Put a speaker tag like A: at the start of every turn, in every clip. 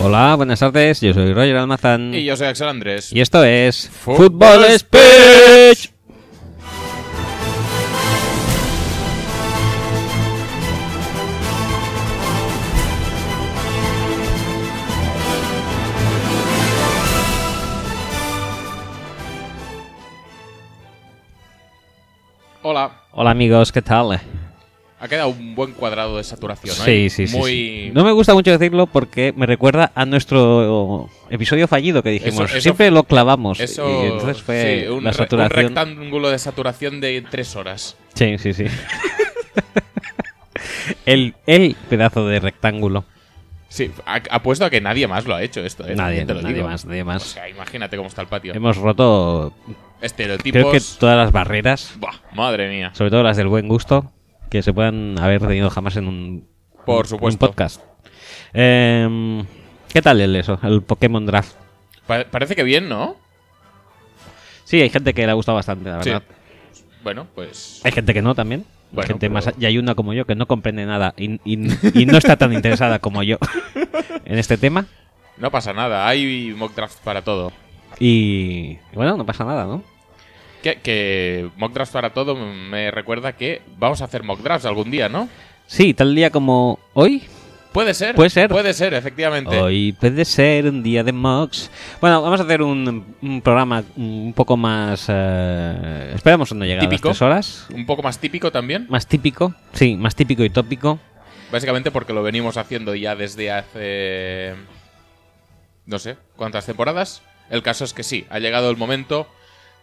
A: Hola, buenas tardes. Yo soy Roger Almazán.
B: Y yo soy Axel Andrés.
A: Mm. Y esto es
B: Fútbol
A: Speech.
B: Hola.
A: Hola amigos, ¿qué tal?
B: Ha quedado un buen cuadrado de saturación. ¿no?
A: Sí, sí, sí,
B: Muy...
A: sí. No me gusta mucho decirlo porque me recuerda a nuestro episodio fallido que dijimos.
B: Eso- eso-
A: Siempre lo clavamos.
B: Eso,
A: y entonces fue
B: sí, un,
A: la
B: re- un
A: saturación.
B: rectángulo de saturación de tres horas.
A: Sí, sí, sí. el, el pedazo de rectángulo.
B: Sí, a- apuesto a que nadie más lo ha hecho esto. ¿eh?
A: nadie,
B: También te lo
A: nadie
B: digo.
A: más, nadie
B: O
A: más.
B: sea, imagínate cómo está el patio.
A: Hemos roto, creo que
B: Estereotipos.
A: todas las barreras,
B: Buah, madre mía.
A: sobre todo las del buen gusto, que se puedan haber tenido jamás en un,
B: Por
A: en un
B: supuesto.
A: podcast. Em, ¿Qué tal el eso? El Pokémon Draft.
B: Pa- parece que bien, ¿no?
A: Sí, hay gente que le ha gustado bastante, la
B: Sí.
A: verdad.
B: Bueno, pues.
A: Hay gente que no también. Hay
B: Bueno,
A: gente
B: pero-
A: más, y hay una como yo que no comprende nada y, y- y no está tan interesada como yo en este tema.
B: No pasa nada. Hay mock draft para todo.
A: Y, y bueno, no pasa nada, ¿no?
B: Que, que mock draft para todo me recuerda que vamos a hacer mock drafts algún día, ¿no?
A: Sí, tal día como hoy.
B: Puede ser.
A: Puede ser.
B: Puede ser, efectivamente.
A: Hoy puede ser un día de mocks. Bueno, vamos a hacer un, un programa un poco más. eh, esperamos no llegar
B: Típico.
A: a las tres horas.
B: Un poco más típico también.
A: Más típico, sí, más típico y tópico.
B: Básicamente porque lo venimos haciendo ya desde hace. No sé, ¿cuántas temporadas? El caso es que sí, ha llegado el momento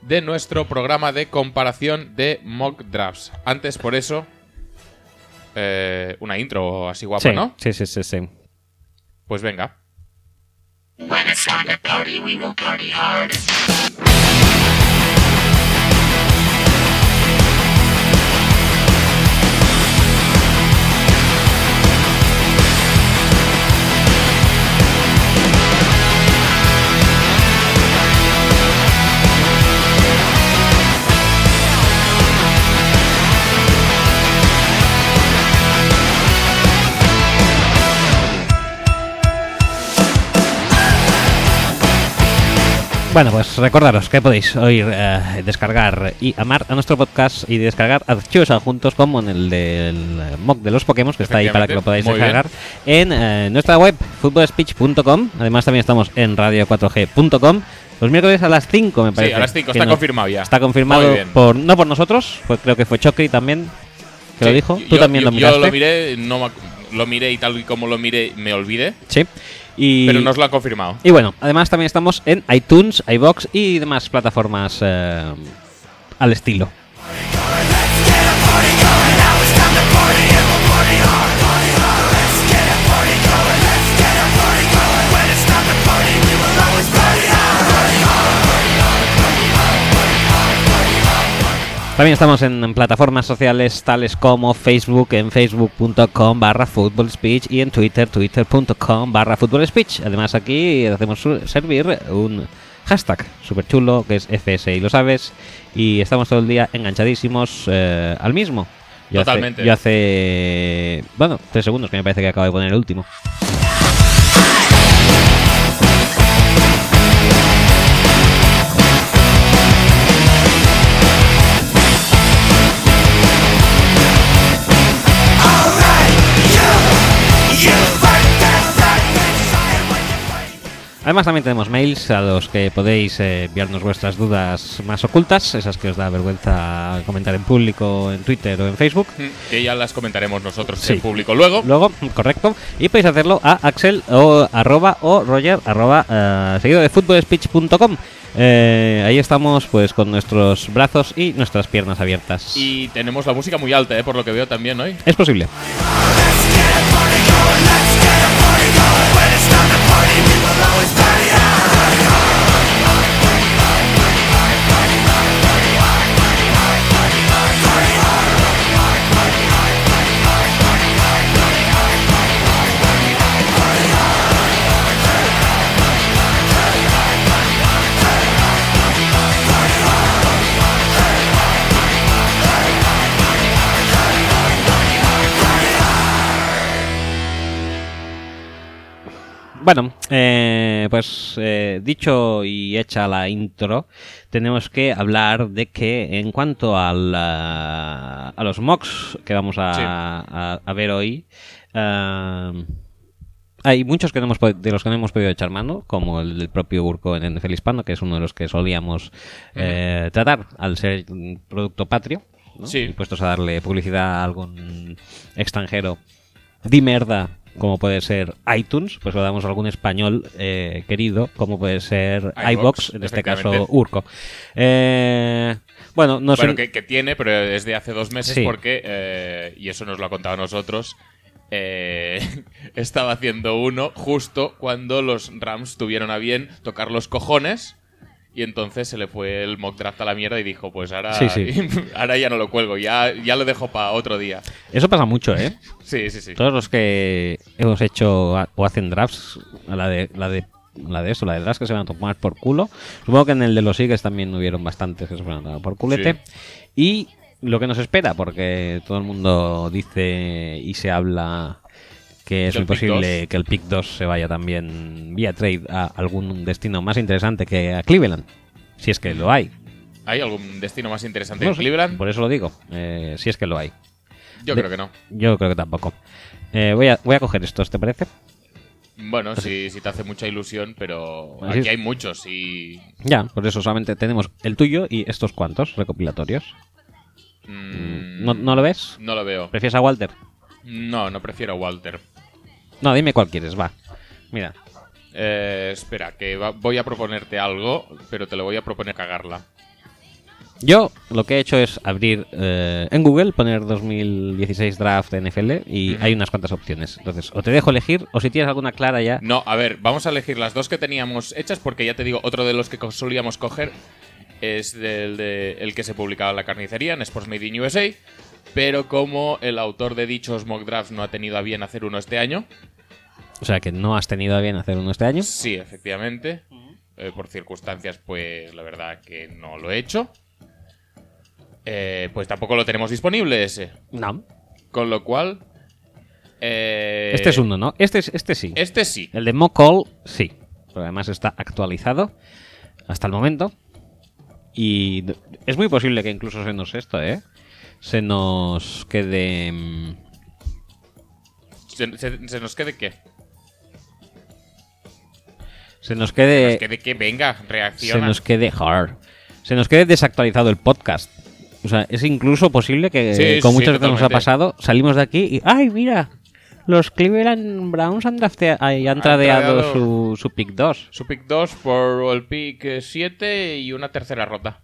B: de nuestro programa de comparación de mock drafts. Antes, por eso, eh, una intro así guapa,
A: Sí,
B: ¿no?
A: sí, sí, sí, sí.
B: Pues venga.
A: Bueno, pues recordaros que podéis oír, eh, descargar y amar a nuestro podcast y descargar archivos adjuntos como en el del eh, mock de los Pokémon, que está ahí para que lo podáis
B: Muy
A: descargar, en eh, nuestra web footballspeech.com. Además, también estamos en radio4g.com. Los miércoles a las 5, me parece.
B: sí, a las 5
A: que
B: está
A: nos-
B: confirmado ya.
A: Está confirmado,
B: Muy bien.
A: por, no por nosotros, pues creo que fue Chocri también que lo
B: Sí,
A: dijo.
B: yo-
A: Tú también
B: yo-
A: lo miraste.
B: Yo lo miré, no me ac- lo miré y tal y como lo miré me olvidé,
A: Sí. Y...
B: pero nos lo ha confirmado.
A: Y bueno, además también estamos en iTunes, iBox y demás plataformas eh, al estilo. También estamos en, en plataformas sociales tales como Facebook en facebook.com barra football speech y en Twitter, twitter.com barra football speech. Además aquí hacemos su- servir un hashtag súper chulo que es FS y lo sabes y estamos todo el día enganchadísimos eh, al mismo. Yo hace-
B: Totalmente.
A: yo hace, bueno, tres segundos que me parece que acabo de poner el último. Además también tenemos mails a los que podéis eh, enviarnos vuestras dudas más ocultas, esas que os da vergüenza comentar en público, en Twitter o en Facebook.
B: Que ya las comentaremos nosotros
A: Sí.
B: en público luego.
A: Luego, correcto. Y podéis hacerlo a axel o arroba o roger arroba eh, seguido de footballspeech.com. Eh, ahí estamos pues con nuestros brazos y nuestras piernas abiertas.
B: Y tenemos la música muy alta, ¿eh? por lo que veo también hoy.
A: Es posible.
C: Party
A: Bueno, eh, pues eh, dicho y hecha la intro, tenemos que hablar de que en cuanto a, la- a los mocks que vamos a,
B: Sí.
A: a- a ver hoy, ah, hay muchos que no hemos pod- de los que no hemos podido echar mano, como el del propio Burco en NFL Hispano, que es uno de los que solíamos eh, tratar al ser un producto patrio. ¿no?
B: Sí.
A: Y puestos a darle publicidad a algún extranjero di merda, como puede ser iTunes, pues lo damos a algún español eh, querido, como puede ser
B: iVox,
A: iBox, en este caso
B: efectivamente.
A: Urco. Eh, bueno, no
B: bueno,
A: sé.
B: que, que tiene, pero es de hace dos meses
A: Sí.
B: porque, eh, y eso nos lo ha contado a nosotros, eh, estaba haciendo uno justo cuando los Rams tuvieron a bien tocar los cojones y entonces se le fue el mock draft a la mierda y dijo, pues ahora,
A: Sí, sí.
B: ahora ya no lo cuelgo, ya, ya lo dejo para otro día.
A: Eso pasa mucho, ¿eh?
B: Sí, sí, sí.
A: Todos los que hemos hecho a- o hacen drafts, a la de, la de la de eso, la de drafts que se van a tomar por culo. Supongo que en el de los Eagles también hubieron bastantes que se fueron a tomar por culete. Y lo que nos espera, porque todo el mundo dice y se habla que es
B: Del
A: muy
B: pick
A: posible
B: dos.
A: que el pick 2 se vaya también vía trade a algún destino más interesante que a Cleveland. Si es que lo hay.
B: ¿Hay algún destino más interesante
A: No
B: que
A: sé,
B: Cleveland?
A: Por eso lo digo. eh, si es que lo hay.
B: Yo
A: de-
B: creo que no.
A: Yo creo que tampoco. Eh, voy, a, voy a coger estos, ¿te parece?
B: Bueno, si te hace mucha ilusión, pero
A: Así es.
B: aquí hay muchos y
A: Ya, por eso solamente tenemos el tuyo y estos cuantos recopilatorios.
B: mm,
A: ¿No, no lo ves?
B: no lo veo.
A: ¿Prefieres a Walter?
B: No, no prefiero a Walter.
A: No, dime cuál quieres, va. Mira.
B: Eh, espera, que va- voy a proponerte algo, pero te lo voy a proponer cagarla.
A: Yo lo que he hecho es abrir eh, en Google, poner 2016 draft NFL y hay unas cuantas opciones. Entonces, o te dejo elegir o si tienes alguna clara ya.
B: No, a ver, vamos a elegir las dos que teníamos hechas porque ya te digo, otro de los que co- solíamos coger es del de- el que se publicaba en la carnicería, en Sports Made in USA, pero como el autor de dichos mock drafts no ha tenido a bien hacer uno este año,
A: O sea, que no has tenido a bien hacer uno este año.
B: sí, efectivamente, eh, por circunstancias, pues la verdad que no lo he hecho, Eh, pues tampoco lo tenemos disponible ese,
A: No.
B: con lo cual... eh,
A: Este es uno, ¿no? Este, es, este sí.
B: Este sí.
A: El de Mocall, sí. Pero además está actualizado hasta el momento. Y d- es muy posible que incluso se nos esto, ¿eh? Se nos quede... mm,
B: ¿Se, se- se nos quede qué?
A: Se nos
B: Se
A: quede...
B: nos quede que venga,
A: Eh, Se
B: reacciona.
A: nos quede... jar. Se nos quede desactualizado el podcast. O sea, es incluso posible que,
B: Sí,
A: con
B: sí,
A: muchas veces nos ha
B: totalmente.
A: pasado, salimos de aquí y... ¡Ay, mira! Los Cleveland Browns han, draftea- ay, han
B: Han
A: tradeado
B: tradeado-
A: su, su pick 2.
B: Su pick 2 por el pick 7 y una tercera ronda.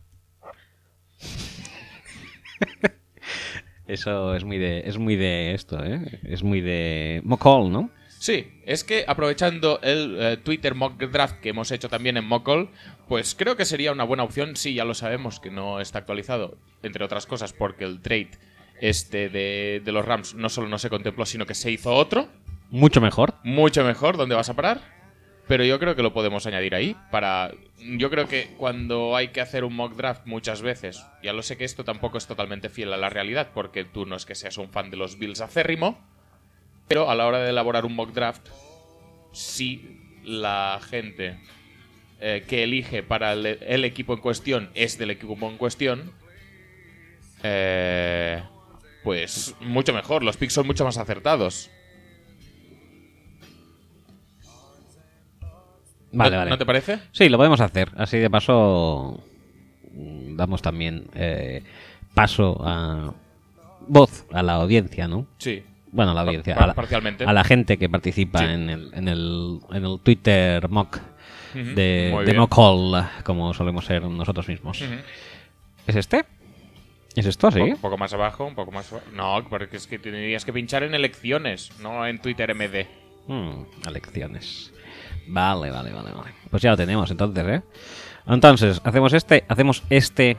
A: Eso es muy de, es muy de esto, ¿eh? Es muy de Mocall, ¿no?
B: Sí, es que aprovechando el eh, Twitter mock draft que hemos hecho también en Mockall, pues creo que sería una buena opción, sí, ya lo sabemos que no está actualizado, entre otras cosas porque el trade este de, de los Rams no solo no se contempló, sino que se hizo otro,
A: Mucho mejor.
B: mucho mejor, ¿dónde vas a parar? Pero yo creo que lo podemos añadir ahí para... Yo creo que cuando hay que hacer un mock draft muchas veces, ya lo sé que esto tampoco es totalmente fiel a la realidad, porque tú no es que seas un fan de los Bills acérrimo, pero a la hora de elaborar un mock draft, si la gente eh, que elige para el, el equipo en cuestión es del equipo en cuestión, eh, pues mucho mejor, los picks son mucho más acertados.
A: Vale,
B: ¿No-
A: vale.
B: ¿No te parece?
A: Sí, lo podemos hacer. Así de paso mm, damos también eh, paso a voz a la audiencia, ¿no?
B: Sí.
A: Bueno, a la audiencia,
B: par-
A: a la,
B: parcialmente.
A: a la gente que participa
B: Sí.
A: en, el, en, el, en el Twitter mock
B: Ujú,
A: de,
B: muy
A: de
B: bien.
A: mock hall, como solemos ser nosotros mismos. Oh,
B: Ujú.
A: ¿Es este? ¿Es esto así?
B: Un poco más abajo, un poco más abajo. No, porque es que tendrías que pinchar en elecciones, no en Twitter MD.
A: Hmm, elecciones. Vale, vale, vale, vale. Pues ya lo tenemos entonces, ¿eh? Entonces, hacemos este, hacemos este.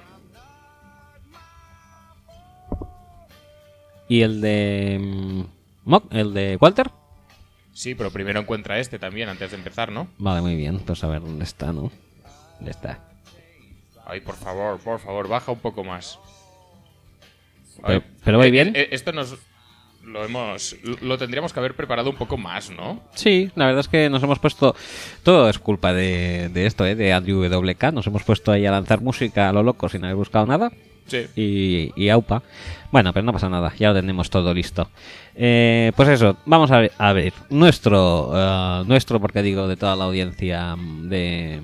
A: Y el de. mm, Mock, el de Walter.
B: Sí, pero primero encuentra este también antes de empezar, ¿no?
A: Vale, muy bien. Pues a ver dónde está, ¿no? ¿Dónde está?
B: Ay, por favor, por favor, baja un poco más.
A: Pero- pero voy
B: eh,
A: bien.
B: eh, esto nos. lo hemos lo tendríamos que haber preparado un poco más, ¿no?
A: Sí, la verdad es que nos hemos puesto. Todo es culpa de, de esto, ¿eh? de Andrew WK. Nos hemos puesto ahí a lanzar música a lo loco sin haber buscado nada.
B: Sí.
A: Y, y aupa. Bueno, pero no pasa nada, ya lo tenemos todo listo. Eh, pues eso, vamos a ver, a ver, nuestro, eh, nuestro, porque digo, de toda la audiencia mm, de.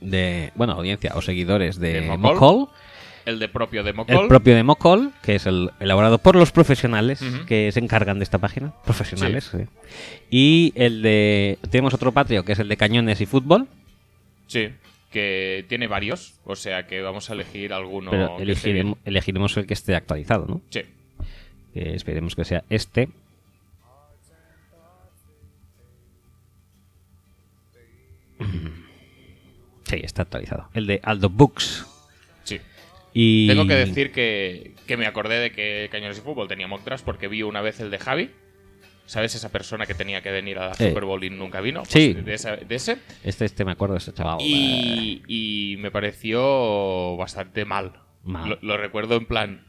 A: de bueno, audiencia o seguidores de,
B: De Mocol.
A: Mocol.
B: El de propio de Mocol.
A: El propio de Mocol, que es el elaborado por los profesionales
B: Ujú.
A: que se encargan de esta página. Profesionales, sí. Y el de. Tenemos otro patrio, que es el de cañones y fútbol.
B: Sí. Que tiene varios. O sea que vamos a elegir alguno.
A: pero
B: que
A: elegiremo- elegiremos el que esté actualizado, ¿no?
B: esté bien. Sí.
A: Que esperemos que sea este. Sí, está actualizado. El de Aldo Books.
B: Sí.
A: Y...
B: Tengo que decir que, que me acordé de que Cañones y Fútbol tenía mock drafts porque vi una vez el de Javi. ¿Sabes? Esa persona que tenía que venir a la
A: Eh.
B: Super Bowl y nunca vino. Pues
A: Sí.
B: De, esa- de ese.
A: Este, este me acuerdo de este chaval.
B: Y, y me pareció bastante mal.
A: Mal.
B: Lo, lo recuerdo en plan.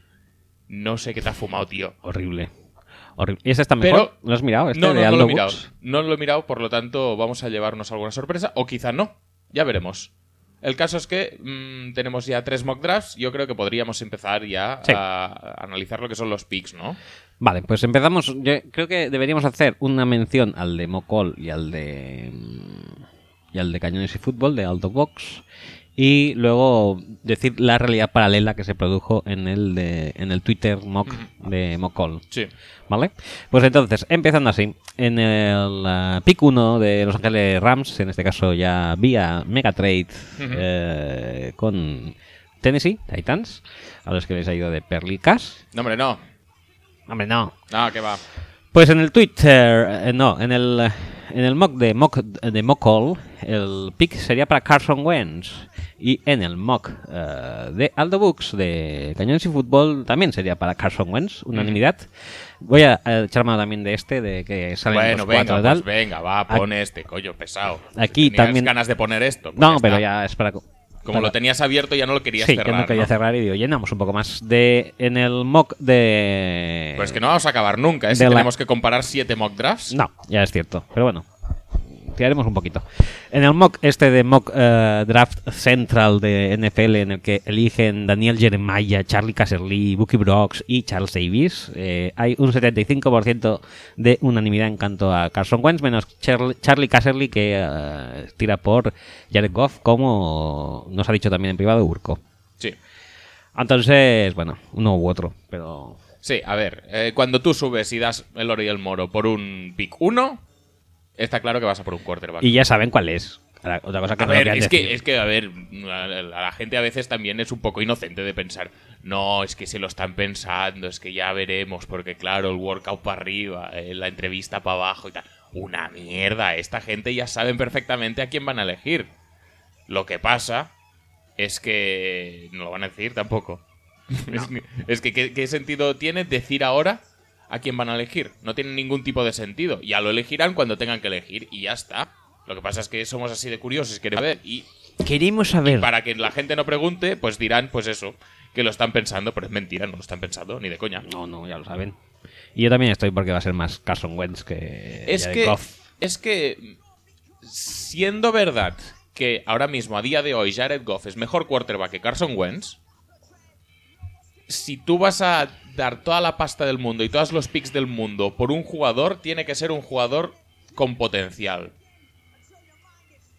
B: No sé qué te ha fumado, tío.
A: Horrible. Horrible. ¿Y ese está mejor?
B: Pero-
A: ¿Lo has mirado? Este
B: no,
A: de
B: no, no
A: Aldo
B: lo he mirado.
A: Woods?
B: No lo he mirado, por lo tanto, vamos a llevarnos alguna sorpresa. O quizá no. Ya veremos. El caso es que mm, tenemos ya tres mock drafts. Yo creo que podríamos empezar ya
A: Sí.
B: a, a analizar lo que son los picks, ¿no?
A: Vale, pues empezamos. Yo creo que deberíamos hacer una mención al de Mocol y al de. mm, y al de Cañones y Fútbol, de Aldo Box. Y luego decir la realidad paralela que se produjo en el de, en el Twitter mock de Mocol.
B: Sí.
A: ¿Vale? Pues entonces, empezando así, en el ah, pick 1 de Los Ángeles Rams, en este caso ya vía Megatrade
B: Ujú.
A: eh, con Tennessee Titans, a los que les ha ido de perlicas.
B: No, hombre, no.
A: Hombre, no.
B: No, que va.
A: Pues en el Twitter, eh, no, en el, eh, en el mock de, mock de Mocol, el pick sería para Carson Wentz. Y en el mock eh, de Aldo Books de Cañones y Fútbol también sería para Carson Wentz, unanimidad. Voy a eh, echar mano también de este, de que salen
B: Bueno,
A: los
B: venga,
A: cuatro y tal.
B: pues venga, va, pon este, coño, pesado.
A: Aquí
B: Si tenías
A: también-
B: ganas de poner esto. pues
A: no, pero
B: está.
A: ya es para...
B: Como lo tenías abierto, ya no lo querías
A: Sí,
B: cerrar.
A: que no quería
B: ¿no?
A: cerrar y digo, llenamos un poco más. de En el mock de...
B: Pues que no vamos a acabar nunca, ¿eh? Si
A: De la-
B: tenemos que comparar siete mock drafts.
A: No, ya es cierto. Pero bueno, tiraremos un poquito. En el mock este de mock eh, draft central de NFL, en el que eligen Daniel Jeremiah, Charlie Casserly, Bucky Brooks y Charles Davis, eh, hay un 75% de unanimidad en cuanto a Carson Wentz, menos Charl- Charlie Casserly, que eh, tira por Jared Goff, como nos ha dicho también en privado Urco.
B: Sí.
A: Entonces, bueno, uno u otro, pero
B: Sí, a ver, eh, cuando tú subes y das el oro y el moro por un pick 1, está claro que vas a por un quarterback.
A: y ya saben cuál es. Ahora, Otra cosa que
B: a
A: no
B: ver,
A: querían
B: es que,
A: decir.
B: es que, a ver, a la, la gente a veces también es un poco inocente de pensar, no, es que se lo están pensando, es que ya veremos, porque claro, el workout para arriba, eh, la entrevista para abajo y tal. Una mierda, esta gente ya saben perfectamente a quién van a elegir. Lo que pasa es que no lo van a decir tampoco. Es, que- es que ¿qué, qué sentido tiene decir ahora a quién van a elegir? No tiene ningún tipo de sentido. Ya lo elegirán cuando tengan que elegir y ya está. Lo que pasa es que somos así de curiosos, queremos saber. Y
A: Queremos saber.
B: para que la gente no pregunte, pues dirán, pues eso, que lo están pensando, pero es mentira, no lo están pensando, ni de coña.
A: No, no, ya lo saben. Y yo también estoy porque va a ser más Carson Wentz que
B: Es
A: Jared
B: que,
A: Goff.
B: es que, siendo verdad que ahora mismo, a día de hoy, Jared Goff es mejor quarterback que Carson Wentz, si tú vas a dar toda la pasta del mundo y todos los picks del mundo por un jugador, tiene que ser un jugador con potencial.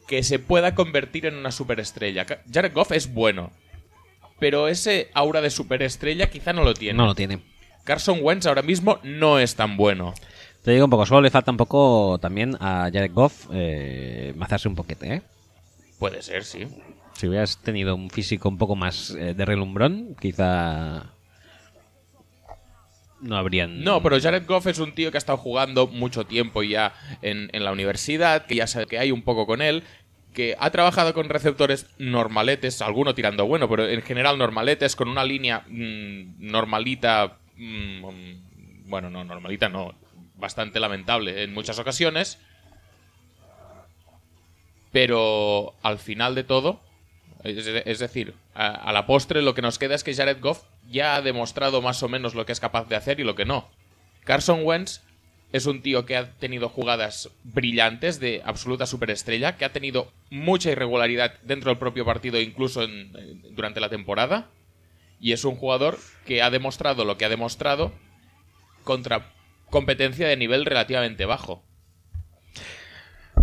B: Que se pueda convertir en una superestrella. Ca- Jared Goff es bueno. Pero ese aura de superestrella quizá no lo tiene.
A: No lo tiene.
B: Carson Wentz ahora mismo no es tan bueno.
A: Te digo un poco, solo le falta un poco también a Jared Goff eh, mazarse un poquete, ¿eh?
B: Puede ser, sí.
A: Si hubieras tenido un físico un poco más eh, de relumbrón, quizá no habrían...
B: No, pero Jared Goff es un tío que ha estado jugando mucho tiempo ya en, en la universidad, que ya sabe que hay un poco con él, que ha trabajado con receptores normaletes, alguno tirando bueno, pero en general normaletes, con una línea mm, normalita, mm, mm, bueno, no, normalita no, bastante lamentable en muchas ocasiones. Pero al final de todo, Es, es decir, a, a la postre lo que nos queda es que Jared Goff ya ha demostrado más o menos lo que es capaz de hacer y lo que no. Carson Wentz es un tío que ha tenido jugadas brillantes de absoluta superestrella, que ha tenido mucha irregularidad dentro del propio partido, incluso en- en- durante la temporada. Y es un jugador que ha demostrado lo que ha demostrado contra competencia de nivel relativamente bajo.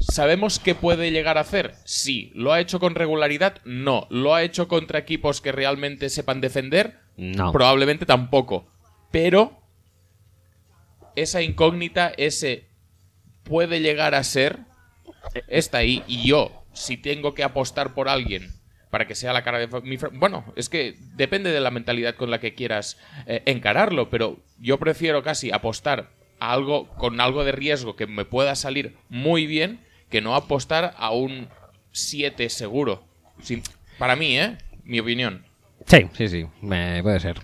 B: ¿Sabemos qué puede llegar a hacer? Sí. ¿Lo ha hecho con regularidad? No. ¿Lo ha hecho contra equipos que realmente sepan defender?
A: No.
B: Probablemente tampoco. Pero esa incógnita, ese puede llegar a ser, está ahí. Y yo, si tengo que apostar por alguien para que sea la cara de fa- mi... fra- Bueno, es que depende de la mentalidad con la que quieras eh, encararlo, pero yo prefiero casi apostar a algo con algo de riesgo que me pueda salir muy bien que no apostar a un 7 seguro. Sin- para mí, ¿eh? Mi opinión.
A: Sí, sí, sí, me- puede ser.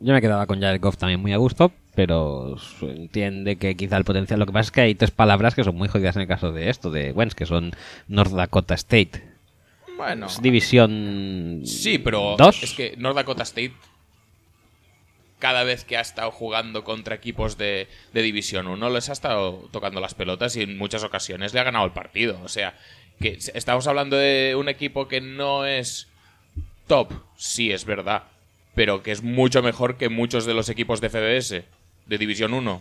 A: Yo me quedaba con Jared Goff también muy a gusto, pero se entiende que quizá el potencial. Lo que pasa es que hay tres palabras que son muy jodidas en el caso de esto, de Wentz, que son North Dakota State.
B: Bueno.
A: Es división.
B: Sí, pero
A: ¿Dos?
B: es que North Dakota State, cada vez que ha estado jugando contra equipos de, de División 1, les ha estado tocando las pelotas y en muchas ocasiones le ha ganado el partido. O sea, que s- estamos hablando de un equipo que no es top, sí, es verdad, pero que es mucho mejor que muchos de los equipos de FBS, de División 1.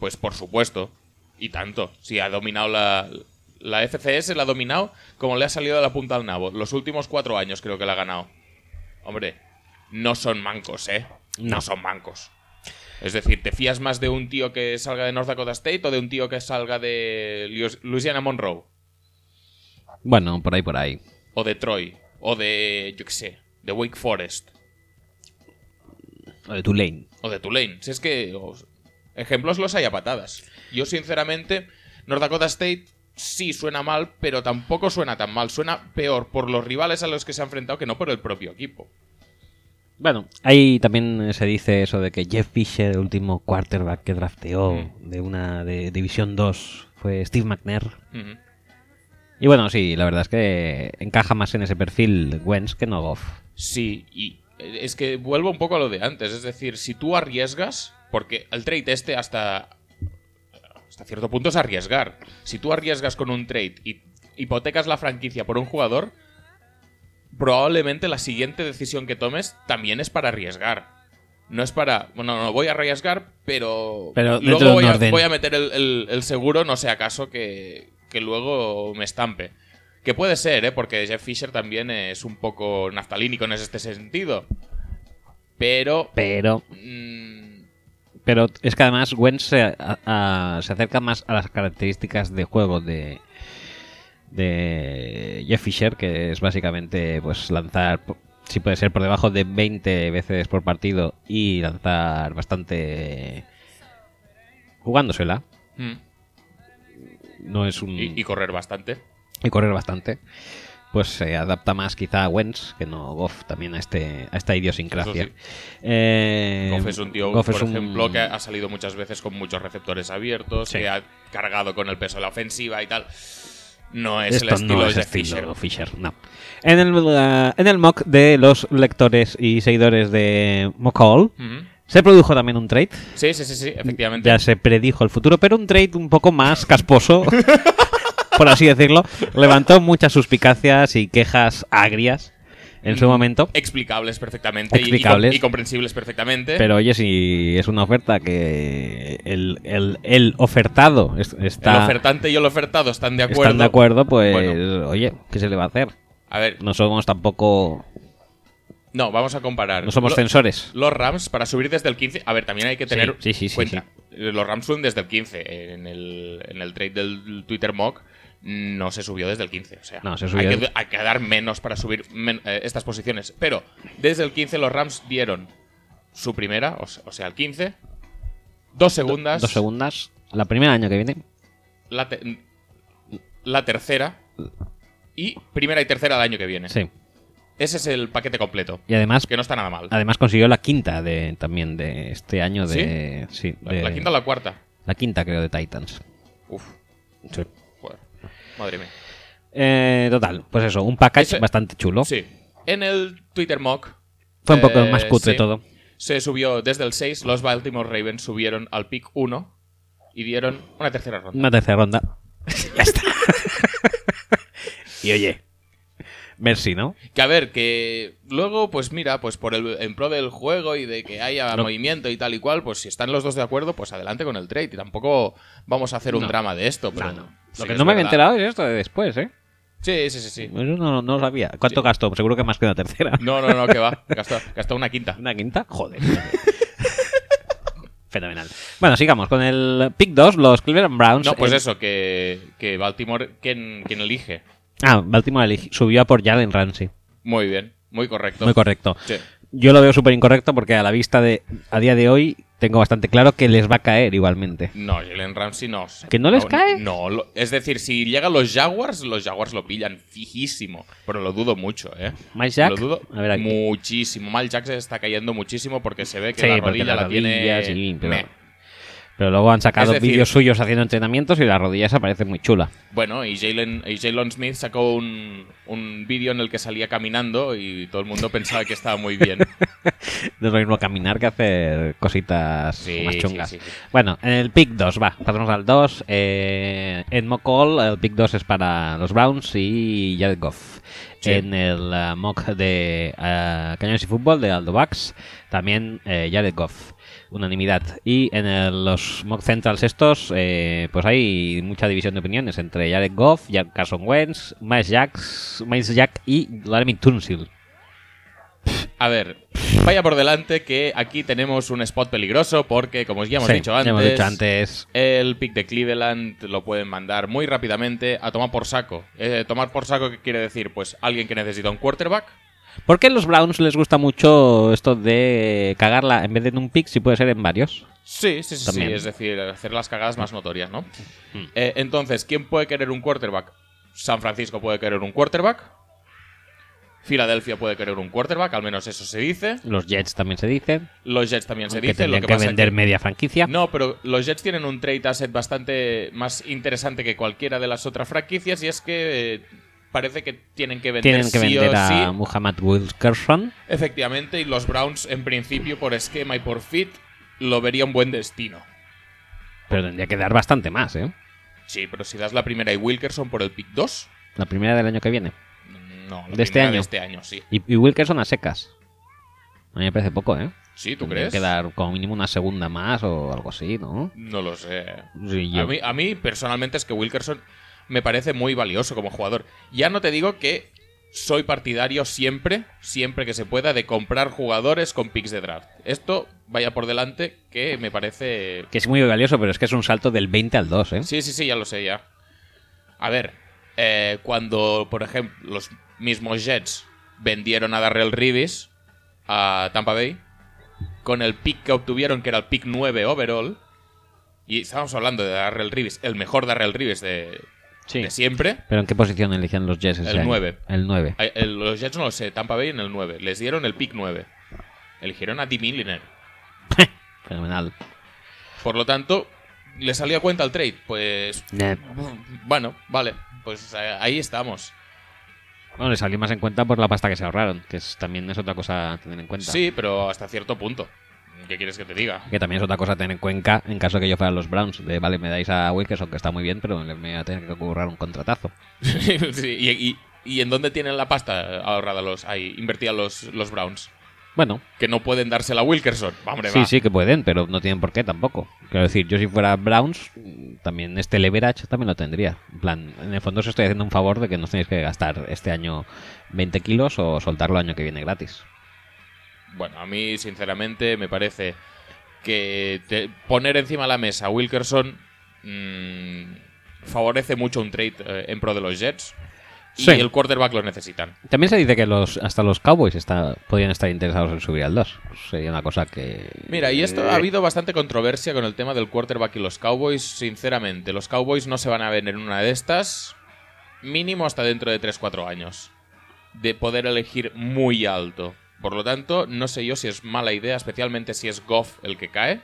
B: Pues por supuesto, y tanto. Si ha dominado la, la FCS, la ha dominado como le ha salido de la punta al nabo. Los últimos cuatro años creo que la ha ganado. Hombre, no son mancos, ¿eh? No,
A: No.
B: son mancos. Es decir, ¿te fías más de un tío que salga de North Dakota State o de un tío que salga de Lu- Louisiana Monroe?
A: Bueno, por ahí, por ahí.
B: O de Troy? O de, yo qué sé, de Wake Forest?
A: Lo de Tulane.
B: O de Tulane. Si es que os- ejemplos los hay a patadas. Yo, sinceramente, North Dakota State sí suena mal, pero tampoco suena tan mal. Suena peor por los rivales a los que se ha enfrentado que no por el propio equipo.
A: Bueno, ahí también se dice eso de que Jeff Fisher, el último quarterback que drafteó de una de División 2, fue Steve McNair.
B: Ujú.
A: Y bueno, sí, la verdad es que encaja más en ese perfil Wentz que no Goff.
B: Sí, y eh, es que vuelvo un poco a lo de antes. Es decir, si tú arriesgas, porque el trade este hasta, hasta cierto punto es arriesgar. Si tú arriesgas con un trade y hipotecas la franquicia por un jugador, probablemente la siguiente decisión que tomes también es para arriesgar. No es para, bueno, no voy a arriesgar, pero,
A: Pero dentro de
B: luego
A: un
B: voy a,
A: orden.
B: voy a meter el, el- el seguro, no sea acaso que, que luego me estampe. Que puede ser, ¿eh? porque Jeff Fisher también es un poco naftalínico en este sentido. Pero...
A: Pero,
B: mm,
A: pero es que además Wentz se, a- a- se acerca más a las características de juego de, de Jeff Fisher, que es básicamente pues lanzar, po- si puede ser, por debajo de 20 veces por partido y lanzar bastante jugándosela.
B: mm,
A: No es un...
B: y- y correr bastante.
A: y correr bastante, pues se adapta más quizá a Wentz, que no Goff, también a, este, a esta idiosincrasia.
B: Eso
A: Eh,
B: Goff es un tío,
A: Goff
B: por
A: es un-
B: ejemplo, que ha salido muchas veces con muchos receptores abiertos,
A: Sí.
B: que ha cargado con el peso de la ofensiva y tal. No es el
A: Esto
B: estilo
A: no
B: de
A: es
B: Jeff Fisher.
A: estilo Fisher, no. En el, eh, en el mock de los lectores y seguidores de MockHall,
B: Ujú.
A: se produjo también un trade.
B: Sí, sí, sí, sí, efectivamente.
A: Ya se predijo el futuro, pero un trade un poco más casposo, por así decirlo. Levantó muchas suspicacias y quejas agrias en
B: Mm.
A: su momento.
B: Eh. Explicables perfectamente y- y com-
A: Explicables.
B: Y, comprensibles perfectamente.
A: Pero oye, si es una oferta que el, el- el ofertado es-
B: el
A: está,
B: ofertante y el ofertado están de acuerdo.
A: están de acuerdo, pues
B: Bueno.
A: oye, ¿qué se le va a hacer?
B: A ver,
A: No somos tampoco...
B: no, vamos a comparar.
A: No somos
B: Lo-
A: censores.
B: Los Rams para subir desde el 15. A ver, también hay que tener
A: Sí, sí, sí, sí,
B: cuenta. Eh, Los Rams suben desde el 15. En el, en el trade del Twitter mock no se subió desde el 15. O sea,
A: No, se subió
B: hay, que,
A: desde-
B: hay que dar menos para subir men- eh, estas posiciones. Pero desde el 15 los Rams dieron su primera, o se- o sea, el 15, dos segundas,
A: Dos segundas. La primera año que viene.
B: La, te- la tercera y primera y tercera del año que viene.
A: Sí.
B: Ese es el paquete completo.
A: Y además,
B: Que no está nada mal.
A: además consiguió la quinta de también de este año de... Sí,
B: La,
A: de-
B: la quinta o la cuarta.
A: la quinta, creo de Titans.
B: Uf,
A: Sí.
B: joder. Madre mía.
A: Eh, total, pues eso, un package
B: Ese-
A: bastante chulo.
B: Sí. En el Twitter Mock.
A: Fue un poco
B: eh,
A: más cutre
B: sí.
A: todo.
B: Se subió desde el 6, los Baltimore Ravens subieron al pick 1 y dieron una tercera ronda.
A: Una tercera ronda. ya está. y oye, Mercy, ¿no?
B: Que a ver, que luego, pues mira, pues por el en pro del juego y de que haya
A: No.
B: movimiento y tal y cual, pues si están los dos de acuerdo, pues adelante con el trade. Y tampoco vamos a hacer un
A: No.
B: drama de esto. Pero
A: No, no.
B: sí
A: Lo que
B: es
A: no me había
B: verdad.
A: enterado es esto de después, ¿eh?
B: Sí, sí, sí, sí.
A: Eso no, no lo sabía. ¿Cuánto gastó? Seguro que más que una tercera.
B: No, no, no, que va. Gastó, gastó una quinta.
A: ¿Una quinta? Joder. Fenomenal. Bueno, sigamos con el pick 2, los Cleveland Browns.
B: No, pues
A: Eh,
B: eso, que, que Baltimore, ¿quién, quién elige?
A: Ah, Baltimore eligi- subió a por Jalen Ramsey.
B: Muy bien, muy correcto.
A: Muy correcto.
B: Sí.
A: Yo lo veo súper incorrecto porque a la vista de a día de hoy tengo bastante claro que les va a caer igualmente.
B: No, Jalen Ramsey no. se-
A: ¿Que no les cae?
B: No, lo- es decir, si llegan los Jaguars, los Jaguars lo pillan fijísimo. Pero lo dudo mucho, ¿eh?
A: Miles Jack,
B: Lo dudo
A: a ver aquí.
B: muchísimo. Mal Jack se está cayendo muchísimo porque se ve que
A: Sí,
B: la
A: porque
B: rodilla la,
A: la rodilla,
B: tiene.
A: sí, pero-
B: meh.
A: Pero luego han sacado
B: Es decir-
A: vídeos suyos haciendo entrenamientos y la rodilla se parece muy chula.
B: Bueno, y Jalen y Jalen Smith sacó un, un vídeo en el que salía caminando y todo el mundo pensaba que estaba muy bien.
A: No es lo mismo caminar que hacer cositas
B: Sí,
A: más
B: sí,
A: chungas.
B: sí, sí.
A: Bueno, en el pick 2, va, pasamos al 2. Eh, en Mocall, el pick 2 es para los Browns y Jared Goff.
B: Sí.
A: En el eh, mock de eh, Cañones y Fútbol de Aldo Bax, también eh, Jared Goff. Unanimidad. Y en el- los mock centrals estos, eh, pues hay mucha división de opiniones entre Jared Goff, Ja- Carson Wentz, Miles, Jacks, Miles Jack y Laramie Tunsil.
B: A ver, vaya por delante que aquí tenemos un spot peligroso porque, como ya hemos
A: Sí,
B: dicho
A: ya
B: antes,
A: hemos dicho antes.
B: el pick de Cleveland lo pueden mandar muy rápidamente a tomar por saco. Eh, tomar por saco, ¿qué quiere decir? Pues alguien que necesita un quarterback.
A: ¿Por qué a los Browns les gusta mucho esto de cagarla en vez de en un pick, si puede ser en varios?
B: Sí, sí, sí, sí,
A: También.
B: es decir, hacer las cagadas más notorias, ¿no? Eh, entonces, ¿quién puede querer un quarterback? San Francisco puede querer un quarterback. Filadelfia puede querer un quarterback, al menos eso se dice.
A: Los Jets también se dicen.
B: Los Jets también se
A: que
B: dice. Lo
A: tendrían
B: que
A: que,
B: pasa
A: vender
B: que-
A: media franquicia.
B: No, pero los Jets tienen un trade asset bastante más interesante que cualquiera de las otras franquicias y es que eh, parece que tienen que vender
A: Tienen que
B: sí
A: vender
B: o
A: a
B: sí.
A: Muhammad Wilkerson.
B: Efectivamente, y los Browns en principio por esquema y por fit lo vería un buen destino.
A: Pero tendría que dar bastante más, ¿eh?
B: Sí, pero si das la primera y Wilkerson por el pick 2,
A: La primera del año que viene.
B: no, la
A: De este
B: primera de
A: año.
B: este año, sí.
A: Y, y Wilkerson a secas. A mí me parece poco, ¿eh?
B: Sí, ¿tú
A: Tendrían
B: crees?
A: que dar como mínimo una segunda más o algo así, ¿no?
B: No lo sé.
A: Sí, yo-
B: A mí, a mí, personalmente es que Wilkerson me parece muy valioso como jugador. Ya no te digo que soy partidario siempre, siempre que se pueda, de comprar jugadores con picks de draft. Esto vaya por delante que me parece...
A: Que es muy valioso, pero es que es un salto del 20 al 2, ¿eh?
B: Sí, sí, sí, ya lo sé, ya. A ver, eh, cuando, por ejemplo, los mismos Jets vendieron a Darrell Reeves a Tampa Bay, con el pick que obtuvieron, que era el pick 9 overall, y estábamos hablando de Darrell Reeves, el mejor Darrell Reeves de, de siempre.
A: ¿Pero en qué posición elegían los Jets ese
B: El
A: año?
B: nueve.
A: El 9.
B: Eh, el- los Jets no lo sé, Tampa Bay en el 9. Les dieron el pick 9. Eligieron a D. Milliner.
A: Fenomenal.
B: Por lo tanto, ¿le salió a cuenta el trade? Pues.
A: Eh,
B: Bueno, vale. Pues eh, ahí estamos.
A: Bueno, le salió más en cuenta por la pasta que se ahorraron, que es, también es otra cosa a tener en cuenta.
B: Sí, pero hasta cierto punto. ¿Qué quieres que te diga?
A: Que también es otra cosa a tener en cuenta en caso de que yo fuera los Browns. De, vale, me dais a Wilkerson, que está muy bien, pero le- me voy a tener que currar un contratazo.
B: Sí, y, y- y en dónde tienen la pasta ahorrada los. Ahí, invertida los, los Browns.
A: Bueno,
B: Que no pueden dársela a Wilkerson. Hombre,
A: sí,
B: va.
A: sí que pueden, pero no tienen por qué tampoco. Quiero decir, yo si fuera Browns, mm, también este leverage también lo tendría. En plan, en el fondo os estoy haciendo un favor de que no os tenéis que gastar este año 20 kilos o soltarlo el año que viene gratis.
B: Bueno, a mí, sinceramente, me parece que te- poner encima de la mesa a Wilkerson mm, favorece mucho un trade eh, en pro de los Jets. Y
A: Sí.
B: el quarterback lo necesitan.
A: También se dice que los hasta los Cowboys está, podrían estar interesados en subir al 2. Sería una cosa que...
B: Mira, y esto ha habido bastante controversia con el tema del quarterback y los Cowboys. Sinceramente, los Cowboys no se van a ver en una de estas, mínimo hasta dentro de 3-4 años, de poder elegir muy alto. Por lo tanto, no sé yo si es mala idea, especialmente si es Goff el que cae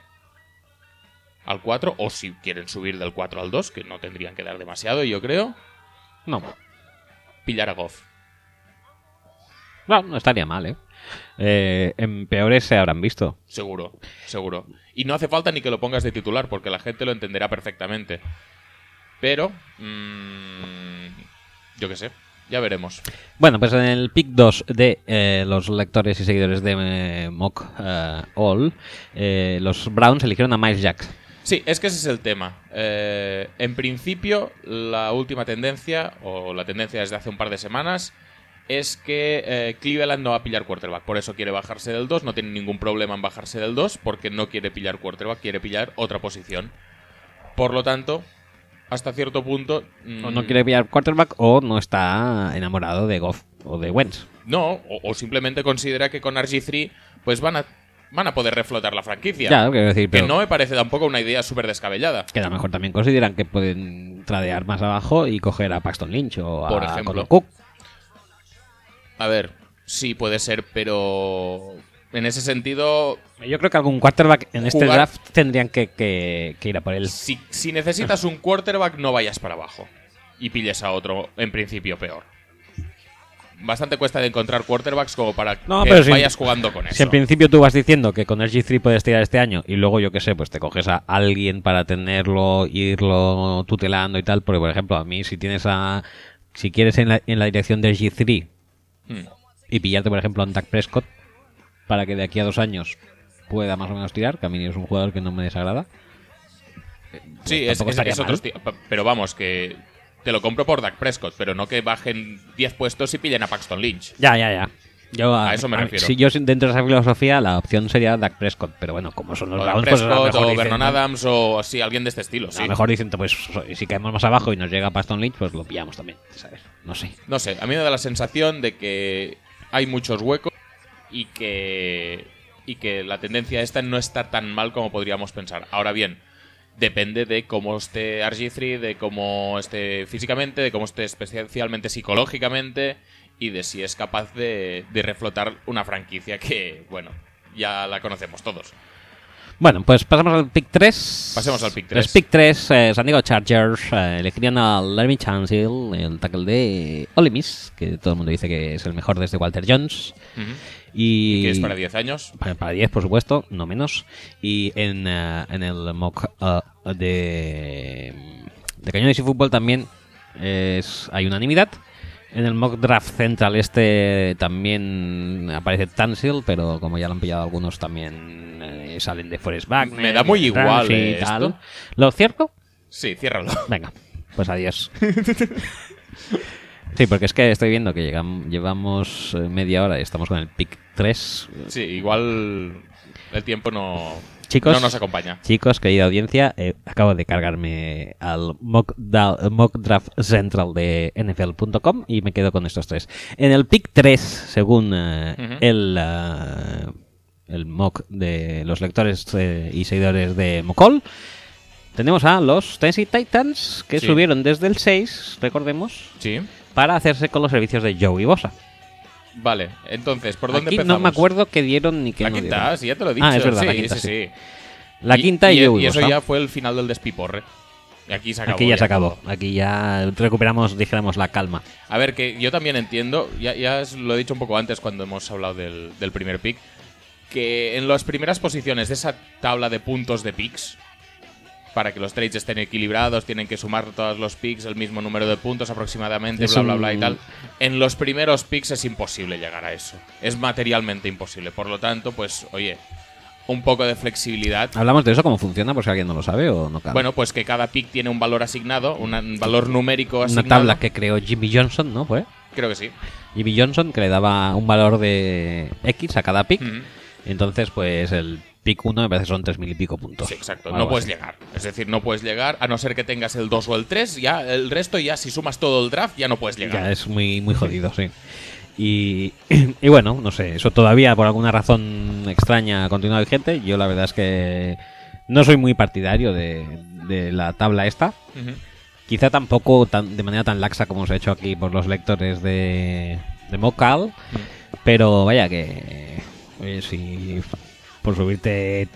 B: al 4, o si quieren subir del 4 al 2, que no tendrían que dar demasiado, yo creo.
A: No.
B: pillar a Goff.
A: No, no estaría mal, ¿eh? Eh, En peores se habrán visto.
B: Seguro, seguro. Y no hace falta ni que lo pongas de titular, porque la gente lo entenderá perfectamente. Pero, mm, yo qué sé, ya veremos.
A: Bueno, pues en el pick 2 de eh, los lectores y seguidores de eh, Mock eh, All, eh, los Browns eligieron a Miles Jack.
B: Sí, es que ese es el tema. Eh, en principio, la última tendencia, o la tendencia desde hace un par de semanas, es que eh, Cleveland no va a pillar quarterback. Por eso quiere bajarse del 2, no tiene ningún problema en bajarse del 2, porque no quiere pillar quarterback, quiere pillar otra posición. Por lo tanto, hasta cierto punto...
A: O
B: mm,
A: no quiere pillar quarterback o no está enamorado de Goff o de Wentz.
B: No, o, o simplemente considera que con RG3 pues van a, van a poder reflotar la franquicia.
A: Ya, quiero decir,
B: que
A: pero
B: no me parece tampoco una idea súper descabellada.
A: que a lo mejor también consideran que pueden tradear más abajo y coger a Paxton Lynch o a
B: Por ejemplo.
A: Connor Cook.
B: A ver, sí puede ser, pero en ese sentido,
A: Yo creo que algún quarterback en este
B: Jugar-
A: draft tendrían que, que- que ir a por él.
B: si, si necesitas un quarterback no vayas para abajo y pilles a otro, en principio peor. Bastante cuesta de encontrar quarterbacks como para
A: No,
B: que
A: pero si-
B: vayas jugando con eso.
A: Si en principio tú vas diciendo que con RG3 puedes tirar este año y luego, yo qué sé, pues te coges a alguien para tenerlo, irlo tutelando y tal, porque por ejemplo, a mí si tienes a... Si quieres en la, en la dirección de RG3
B: Hmm.
A: y pillarte, por ejemplo, a un Dak Prescott para que de aquí a dos años pueda más o menos tirar, que a mí es un jugador que no me desagrada.
B: Sí,
A: Pues
B: es,
A: tampoco
B: es-
A: estaría
B: es otro
A: mal.
B: esti- pa- Pero vamos, que te lo compro por Dak Prescott, pero no que bajen 10 puestos y pillen a Paxton Lynch.
A: Ya, ya, ya. Yo,
B: A eso me refiero.
A: Si yo dentro de esa filosofía, la opción sería Dak Prescott, pero bueno, como son los
B: o Dak
A: Browns, pues a lo
B: Prescott,
A: mejor
B: o
A: dicen,
B: Vernon Adams, o así, alguien de este estilo,
A: A
B: sí.
A: lo mejor dicen, pues si caemos más abajo y nos llega Paston Lynch, pues lo pillamos también, ¿sabes? No sé.
B: No sé, a mí me da la sensación de que hay muchos huecos y que, y que la tendencia esta no está tan mal como podríamos pensar. Ahora bien, depende de cómo esté RG3, de cómo esté físicamente, de cómo esté especialmente psicológicamente y de si es capaz de, de reflotar una franquicia que, bueno, ya la conocemos todos.
A: Bueno, pues pasamos al pick 3.
B: Pasemos al pick
A: Los
B: tres.
A: pick 3, eh, San Diego Chargers eh, elegirían a Larry Chancel, el tackle de Ole Miss, que todo el mundo dice que es el mejor desde Walter Jones. Y,
B: Que es para 10 años.
A: Pa- Para 10, por supuesto, no menos. Y en, eh, en el mock eh, de, de Cañones y Fútbol también eh, es, hay unanimidad. En el mock draft central este también aparece Tansil, pero como ya lo han pillado algunos también eh, salen de Forest Wagner.
B: Me da muy
A: de
B: igual,
A: Ramsey y
B: eh, esto.
A: tal. ¿Lo cierto?
B: Sí, ciérralo.
A: Venga, pues adiós. Sí, porque es que estoy viendo que llegam- llevamos eh, media hora y estamos con el pick 3.
B: Sí, igual el tiempo no,
A: Chicos.
B: no nos acompaña.
A: Chicos, querida audiencia, eh, acabo de cargarme al mock, da- mock draft central de NFL.com y me quedo con estos tres. En el pick 3, según eh,
B: Ujú.
A: el, eh, el mock de los lectores eh, y seguidores de Mocol, tenemos a los Tennessee Titans que
B: Sí.
A: subieron desde el 6, recordemos,
B: Sí.
A: para hacerse con los servicios de Joey Bosa.
B: Vale, entonces, ¿por dónde
A: Aquí
B: empezamos?
A: no me acuerdo qué dieron ni qué
B: La
A: no
B: quinta,
A: dieron.
B: sí, ya te lo he dicho.
A: Ah, es verdad,
B: sí,
A: la quinta,
B: sí,
A: sí.
B: sí.
A: La quinta y, Joey
B: y eso
A: Bosa.
B: ya fue el final del despiporre. Y aquí se acabó.
A: Aquí ya se acabó. Aquí ya recuperamos, dijéramos, la calma.
B: A ver, que yo también entiendo, ya, ya os lo he dicho un poco antes cuando hemos hablado del, del primer pick, que en las primeras posiciones de esa tabla de puntos de picks, para que los trades estén equilibrados, tienen que sumar todos los picks, el mismo número de puntos aproximadamente,
A: Es
B: bla, bla,
A: un-
B: bla y tal. En los primeros picks es imposible llegar a eso. Es materialmente imposible. Por lo tanto, pues, oye, un poco de flexibilidad.
A: Hablamos de eso, cómo funciona, por si alguien no lo sabe o no cabe.
B: Bueno, pues que cada pick tiene un valor asignado, una- un valor numérico
A: una
B: asignado.
A: tabla que creó Jimmy Johnson, ¿no? Pues
B: Creo que sí.
A: Jimmy Johnson que le daba un valor de X a cada pick.
B: Ujú.
A: Entonces, pues el pick 1 me parece que son 3.000 y pico puntos.
B: Sí, exacto.
A: Algo
B: No puedes
A: así.
B: llegar. Es decir, no puedes llegar a no ser que tengas el 2 o el 3. Ya el resto, ya si sumas todo el draft, ya no puedes
A: Ya
B: llegar.
A: es muy, muy jodido, sí. Y, y bueno, no sé, eso todavía por alguna razón extraña continúa vigente. Yo la verdad es que no soy muy partidario de, de la tabla esta.
B: Ujú.
A: Quizá tampoco tan- de manera tan laxa como se ha hecho aquí por los lectores de, de Mocal, pero vaya que oye, si por subirte,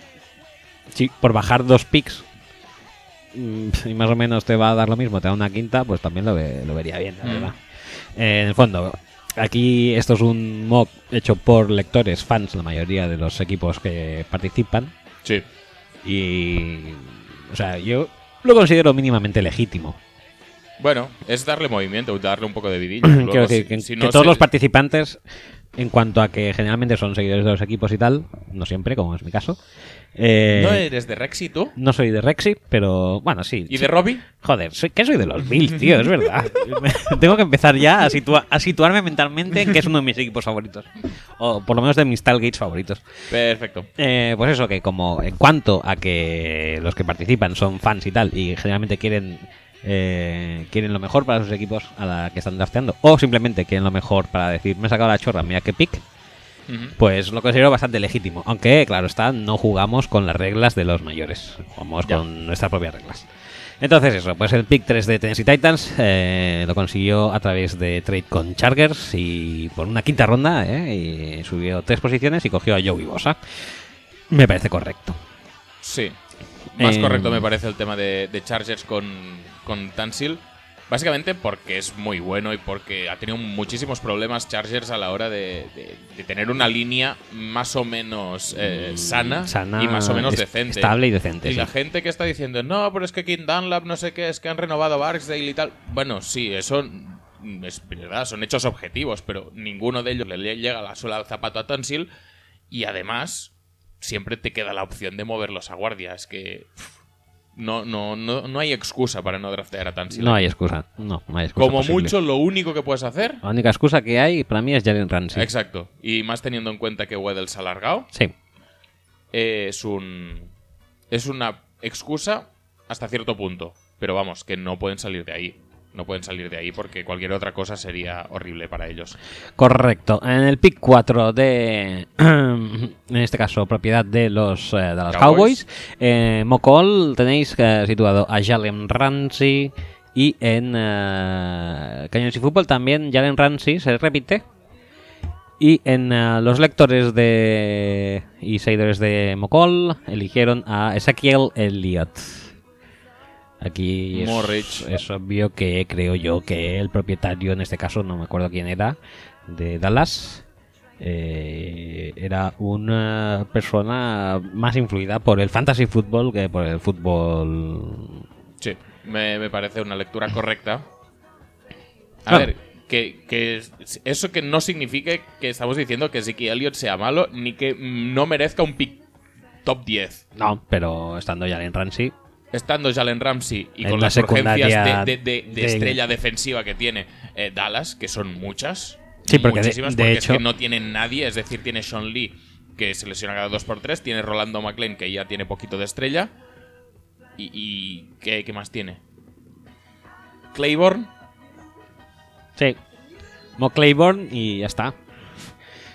A: si por bajar dos picks mm, y más o menos te va a dar lo mismo, te da una quinta, pues también lo, ve- lo vería bien, la
B: Mm.
A: verdad. Eh, en el fondo, aquí esto es un mock hecho por lectores, fans, la mayoría de los equipos que participan.
B: Sí.
A: Y. O sea, yo lo considero mínimamente legítimo.
B: Bueno, es darle movimiento, darle un poco de vidilla. Luego,
A: Quiero decir,
B: si-
A: que,
B: si
A: que
B: no
A: todos
B: se-
A: los participantes, en cuanto a que generalmente son seguidores de los equipos y tal, no siempre, como es mi caso. eh,
B: ¿No eres de Rexy tú?
A: no soy de Rexy, pero bueno, sí.
B: ¿Y
A: sí.
B: de Robbie?
A: Joder, soy, que soy de los Bills, tío, es verdad. Tengo que empezar ya a, situa- a situarme mentalmente en que es uno de mis equipos favoritos. O por lo menos de mis Talgates favoritos.
B: Perfecto.
A: Eh, pues eso, que como en cuanto a que los que participan son fans y tal, y generalmente quieren, eh, quieren lo mejor para sus equipos a la que están drafteando, o simplemente quieren lo mejor para decir, me he sacado la chorra, mira qué pick,
B: Ujú.
A: pues lo considero bastante legítimo. Aunque, claro está, no jugamos con las reglas de los mayores, jugamos
B: Ya.
A: con nuestras propias reglas. Entonces eso, pues el pick 3 de Tennessee Titans eh, lo consiguió a través de trade con Chargers y por una quinta ronda eh, y subió tres posiciones y cogió a Joey Bosa. Me parece correcto.
B: Sí. Más
A: Eh,
B: correcto me parece el tema de, de Chargers con, con Tansil. Básicamente porque es muy bueno y porque ha tenido muchísimos problemas Chargers a la hora de, de- de tener una línea más o menos eh, sana,
A: Mm, Sana,
B: y más o menos
A: es-
B: decente.
A: Estable y decente.
B: Y la
A: sí.
B: gente que está diciendo, no, pero es que King Dunlap, no sé qué, es que han renovado a Barksdale y tal. Bueno, sí, eso mm, es verdad, son hechos objetivos, pero ninguno de ellos le le llega la suela al zapato a Tansil. Y además, siempre te queda la opción de moverlos a guardia. Es que pff, no, no, no, no hay excusa para no draftear a Tansil.
A: No hay excusa. No, no hay excusa.
B: Como
A: posible.
B: mucho, lo único que puedes hacer.
A: La única excusa que hay para mí es Jalen Ramsey.
B: Exacto. Y más teniendo en cuenta que Weddell se ha alargado.
A: Sí.
B: eh, es un es una excusa hasta cierto punto, pero vamos, que no pueden salir de ahí. No pueden salir de ahí porque cualquier otra cosa sería horrible para ellos.
A: Correcto. En el pick 4 de, en este caso, propiedad de los, eh, de los
B: Cowboys.
A: Cowboys, eh, Mocol tenéis eh, situado a Jalen Ramsey y en eh, Cañones y Fútbol también Jalen Ramsey se repite. Y en eh, los lectores de y seguidores de Mocol eligieron a Ezequiel Elliott. Aquí es,
B: Morrich.
A: es obvio que creo yo que el propietario, en este caso no me acuerdo quién era, de Dallas, eh, era una persona más influida por el fantasy fútbol que por el fútbol.
B: Sí, me, me parece una lectura correcta. A
A: Claro.
B: ver, que, que es- eso que no signifique que estamos diciendo que Ziki Elliott sea malo ni que no merezca un pick top 10.
A: No, pero estando Jalen Ramsey,
B: estando Jalen Ramsey y
A: En
B: con
A: la
B: las urgencias
A: secundaria
B: de, de- de- de
A: de-
B: estrella defensiva que tiene eh, Dallas, que son muchas.
A: Sí, porque de-
B: muchísimas,
A: de
B: porque
A: hecho-
B: es que no tienen nadie, es decir, tiene Sean Lee, que se lesiona cada 2x3, tiene Rolando McLean, que ya tiene poquito de estrella. ¿Y, y ¿qué, qué más tiene? Claiborne,
A: sí, Mock Claiborne y ya está.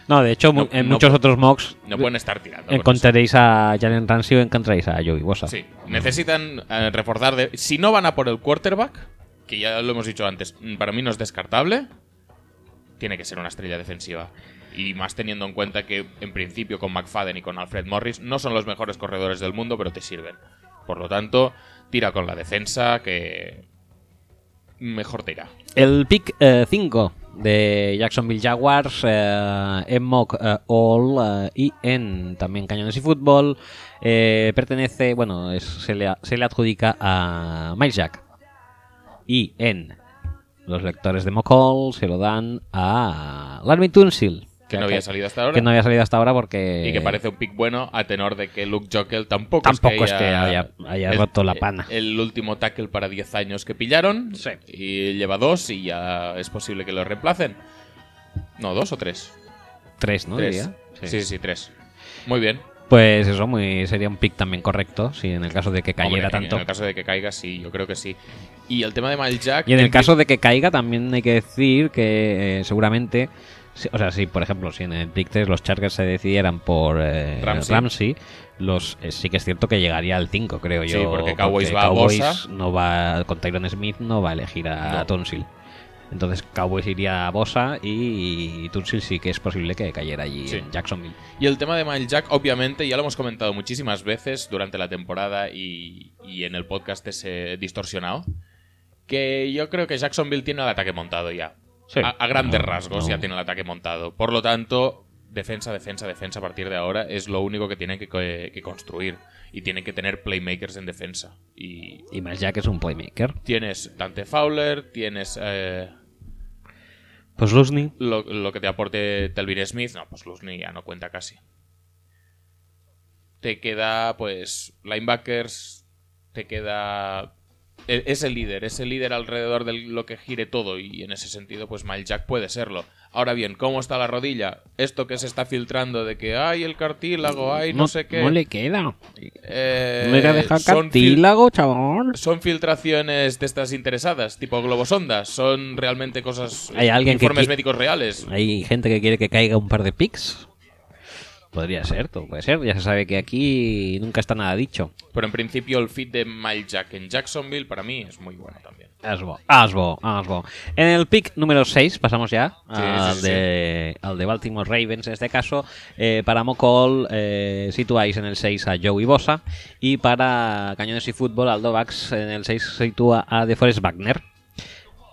A: No, de hecho, mu-
B: No,
A: en
B: no
A: muchos
B: pu-
A: otros mocks
B: no pueden estar tirando. con
A: encontraréis a Jalen Ramsey o encontraréis a Joey Bosa.
B: eso. Sí, necesitan eh, reforzar. de- si no van a por el quarterback, que ya lo hemos dicho antes, mm, para mí no es descartable. tiene que ser una estrella defensiva. Y más teniendo en cuenta que, en principio, con McFadden y con Alfred Morris no son los mejores corredores del mundo, pero te sirven. Por lo tanto, tira con la defensa que mejor te irá.
A: El pick 5 de Jacksonville Jaguars eh, en mock eh, all eh, y en también cañones y fútbol eh, pertenece, bueno, es- se, le, a- se le adjudica a Miles Jack. Y en los lectores de mock all se lo dan a Larry Tunsil.
B: Que no había salido hasta ahora.
A: Que no había salido hasta ahora porque...
B: Y que parece un pick bueno a tenor de que Luke Jokel tampoco,
A: Tampoco
B: es que haya,
A: haya- haya roto la pana.
B: El último tackle para 10 años que pillaron.
A: Sí.
B: Y lleva dos y ya es posible que lo reemplacen. No, dos o tres.
A: Tres, ¿no?
B: tres.
A: Diría.
B: Sí. sí, sí, tres. Muy bien.
A: Pues eso, muy, sería un pick también correcto, si en el caso de que cayera
B: Hombre, en-
A: tanto.
B: En el caso de que caiga, sí, yo creo que sí. Y el tema de Mal Jack.
A: Y en el
B: princi-
A: caso de que caiga, también hay que decir que eh, seguramente, si- o sea, si por ejemplo, si en el pick 3 los Chargers se decidieran por eh,
B: Ramsey.
A: Ramsey, los, eh, sí que es cierto que llegaría al 5, creo
B: Sí,
A: yo.
B: porque Cowboys va a
A: Cowboys
B: Bosa.
A: no va, con Tyron Smith no va a elegir a
B: No.
A: Tunsil. Entonces Cowboys iría a Bosa y, Tunsil sí que es posible que cayera allí
B: Sí.
A: en Jacksonville.
B: Y el tema de Mal Jack, obviamente, ya lo hemos comentado muchísimas veces durante la temporada y, y en el podcast ese distorsionado. Que yo creo que Jacksonville tiene el ataque montado ya.
A: Sí.
B: a, a grandes
A: No,
B: rasgos
A: no.
B: ya tiene el ataque montado. Por lo tanto, defensa, defensa, defensa a partir de ahora es lo único que tienen que, co- eh, que construir. Y tienen que tener playmakers en defensa. Y
A: Y Miles Jack es un playmaker.
B: tienes Dante Fowler, tienes eh,
A: Pues Luzny.
B: lo, lo que te aporte Telvin Smith. No, pues Luzny ya no cuenta casi. Te queda, pues, linebackers. Te queda. e- Es el líder, es el líder alrededor de lo que gire todo. Y en ese sentido, pues, Mal Jack puede serlo. Ahora bien, ¿cómo está la rodilla? Esto que se está filtrando de que hay el cartílago, hay no, sé qué.
A: No le queda.
B: eh,
A: No le ha dejado
B: son fil-
A: cartílago, chabón.
B: son filtraciones de estas interesadas, tipo globosondas. Son realmente cosas.
A: Hay alguien que
B: informes
A: qui-
B: médicos reales.
A: Hay gente que quiere que caiga un par de picks. Podría ser, todo puede ser. Ya se sabe que aquí nunca está nada dicho.
B: Pero en principio el fit de Mile Jack en Jacksonville para mí es muy bueno también.
A: Asbo, Asbo, Asbo. En el pick número 6 pasamos ya
B: Sí,
A: al,
B: sí, sí,
A: de, al de Baltimore Ravens en este caso. Eh, para Mocol eh, situáis en el 6 a Joey Bosa y para Cañones y Fútbol Aldo Bax en el 6 sitúa a DeForest Wagner.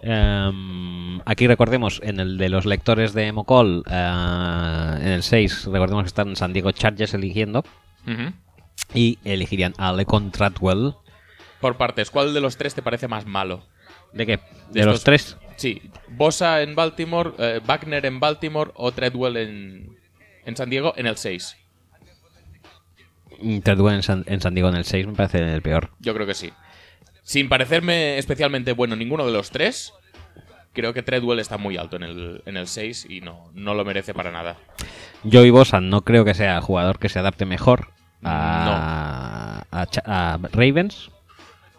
A: Em, aquí recordemos, en el de los lectores de Mocol, eh, en el 6, recordemos que están San Diego Chargers eligiendo y elegirían a Lecon Tratwell.
B: Por partes, ¿cuál de los tres te parece más malo?
A: ¿De qué? De,
B: De
A: los
B: estos-
A: tres.
B: Sí, Bosa en Baltimore, eh, Wagner en Baltimore o Treadwell en, en San Diego en el 6.
A: Mm, Tradúa en San, en San Diego en el 6 me parece el peor.
B: Yo creo que sí. Sin parecerme especialmente bueno ninguno de los tres, creo que Treadwell está muy alto en el, en el 6 y no, no lo merece para nada.
A: Joey Bosa no creo que sea el jugador que se adapte mejor a, a Cha- a Ravens,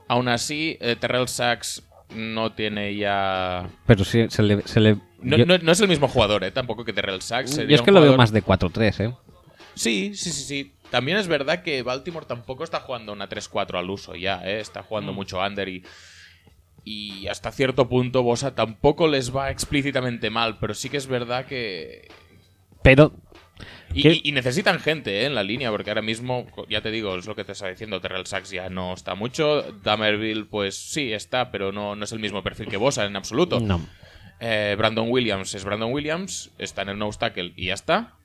B: Aún así, eh, Terrell Sachs no tiene ya...
A: pero sí se le... se le-
B: No,
A: yo,
B: no- no es el mismo jugador, eh, tampoco que Terrell Sachs.
A: yo
B: sería
A: es
B: un
A: que lo veo
B: jugador-
A: más de 4-3, ¿eh?
B: Sí, sí, sí, sí. También es verdad que Baltimore tampoco está jugando una 3-4 al uso ya, ¿eh? Está jugando mucho under y, y hasta cierto punto Bosa tampoco les va explícitamente mal, pero sí que es verdad que...
A: Pero
B: Y,
A: ¿Qué?
B: y- y necesitan gente ¿eh? en la línea, porque ahora mismo, co- ya te digo, es lo que te estaba diciendo, Terrell Sachs ya no está mucho, Damerville pues sí está, pero no, no es el mismo perfil que Bosa en absoluto.
A: no.
B: Eh, Brandon Williams es Brandon Williams, está en el no tackle y ya está.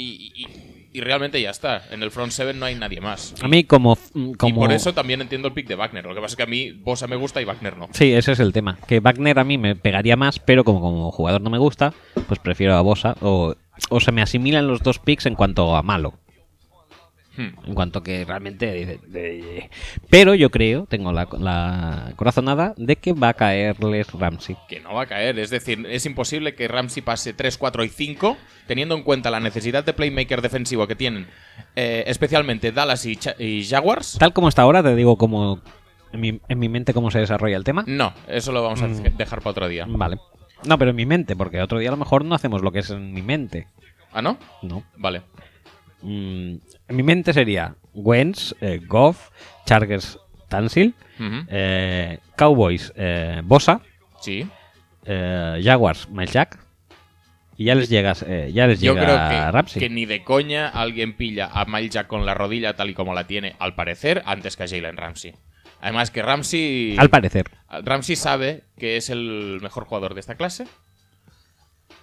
B: Y, y- y realmente ya está. En el front seven no hay nadie más.
A: A mí como... como
B: Y por eso también entiendo el pick de Wagner. Lo que pasa es que a mí Bosa me gusta y Wagner no.
A: Sí, ese es el tema. Que Wagner a mí me pegaría más, pero como, como jugador no me gusta, pues prefiero a Bosa. O, o se me asimilan los dos picks en cuanto a malo.
B: Hmm.
A: En cuanto que realmente dice, "Eh". Pero yo creo, tengo la, la corazonada de que va a caerles Ramsey.
B: Que no va a caer. Es decir, es imposible que Ramsey pase 3, 4 y 5, teniendo en cuenta la necesidad de playmaker defensivo que tienen, eh, especialmente Dallas y, Cha- y Jaguars.
A: Tal como está ahora, te digo como en mi, en mi mente cómo se desarrolla el tema.
B: No, eso lo vamos a dej- dejar para otro día.
A: Vale. No, pero en mi mente, porque otro día a lo mejor no hacemos lo que es en mi mente.
B: ¿Ah, no?
A: No.
B: Vale.
A: Mm, en mi mente sería Wentz, eh, Goff, Chargers, Tansil,
B: Ujú.
A: eh, Cowboys, eh, Bosa,
B: Sí.
A: eh, Jaguars, Miles Jack. Y ya les llegas, eh, ya les
B: Yo
A: llega
B: creo que,
A: Ramsey.
B: que ni de coña alguien pilla a Mile Jack con la rodilla tal y como la tiene, al parecer, antes que a Jalen Ramsey. Además que Ramsey,
A: Al parecer.
B: Ramsey sabe que es el mejor jugador de esta clase.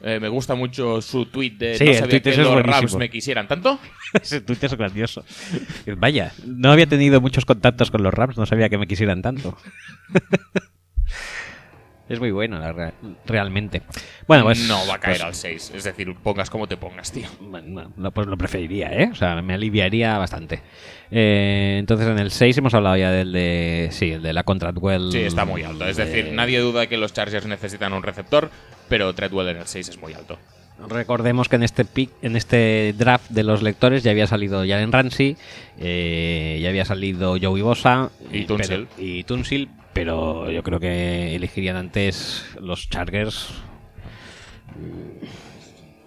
B: Eh, me gusta mucho su tweet de
A: Sí,
B: no
A: el
B: sabía
A: tuit
B: que
A: ese es
B: los
A: buenísimo.
B: Rams me quisieran tanto.
A: Ese tuit es grandioso. Vaya, no había tenido muchos contactos con los Rams, no sabía que me quisieran tanto. es muy bueno, la re- realmente. Bueno, pues.
B: no va a caer
A: pues,
B: al 6. Es decir, pongas como te pongas, tío.
A: bueno, lo- pues lo preferiría, ¿eh? O sea, me aliviaría bastante. Eh, entonces, en el 6 hemos hablado ya del de. Sí, el de la Contractwell.
B: Sí, está muy alto. Es decir, nadie duda que los Chargers necesitan un receptor, pero Treadwell en el 6 es muy alto.
A: Recordemos que en este pick, en este draft de los lectores ya había salido Jalen Ramsey, eh, ya había salido Joey Bosa
B: Y
A: eh,
B: Tunsil.
A: pero- y Tunsil, pero yo creo que elegirían antes los Chargers.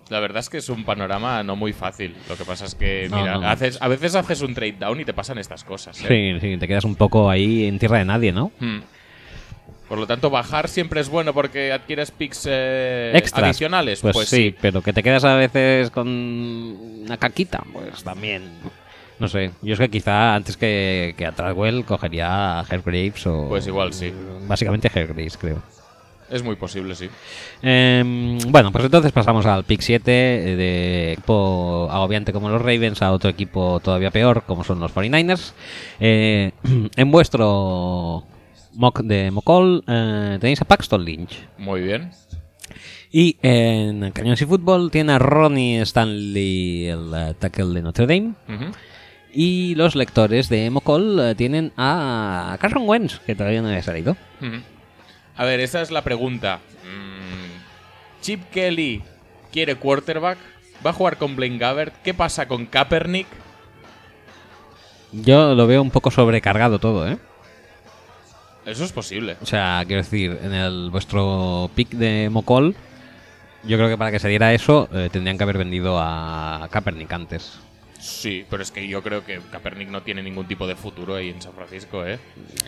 B: La verdad es que es un panorama no muy fácil. Lo que pasa es que,
A: No,
B: mira,
A: no.
B: Haces, a veces haces un trade down y te pasan estas cosas. ¿eh?
A: Sí, sí, te quedas un poco ahí en tierra de nadie, ¿no?
B: Hmm. Por lo tanto, bajar siempre es bueno porque adquieres picks eh,
A: Extras.
B: adicionales.
A: Pues, sí, pero que te quedas a veces con una caquita, pues también. No sé, yo es que quizá antes que, que a Tradwell cogería a Hergraves o...
B: Pues igual sí.
A: Básicamente Hergraves, creo.
B: Es muy posible, sí.
A: Eh, bueno, pues entonces pasamos al pick 7 eh, de equipo agobiante como los Ravens a otro equipo todavía peor como son los 49ers. Eh, en vuestro mock de Mocol eh, tenéis a Paxton Lynch.
B: Muy bien.
A: Y en Cañones y Fútbol tiene a Ronnie Stanley, el eh, tackle de Notre Dame.
B: Ujú.
A: Y los lectores de Mocol eh, tienen a Carson Wentz, que todavía no había salido.
B: Ujú. A ver, esa es la pregunta. Mm, Chip Kelly quiere quarterback. Va a jugar con Blaine Gabbert. ¿Qué pasa con Kaepernick?
A: Yo lo veo un poco sobrecargado todo, ¿eh?
B: Eso es posible.
A: O sea, quiero decir, en el vuestro pick de Mocol, yo creo que para que saliera eso eh, tendrían que haber vendido a Kaepernick antes.
B: Sí, pero es que yo creo que Kaepernick no tiene ningún tipo de futuro ahí en San Francisco, ¿eh?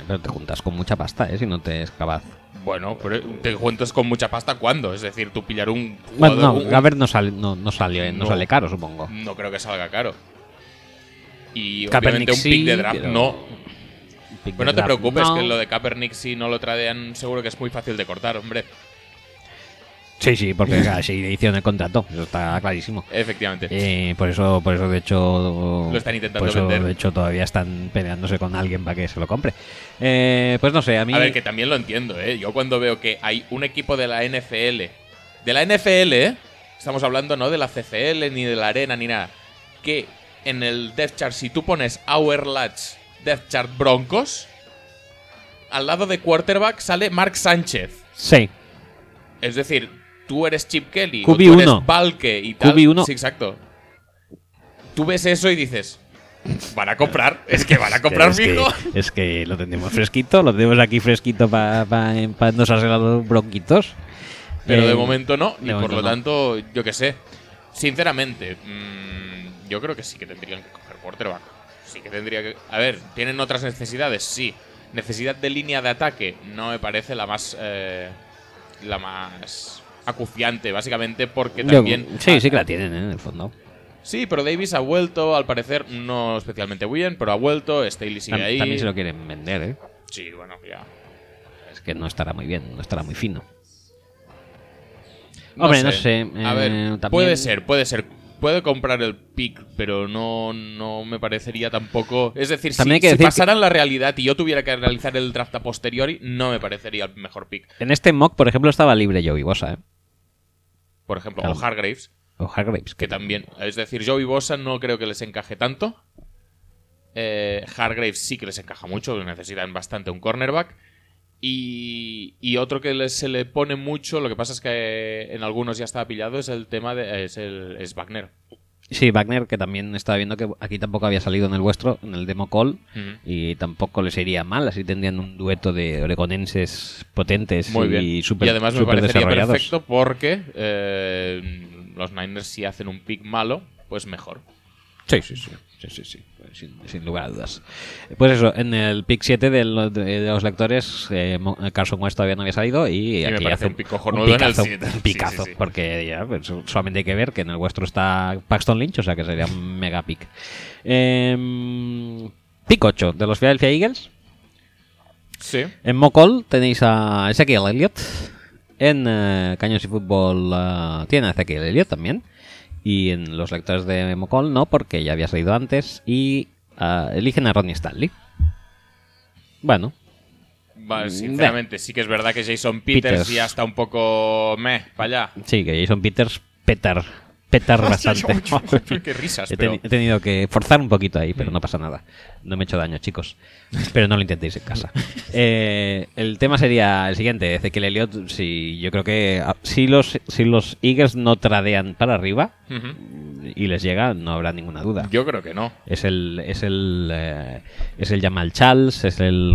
A: Pero te juntas con mucha pasta, ¿eh? Si no te es capaz.
B: Bueno, pero te cuentas con mucha pasta cuando. Es decir, tú pillar un.
A: Bueno,
B: jugador-
A: no,
B: un-
A: Gabbert no sale, no, no salió, ¿eh? no,
B: No.
A: sale caro, supongo.
B: No creo que salga caro. Y
A: Kaepernick
B: obviamente un pick
A: sí,
B: de draft
A: pero-
B: no.
A: Pick
B: Pero Pues no
A: de
B: te
A: draft,
B: preocupes,
A: no.
B: que lo de Kaepernick si no lo tradean seguro que es muy fácil de cortar, hombre.
A: Sí, sí, porque claro, se hicieron el contrato, eso está clarísimo.
B: Efectivamente.
A: Eh, por eso, por eso de hecho,
B: Lo están intentando
A: por eso,
B: vender.
A: De hecho, todavía están peleándose con alguien para que se lo compre. Eh, pues no sé, a mí.
B: A ver, que también lo entiendo, ¿eh? Yo cuando veo que hay un equipo de la NFL, de la NFL, ¿eh? Estamos hablando no de la CCL, ni de la Arena, ni nada, que en el Death Chart, si tú pones Our Lads Death Chart Broncos, al lado de quarterback sale Mark Sánchez.
A: Sí,
B: Es decir, tú eres Chip Kelly, o
A: QB1.
B: tú eres Balke y tal.
A: QB1.
B: Sí, exacto. Tú ves eso y dices, van a comprar, es que van a comprar
A: es que-
B: fijo.
A: es que lo tenemos fresquito, lo tenemos aquí fresquito para pa, pa endosarse los bronquitos.
B: Pero
A: Eh,
B: de momento no,
A: de
B: y por
A: momento
B: lo
A: no.
B: tanto, yo qué sé. Sinceramente, mm, yo creo que sí que tendrían que coger quarterback. Sí que tendría que. A ver, ¿tienen otras necesidades? Sí. Necesidad de línea de ataque no me parece la más. eh, la más acuciante, básicamente, porque
A: yo-
B: también.
A: sí, sí que la tienen, ¿eh? en el fondo.
B: Sí, pero Davis ha vuelto, al parecer, no especialmente bien, pero ha vuelto. Staley sigue
A: Tam-
B: ahí.
A: También se lo quieren vender, ¿eh?
B: Sí, bueno, ya.
A: Es que no estará muy bien, no estará muy fino.
B: No
A: Hombre, no sé,
B: A
A: eh,
B: ver,
A: también-
B: puede ser, puede ser. Puede comprar el pick, pero no, no me parecería tampoco. Es decir,
A: También hay
B: si,
A: que
B: si
A: decir
B: pasaran la realidad y yo tuviera que realizar el draft a posteriori, no me parecería el mejor pick.
A: En este mock, por ejemplo, estaba libre Joey Bosa, ¿eh?
B: Por ejemplo,
A: Claro.
B: o Hargraves,
A: O Hargraves.
B: que también. Es decir, Joey Bosa no creo que les encaje tanto. Eh, Hargraves sí que les encaja mucho, necesitan bastante un cornerback. Y, y otro que les- se le pone mucho, lo que pasa es que eh, en algunos ya está pillado, es el tema de. es, el, es Wagner.
A: Sí, Wagner, que también estaba viendo que aquí tampoco había salido en el vuestro, en el demo call,
B: Ujú.
A: y tampoco les iría mal, así tendrían un dueto de oregonenses potentes
B: Muy
A: y
B: bien.
A: super-
B: y además me
A: super
B: parecería
A: desarrollados.
B: perfecto porque eh, los Niners si hacen un pick malo, pues mejor.
A: Sí, sí, sí. Sí, sí, sí. Pues Sin, sin lugar a dudas. Pues eso, en el pick 7 de, lo- de los lectores, eh, Mo- Carson West todavía no había salido y,
B: me
A: aquí
B: parece
A: hace
B: un pick cojonudo en el
A: picazo,
B: siete.
A: un
B: Sí,
A: picazo,
B: sí, sí.
A: porque ya pues, solamente hay que ver que en el vuestro está Paxton Lynch, o sea que sería un mega pick. Eh, pick 8 de los Philadelphia Eagles.
B: Sí.
A: En Mocol tenéis a Ezequiel Elliott. En eh, Caños y Fútbol eh, tiene a Ezequiel Elliott también. Y en los lectores de Mocol no, porque ya había salido antes. Y ah, eligen a Ronnie Stanley. Bueno,
B: Vale, sinceramente, sí que es verdad que Jason Peters,
A: Mm, Peters.
B: ya está un poco meh, para allá.
A: sí, que Jason Peters petar, petar bastante.
B: Qué risas,
A: He,
B: pero Mm.
A: teni- he tenido que forzar un poquito ahí, pero no pasa nada. No me he hecho daño, chicos. Pero no lo intentéis en casa. Eh, el tema sería el siguiente. Ezequiel Elliott, si yo creo que ah, si los, si los Eagles no tradean para arriba
B: Ujú.
A: y les llega, no habrá ninguna duda.
B: yo creo que no.
A: Es el, es el, eh, es el Jamal Charles, es el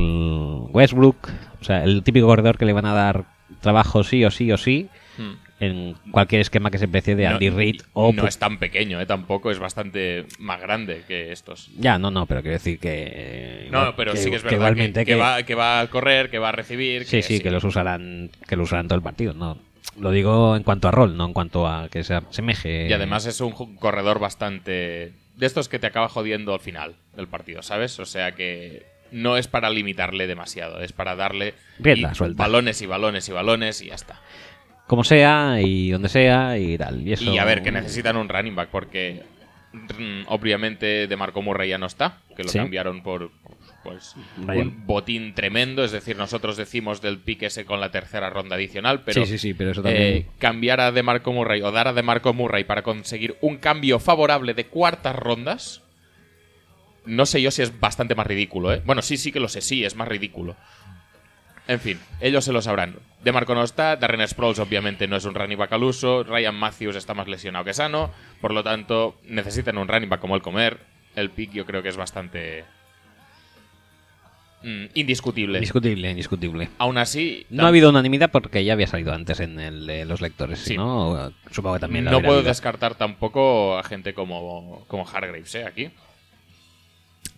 A: Westbrook. O sea, el típico corredor que le van a dar trabajo sí o sí o sí
B: Mm.
A: en cualquier esquema que se precie de
B: No-
A: Andy Reid oh, o
B: no
A: Pu-
B: es tan pequeño, eh, tampoco es bastante más grande que estos.
A: Ya, no, no, pero quiero decir que. eh, igual-
B: No, pero sí que es verdad que,
A: igualmente
B: que va, que va a correr, que va a recibir.
A: Sí, sí, que los usarán, que lo usarán todo el partido. No, lo digo en cuanto a rol, no en cuanto a que se asemeje.
B: Y además es un ju- corredor bastante. de estos que te acaba jodiendo al final del partido, ¿sabes? O sea que no es para limitarle demasiado, es para darle
A: Rienda
B: y-
A: suelta.
B: balones y balones y balones y ya está.
A: Como sea y donde sea y tal. Y, eso,
B: Y a ver, que necesitan un running back porque mm, obviamente de Marco Murray ya no está, que lo
A: Sí.
B: cambiaron por pues,
A: Vaya.
B: un botín tremendo, es decir, nosotros decimos del pique ese con la tercera ronda adicional, pero
A: sí, sí, sí, pero eso también.
B: eh, cambiar a de Marco Murray o dar a de Marco Murray para conseguir un cambio favorable de cuartas rondas, no sé yo si es bastante más ridículo, ¿eh? Bueno, sí, sí que lo sé, sí, es más ridículo. En fin, ellos se lo sabrán. De Marco no está, Darren Sproles obviamente no es un running back al uso, Ryan Matthews está más lesionado que sano, por lo tanto necesitan un running back como el comer. El pick yo creo que es bastante mm, indiscutible.
A: Indiscutible, indiscutible.
B: Aún así,
A: No ha habido unanimidad porque ya había salido antes en el, eh, los lectores,
B: Sí.
A: ¿no? Supongo que también lo
B: no
A: habrá
B: puedo
A: habido.
B: descartar tampoco a gente como, como Hargraves, ¿eh? Aquí.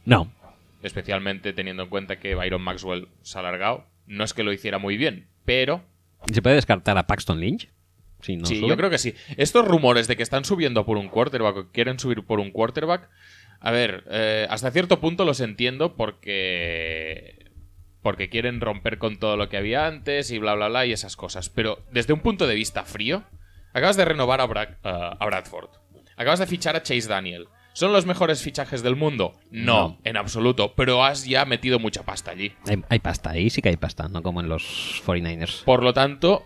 A: No,
B: Especialmente teniendo en cuenta que Byron Maxwell se ha alargado. No es que lo hiciera muy bien, pero.
A: ¿Se puede descartar a Paxton Lynch? Si no
B: sí,
A: sube.
B: yo creo que sí. Estos rumores de que están subiendo por un quarterback o que quieren subir por un quarterback. A ver, eh, hasta cierto punto los entiendo porque. Porque quieren romper con todo lo que había antes y bla, bla, bla y esas cosas. Pero desde un punto de vista frío, acabas de renovar a, Bra- a- a Bradford. Acabas de fichar a Chase Daniel. ¿Son los mejores fichajes del mundo? No,
A: No.
B: en absoluto. Pero has ya metido mucha pasta allí.
A: Hay, hay pasta, ahí sí que hay pasta, no como en los 49ers.
B: Por lo tanto,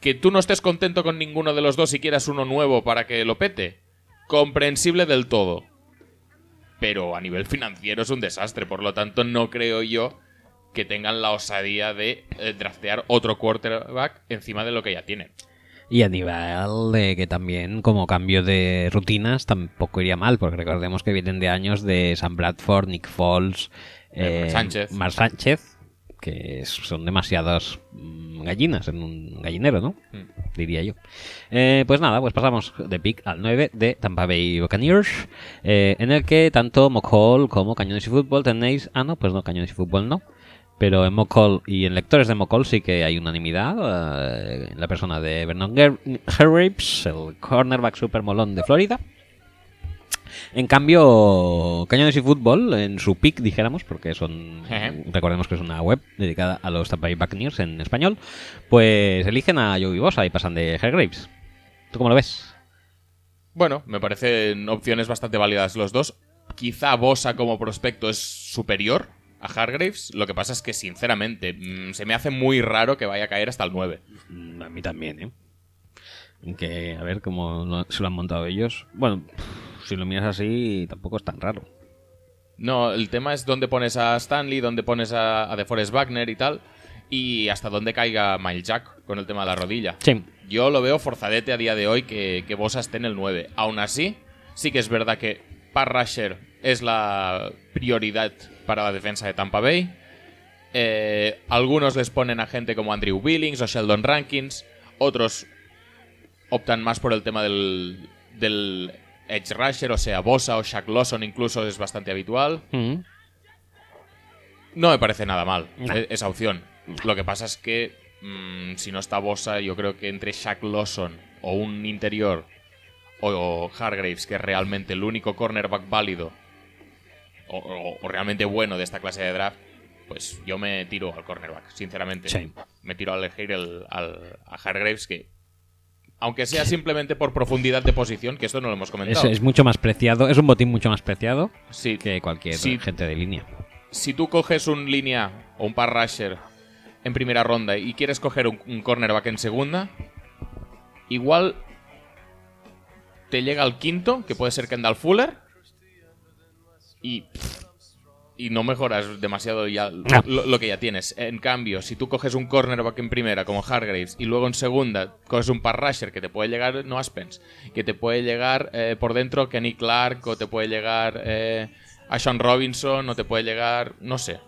B: que tú no estés contento con ninguno de los dos y quieras uno nuevo para que lo pete, comprensible del todo. Pero a nivel financiero es un desastre, por lo tanto no creo yo que tengan la osadía de eh, draftear otro quarterback encima de lo que ya tienen.
A: Y a nivel de que también, como cambio de rutinas, tampoco iría mal, porque recordemos que vienen de años de Sam Bradford, Nick Foles,
B: Eh, Mark Sánchez.
A: Mark Sánchez, que es- son demasiadas mm, gallinas en un gallinero, ¿no?
B: Mm.
A: Diría yo. Eh, pues nada, pues pasamos de pick al 9 de Tampa Bay Buccaneers, eh, en el que tanto McCall como Cañones y Fútbol tenéis. Ah, no, pues no, Cañones y Fútbol no. Pero en McCall y en lectores de McCall sí que hay unanimidad. eh, en la persona de Vernon Ger- Hargreaves, el cornerback super molón de Florida. En cambio, Cañones y Fútbol, en su pick, dijéramos, porque son.
B: Ajá.
A: Recordemos que es una web dedicada a los Tampa Bay Buccaneers en español, pues eligen a Joey Bosa y pasan de Hargraves. ¿Tú cómo lo ves?
B: Bueno, me parecen opciones bastante válidas los dos. Quizá Bosa como prospecto es superior a Hargraves. Lo que pasa es que, sinceramente, mm, se me hace muy raro que vaya a caer hasta el 9.
A: A mí también, ¿eh? Que a ver cómo lo- se lo han montado ellos. Bueno, pff, si lo miras así, tampoco es tan raro.
B: No, el tema es dónde pones a Stanley, dónde pones a, a DeForest Wagner y tal, y hasta dónde caiga Mile Jack con el tema de la rodilla.
A: Sí.
B: Yo lo veo forzadete a día de hoy que, que Bosa esté en el 9. Aún así, sí que es verdad que Pat Rusher es la prioridad para la defensa de Tampa Bay. Eh, algunos les ponen a gente como Andrew Billings o Sheldon Rankins. Otros optan más por el tema del, del Edge Rusher, o sea, Bosa o Shaq Lawson incluso es bastante habitual.
A: Mm.
B: No me parece nada mal
A: No.
B: e- esa opción. Lo que pasa es que mm, si no está Bosa, yo creo que entre Shaq Lawson o un interior o, o Hargraves, que es realmente el único cornerback válido o, o- o realmente bueno de esta clase de draft, pues yo me tiro al cornerback, sinceramente.
A: Sí.
B: Me tiro a elegir el- al, a Hargraves, que aunque sea simplemente por profundidad de posición, que esto no lo hemos
A: Es,
B: comentado.
A: es mucho más preciado, es un botín mucho más preciado
B: Sí,
A: que cualquier
B: Sí.
A: gente de línea.
B: si tú coges un línea o un par rusher en primera ronda y quieres coger un, un cornerback en segunda, igual te llega al quinto, que puede ser Kendall Fuller, y, y no mejoras demasiado ya lo,
A: No.
B: lo- lo que ya tienes. En cambio, si tú coges un cornerback en primera, como Hargraves, y luego en segunda coges un par rusher que te puede llegar, no Aspens, que te puede llegar eh, por dentro Kenny Clark, o te puede llegar eh, a Sean Robinson, o te puede llegar, no sé.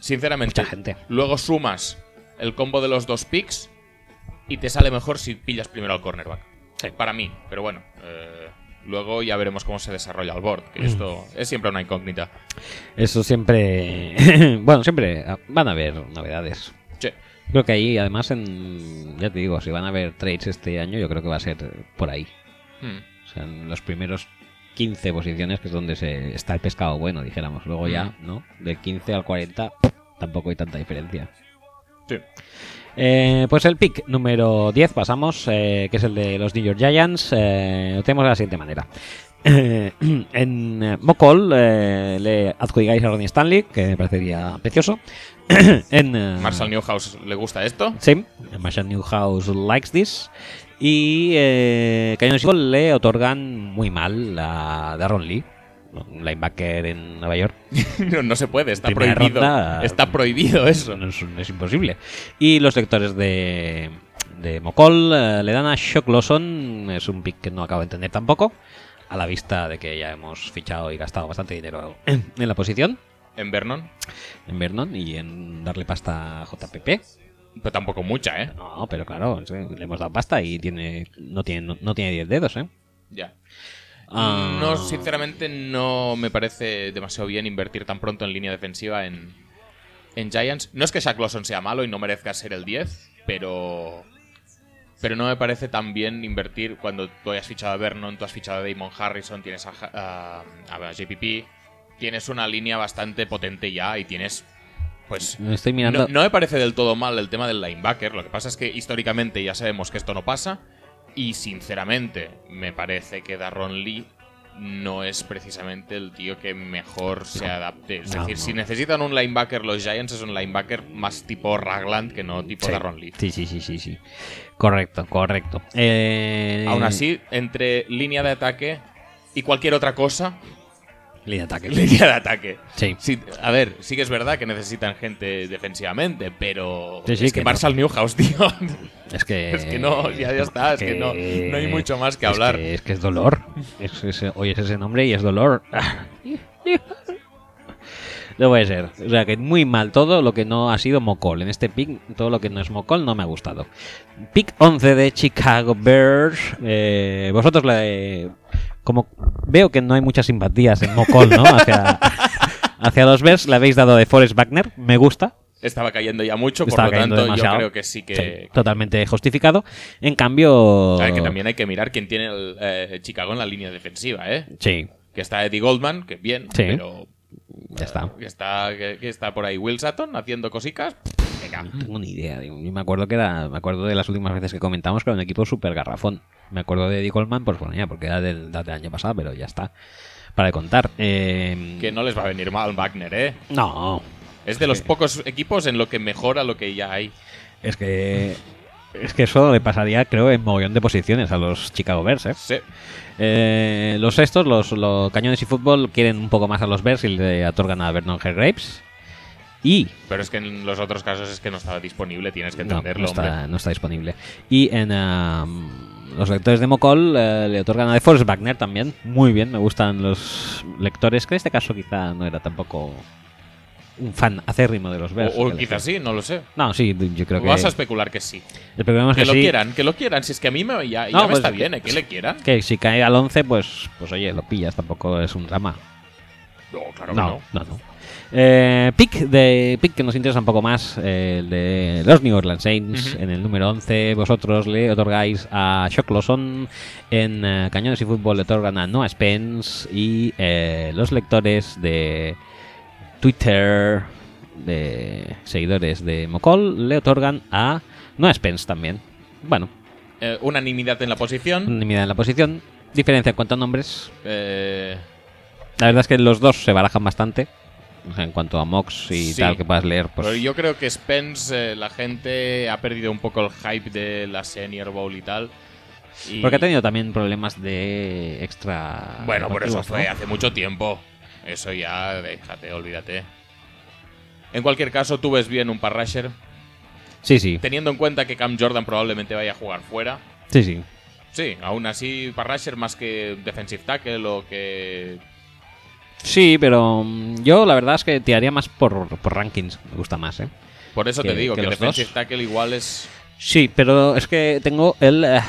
B: Sinceramente,
A: Mucha gente.
B: luego sumas el combo de los dos picks y te sale mejor si pillas primero al cornerback. Para mí, pero bueno. eh, luego ya veremos cómo se desarrolla el board,
A: Mm.
B: que esto es siempre una incógnita.
A: Eso siempre. bueno, siempre ah, van a haber novedades.
B: Che,
A: Creo que ahí, además, en, ya te digo, si van a haber trades este año, yo creo que va a ser por ahí.
B: hmm,
A: O sea, en los primeros 15 posiciones, que es donde se está el pescado bueno, dijéramos. Luego ya, ¿no? Del 15 al 40 tampoco hay tanta diferencia.
B: Sí.
A: Eh, pues el pick número 10 pasamos, eh, que es el de los New York Giants. eh, lo tenemos de la siguiente manera. en eh, Mocol eh, le adjudicáis a Ronnie Stanley, que me parecería precioso. en eh,
B: Marshall Newhouse le gusta esto.
A: Sí, Marshall Newhouse likes this. Y eh, Cañón Seagull le otorgan muy mal a Darron Lee, un linebacker en Nueva York.
B: no, no se puede, está
A: Primera
B: prohibido.
A: ronda.
B: Está prohibido eso.
A: No es, es imposible. Y los lectores de, de Mocol eh, le dan a Shock Lawson, es un pick que no acabo de entender tampoco, a la vista de que ya hemos fichado y gastado bastante dinero en la posición,
B: En Vernon,
A: en Vernon y en darle pasta a JPP.
B: pero tampoco mucha, ¿eh?
A: No, pero claro, sí, le hemos dado pasta y tiene no tiene no, no tiene 10 dedos, ¿eh?
B: Ya.
A: Ah.
B: No, sinceramente no me parece demasiado bien invertir tan pronto en línea defensiva en, en Giants. No es que Shaq Lawson sea malo y no merezca ser el 10, pero pero no me parece tan bien invertir cuando tú has fichado a Vernon, tú has fichado a Damon Harrison, tienes a, Ja- a, a JPP, tienes una línea bastante potente ya y tienes pues
A: Estoy mirando.
B: no, no me parece del todo mal el tema del linebacker. Lo que pasa es que históricamente ya sabemos que esto no pasa. Y sinceramente, me parece que Darron Lee no es precisamente el tío que mejor se adapte. Es
A: No,
B: decir,
A: no.
B: si necesitan un linebacker, los Giants es un linebacker más tipo Ragland que no tipo
A: sí.
B: Darron Lee.
A: Sí, sí, sí, sí, sí. Correcto, correcto. Eh,
B: Aún así, entre línea de ataque y cualquier otra cosa,
A: Línea de ataque.
B: línea de ataque.
A: Sí.
B: Sí, a ver, sí que es verdad que necesitan gente defensivamente, pero
A: Sí, sí,
B: es
A: que no.
B: que, Marshall Newhouse, tío.
A: Es que,
B: Es que no, ya- ya está, es que no- no hay mucho más que
A: es
B: hablar.
A: es que es dolor. Es- es- oyes ese nombre y es dolor. No puede ser. O sea, que muy mal todo lo que no ha sido Mocol. En este pick, todo lo que no es Mocol no me ha gustado. Pick 11 de Chicago Bears. Eh, vosotros, le- como veo que no hay muchas simpatías en Mocol, ¿no? Hacia, hacia los Bears, le habéis dado de Forrest Wagner. Me gusta.
B: Estaba cayendo ya mucho,
A: Estaba
B: por lo
A: cayendo
B: tanto,
A: demasiado.
B: yo creo que sí que.
A: Sí, totalmente justificado. En cambio.
B: A ver, que también hay que mirar quién tiene el, eh, Chicago en la línea defensiva, ¿eh?
A: Sí,
B: Que está Eddie Goldman, que bien,
A: Sí.
B: pero.
A: ya está.
B: Que está, que, que está por ahí Will Sutton haciendo cositas. Venga.
A: No tengo ni idea. digo, Yo me acuerdo que era, me acuerdo de las últimas veces que comentamos que era un equipo súper garrafón. Me acuerdo de Eddie Coleman, pues bueno, ya, porque era del, del año pasado, pero ya está. Para de contar. Eh,
B: Que no les va a venir mal Wagner, ¿eh?
A: no,
B: Es de los pocos equipos en lo que mejora lo que ya hay.
A: es que es que eso le pasaría, creo, en mogollón de posiciones a los Chicago Bears. ¿eh?
B: Sí.
A: Eh, los estos, los, los cañones y fútbol, quieren un poco más a los Bears y le otorgan a Vernon Hargraves. Y
B: Pero es que en los otros casos es que no estaba disponible, tienes que
A: No,
B: entenderlo,
A: no, está,
B: hombre.
A: no está disponible. Y en am, los lectores de Mocol eh, le otorgan a The Forest Wagner también. Muy bien, me gustan los lectores, que en este caso quizá no era tampoco un fan acérrimo de los Bears.
B: O, o quizás sí, no lo sé.
A: No, sí, yo creo que...
B: Vas a especular que sí.
A: el problema es
B: Que
A: que,
B: lo
A: sí,
B: quieran, que lo quieran. Si es que a mí me, ya, ya
A: No,
B: me
A: pues
B: está
A: que-
B: bien, ¿eh? Que le quieran.
A: que si cae al 11, pues, pues oye, lo pillas, tampoco es un drama.
B: No, claro que
A: No,
B: no.
A: no, no. Eh, pick, de, pick que nos interesa un poco más, eh, el de los New Orleans Saints.
B: Ujú.
A: En el número 11, vosotros le otorgáis a Shock Lawson. En eh, Cañones y Fútbol le otorgan a Noah Spence. Y eh, los lectores de Twitter, de seguidores de Mocol, le otorgan a Noah Spence también. Bueno,
B: Eh, unanimidad en la posición.
A: unanimidad en la posición. Diferencia en cuanto a nombres.
B: Eh,
A: La verdad es que los dos se barajan bastante. O sea, en cuanto a Mox y
B: Sí.
A: tal que puedas leer, pues.
B: pero yo creo que Spence, eh, la gente ha perdido un poco el hype de la Senior Bowl y tal. Y-
A: Porque ha tenido también problemas de extra.
B: Bueno, por eso
A: deportivos,
B: fue
A: ¿no?
B: hace mucho tiempo. Eso ya, déjate, olvídate. En cualquier caso, tú ves bien un parrasher.
A: Sí, sí.
B: Teniendo en cuenta que Cam Jordan probablemente vaya a jugar fuera.
A: Sí, sí.
B: Sí, aún así, parrasher más que defensive tackle o que.
A: Sí, pero mm, yo la verdad es que tiraría más por, por rankings. Me gusta más, ¿eh?
B: Por eso
A: Que-
B: te digo
A: que
B: que,
A: los
B: defensive
A: dos.
B: tackle igual es.
A: Sí, pero es que tengo el. eh,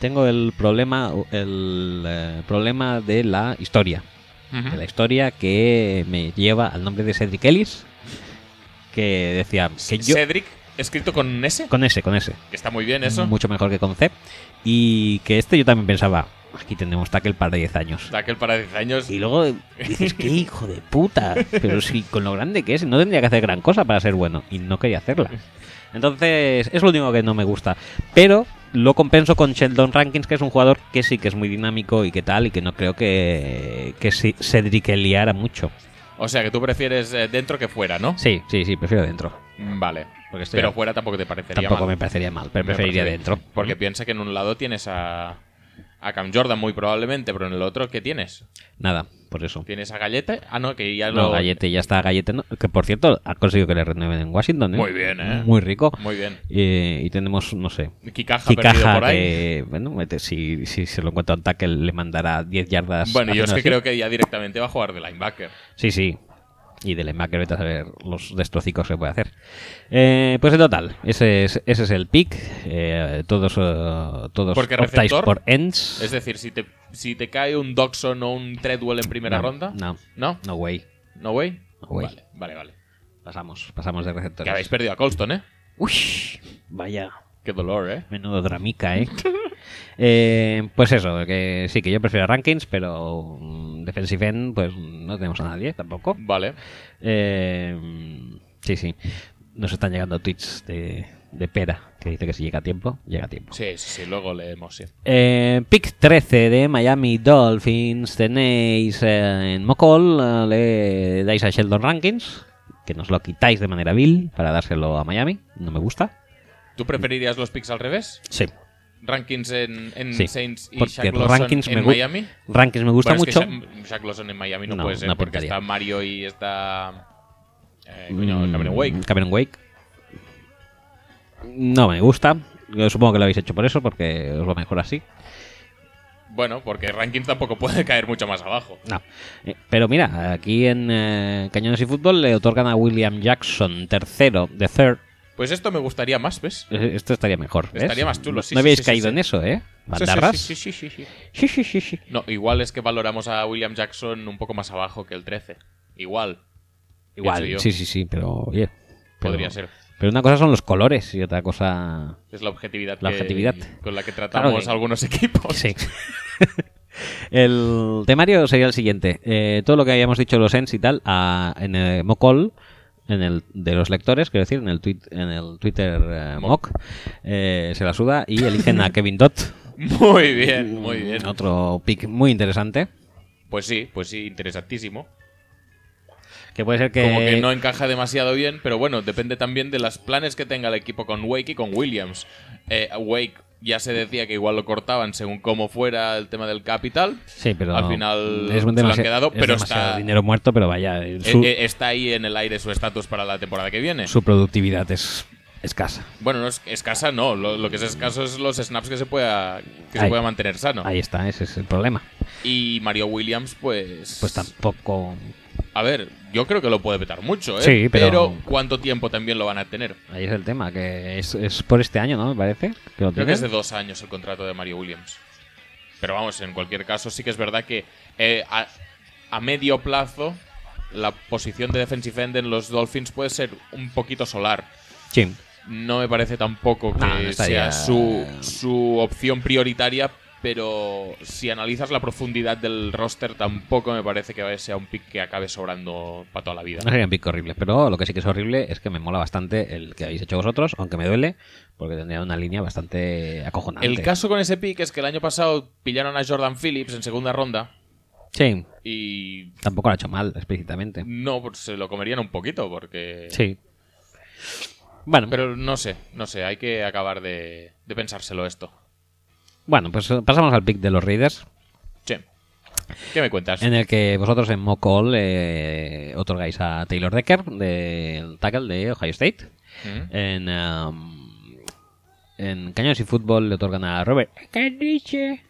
A: tengo el problema. El eh, problema de la historia. de la historia que me lleva al nombre de Cedric Ellis. Que decía. Que yo,
B: Cedric, escrito con S.
A: con ese, con ese.
B: que Está muy bien eso.
A: Mucho mejor que con C. Y que este yo también pensaba, Aquí tendremos tackle para 10 años.
B: De aquel para 10 años.
A: Y luego dices, qué hijo de puta. Pero sí, con lo grande que es, no tendría que hacer gran cosa para ser bueno. Y no quería hacerla. Entonces, es lo único que no me gusta. Pero lo compenso con Sheldon Rankins, que es un jugador que sí que es muy dinámico y que tal, y que no creo que, que sí- se driqueleara mucho.
B: O sea que tú prefieres eh, dentro que fuera, ¿no?
A: Sí, sí, sí, prefiero dentro.
B: Mm, Vale.
A: Porque estoy-
B: Pero fuera tampoco te parecería
A: Tampoco
B: mal.
A: me parecería mal, pero
B: Me
A: preferiría
B: parece bien.
A: dentro.
B: Porque piensa que en un lado tienes a, a Cam Jordan muy probablemente, pero en el otro, ¿qué tienes?
A: Nada, por eso.
B: ¿Tienes a Gallete? Ah, no, que ya
A: No,
B: lo...
A: Gallete, ya está Gallete. no- que por cierto, ha conseguido que le renueven en Washington. ¿eh?
B: Muy bien, ¿eh?
A: Muy rico.
B: Muy bien.
A: Eh, y tenemos, no sé.
B: Kikaja perdido
A: Kikaja,
B: por ahí.
A: que bueno, mete- si, si se lo encuentra un tackle, le mandará 10 yardas.
B: Bueno, yo es
A: haciendo
B: que
A: así.
B: creo que ya directamente va a jugar de linebacker.
A: Sí, sí. Y de linebacker, vete a saber los destrocicos que puede hacer. Eh, pues en total, ese es, ese es el pick. Eh, todos eh, todos
B: Porque
A: optáis
B: receptor
A: por ends.
B: Es decir, si te, si te cae un Doxon o un Treadwell en primera
A: No,
B: ronda...
A: No,
B: ¿No?
A: no way.
B: ¿No way?
A: No way.
B: Vale, vale, vale.
A: Pasamos, pasamos de
B: Que
A: receptores.
B: habéis perdido a Colston, ¿eh?
A: Uy, vaya,
B: Qué dolor, ¿eh?
A: menudo dramica, ¿eh? Eh, Pues eso, que sí, que yo prefiero rankings, pero mm, defensive end, pues no tenemos a nadie tampoco.
B: Vale.
A: Eh, sí, sí. Nos están llegando tweets de, de Pera, que dice que si llega a tiempo, llega a tiempo.
B: Sí, sí, sí, luego leemos, sí.
A: Eh, pick 13 de Miami Dolphins. Tenéis eh, en Mocol, eh, le dais a Sheldon Rankins, que nos lo quitáis de manera vil para dárselo a Miami. No me gusta.
B: ¿Tú preferirías los picks al revés?
A: Sí.
B: ¿Rankings en, en
A: Sí,
B: Mm, Saints y
A: porque
B: Shaq Lawson
A: rankings
B: en
A: me gu-
B: Miami?
A: Rankings me gusta
B: Bueno, es
A: mucho.
B: que Sha- Shaq Lawson en Miami no,
A: No,
B: puede ser
A: una
B: porque
A: porquería.
B: está Mario y está... eh, coño, Cameron Wake.
A: Mm, Cameron Wake. No me gusta. Yo supongo que lo habéis hecho por eso, porque os va mejor así.
B: Bueno, porque Rankings tampoco puede caer mucho más abajo.
A: No. Eh, Pero mira, aquí en eh, Cañones y Fútbol le otorgan a William Jackson, tercero, de third.
B: Pues esto me gustaría más, ¿ves? Sí,
A: Eh, Esto estaría mejor. ¿ves?
B: Estaría más chulo, sí,
A: No
B: sí,
A: habéis
B: sí, sí,
A: caído
B: sí.
A: en eso, ¿eh?
B: sí,
A: ¿Bandarras?
B: Sí, sí, sí, sí, sí.
A: Sí, sí, sí, sí.
B: No, igual es que valoramos a William Jackson un poco más abajo que el 13. Igual. Pienso
A: Igual,
B: yo.
A: sí, sí, sí, pero oye. pero-
B: Podría ser.
A: Pero una cosa son los colores y otra cosa.
B: Es la objetividad,
A: La
B: que-
A: objetividad.
B: con la que tratamos
A: Claro que-
B: algunos equipos.
A: Sí. el temario sería el siguiente. Eh, todo lo que habíamos dicho los ENS y tal, a- en el Mocol, en el de los lectores, quiero decir, en el, tuit- en el Twitter eh, Moc, eh, se la suda y eligen a Kevin Dot.
B: Muy bien, muy bien.
A: Otro pick muy interesante.
B: Pues sí, pues sí, interesantísimo.
A: Que puede ser que.
B: Como que no encaja demasiado bien, pero bueno, depende también de los planes que tenga el equipo con Wake y con Williams. Eh, Wake ya se decía que igual lo cortaban según cómo fuera el tema del capital.
A: Sí, pero
B: al final
A: es
B: se lo han
A: demasi-
B: quedado,
A: es
B: pero
A: demasiado
B: está-
A: dinero muerto, pero vaya, eh, su,
B: Eh, eh, está ahí en el aire su estatus para la temporada que viene.
A: su productividad es escasa.
B: Bueno, no es escasa, no. Lo, lo que es escaso es los snaps que se pueda, que se
A: Ahí.
B: pueda mantener sano.
A: Ahí está, ese es el problema.
B: Y Mario Williams, pues.
A: Pues tampoco.
B: A ver, yo creo que lo puede petar mucho, ¿eh?
A: Sí, pero-
B: ¿cuánto tiempo también lo van a tener?
A: Ahí es el tema, que es, es por este año, ¿no? Me parece. que lo
B: Creo que
A: tienen.
B: es de dos años el contrato de Mario Williams. Pero vamos, en cualquier caso, sí que es verdad que eh, a, a medio plazo la posición de defensive end en los Dolphins puede ser un poquito solar.
A: Sí.
B: No me parece tampoco que
A: No, no estaría-
B: sea su, su opción prioritaria, pero si analizas la profundidad del roster, tampoco me parece que sea un pick que acabe sobrando para toda la vida.
A: No sería un pick horrible, pero lo que sí que es horrible es que me mola bastante el que habéis hecho vosotros, aunque me duele, porque tendría una línea bastante acojonante.
B: El caso con ese pick es que el año pasado pillaron a Jordan Phillips en segunda ronda
A: Sí,
B: y
A: tampoco lo ha hecho mal, explícitamente.
B: No, pues se lo comerían un poquito, porque.
A: Sí. Bueno,
B: Pero no sé, no sé, hay que acabar de, de pensárselo esto.
A: bueno, pues eh, pasamos al pick de los Raiders.
B: Che, ¿qué me cuentas?
A: En el que vosotros en Mocol eh, otorgáis a Taylor Decker, del tackle de Ohio State.
B: ¿Mm?
A: En, um, en Cañones y Fútbol le otorgan a Robert Caniche.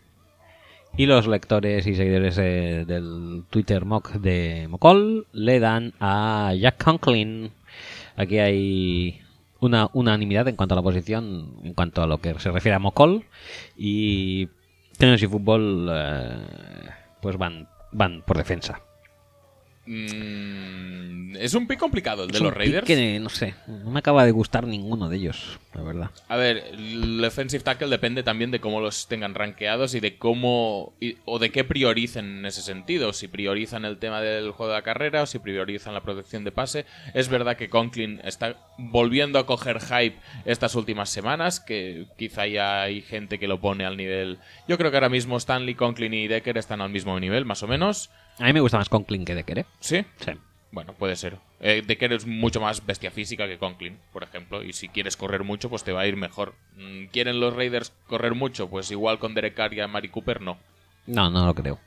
A: Y los lectores y seguidores eh, del Twitter mock de Mocol le dan a Jack Conklin. Aquí hay una unanimidad en cuanto a la posición, en cuanto a lo que se refiere a Mocol. Y Cañones y Fútbol eh, pues van, van por defensa.
B: Mm, es un pick complicado el de
A: Es un
B: los Raiders.
A: pick Que, no sé, no me acaba de gustar ninguno de ellos. la verdad.
B: A ver, el offensive tackle depende también de cómo los tengan rankeados y de cómo y- o de qué prioricen en ese sentido. Si priorizan el tema del juego de la carrera o si priorizan la protección de pase. Es verdad que Conklin está volviendo a coger hype estas últimas semanas, que quizá ya hay gente que lo pone al nivel. Yo creo que ahora mismo Stanley, Conklin y Decker están al mismo nivel, más o menos.
A: A mí me gusta más Conklin que Decker, ¿eh?
B: Sí.
A: Sí.
B: Bueno, puede ser. Eh, Decker es mucho más bestia física que Conklin, por ejemplo. Y si quieres correr mucho, pues te va a ir mejor. Mm, ¿Quieren los Raiders correr mucho? Pues igual con Derek Carr y a Mari Cooper no.
A: No, no lo creo.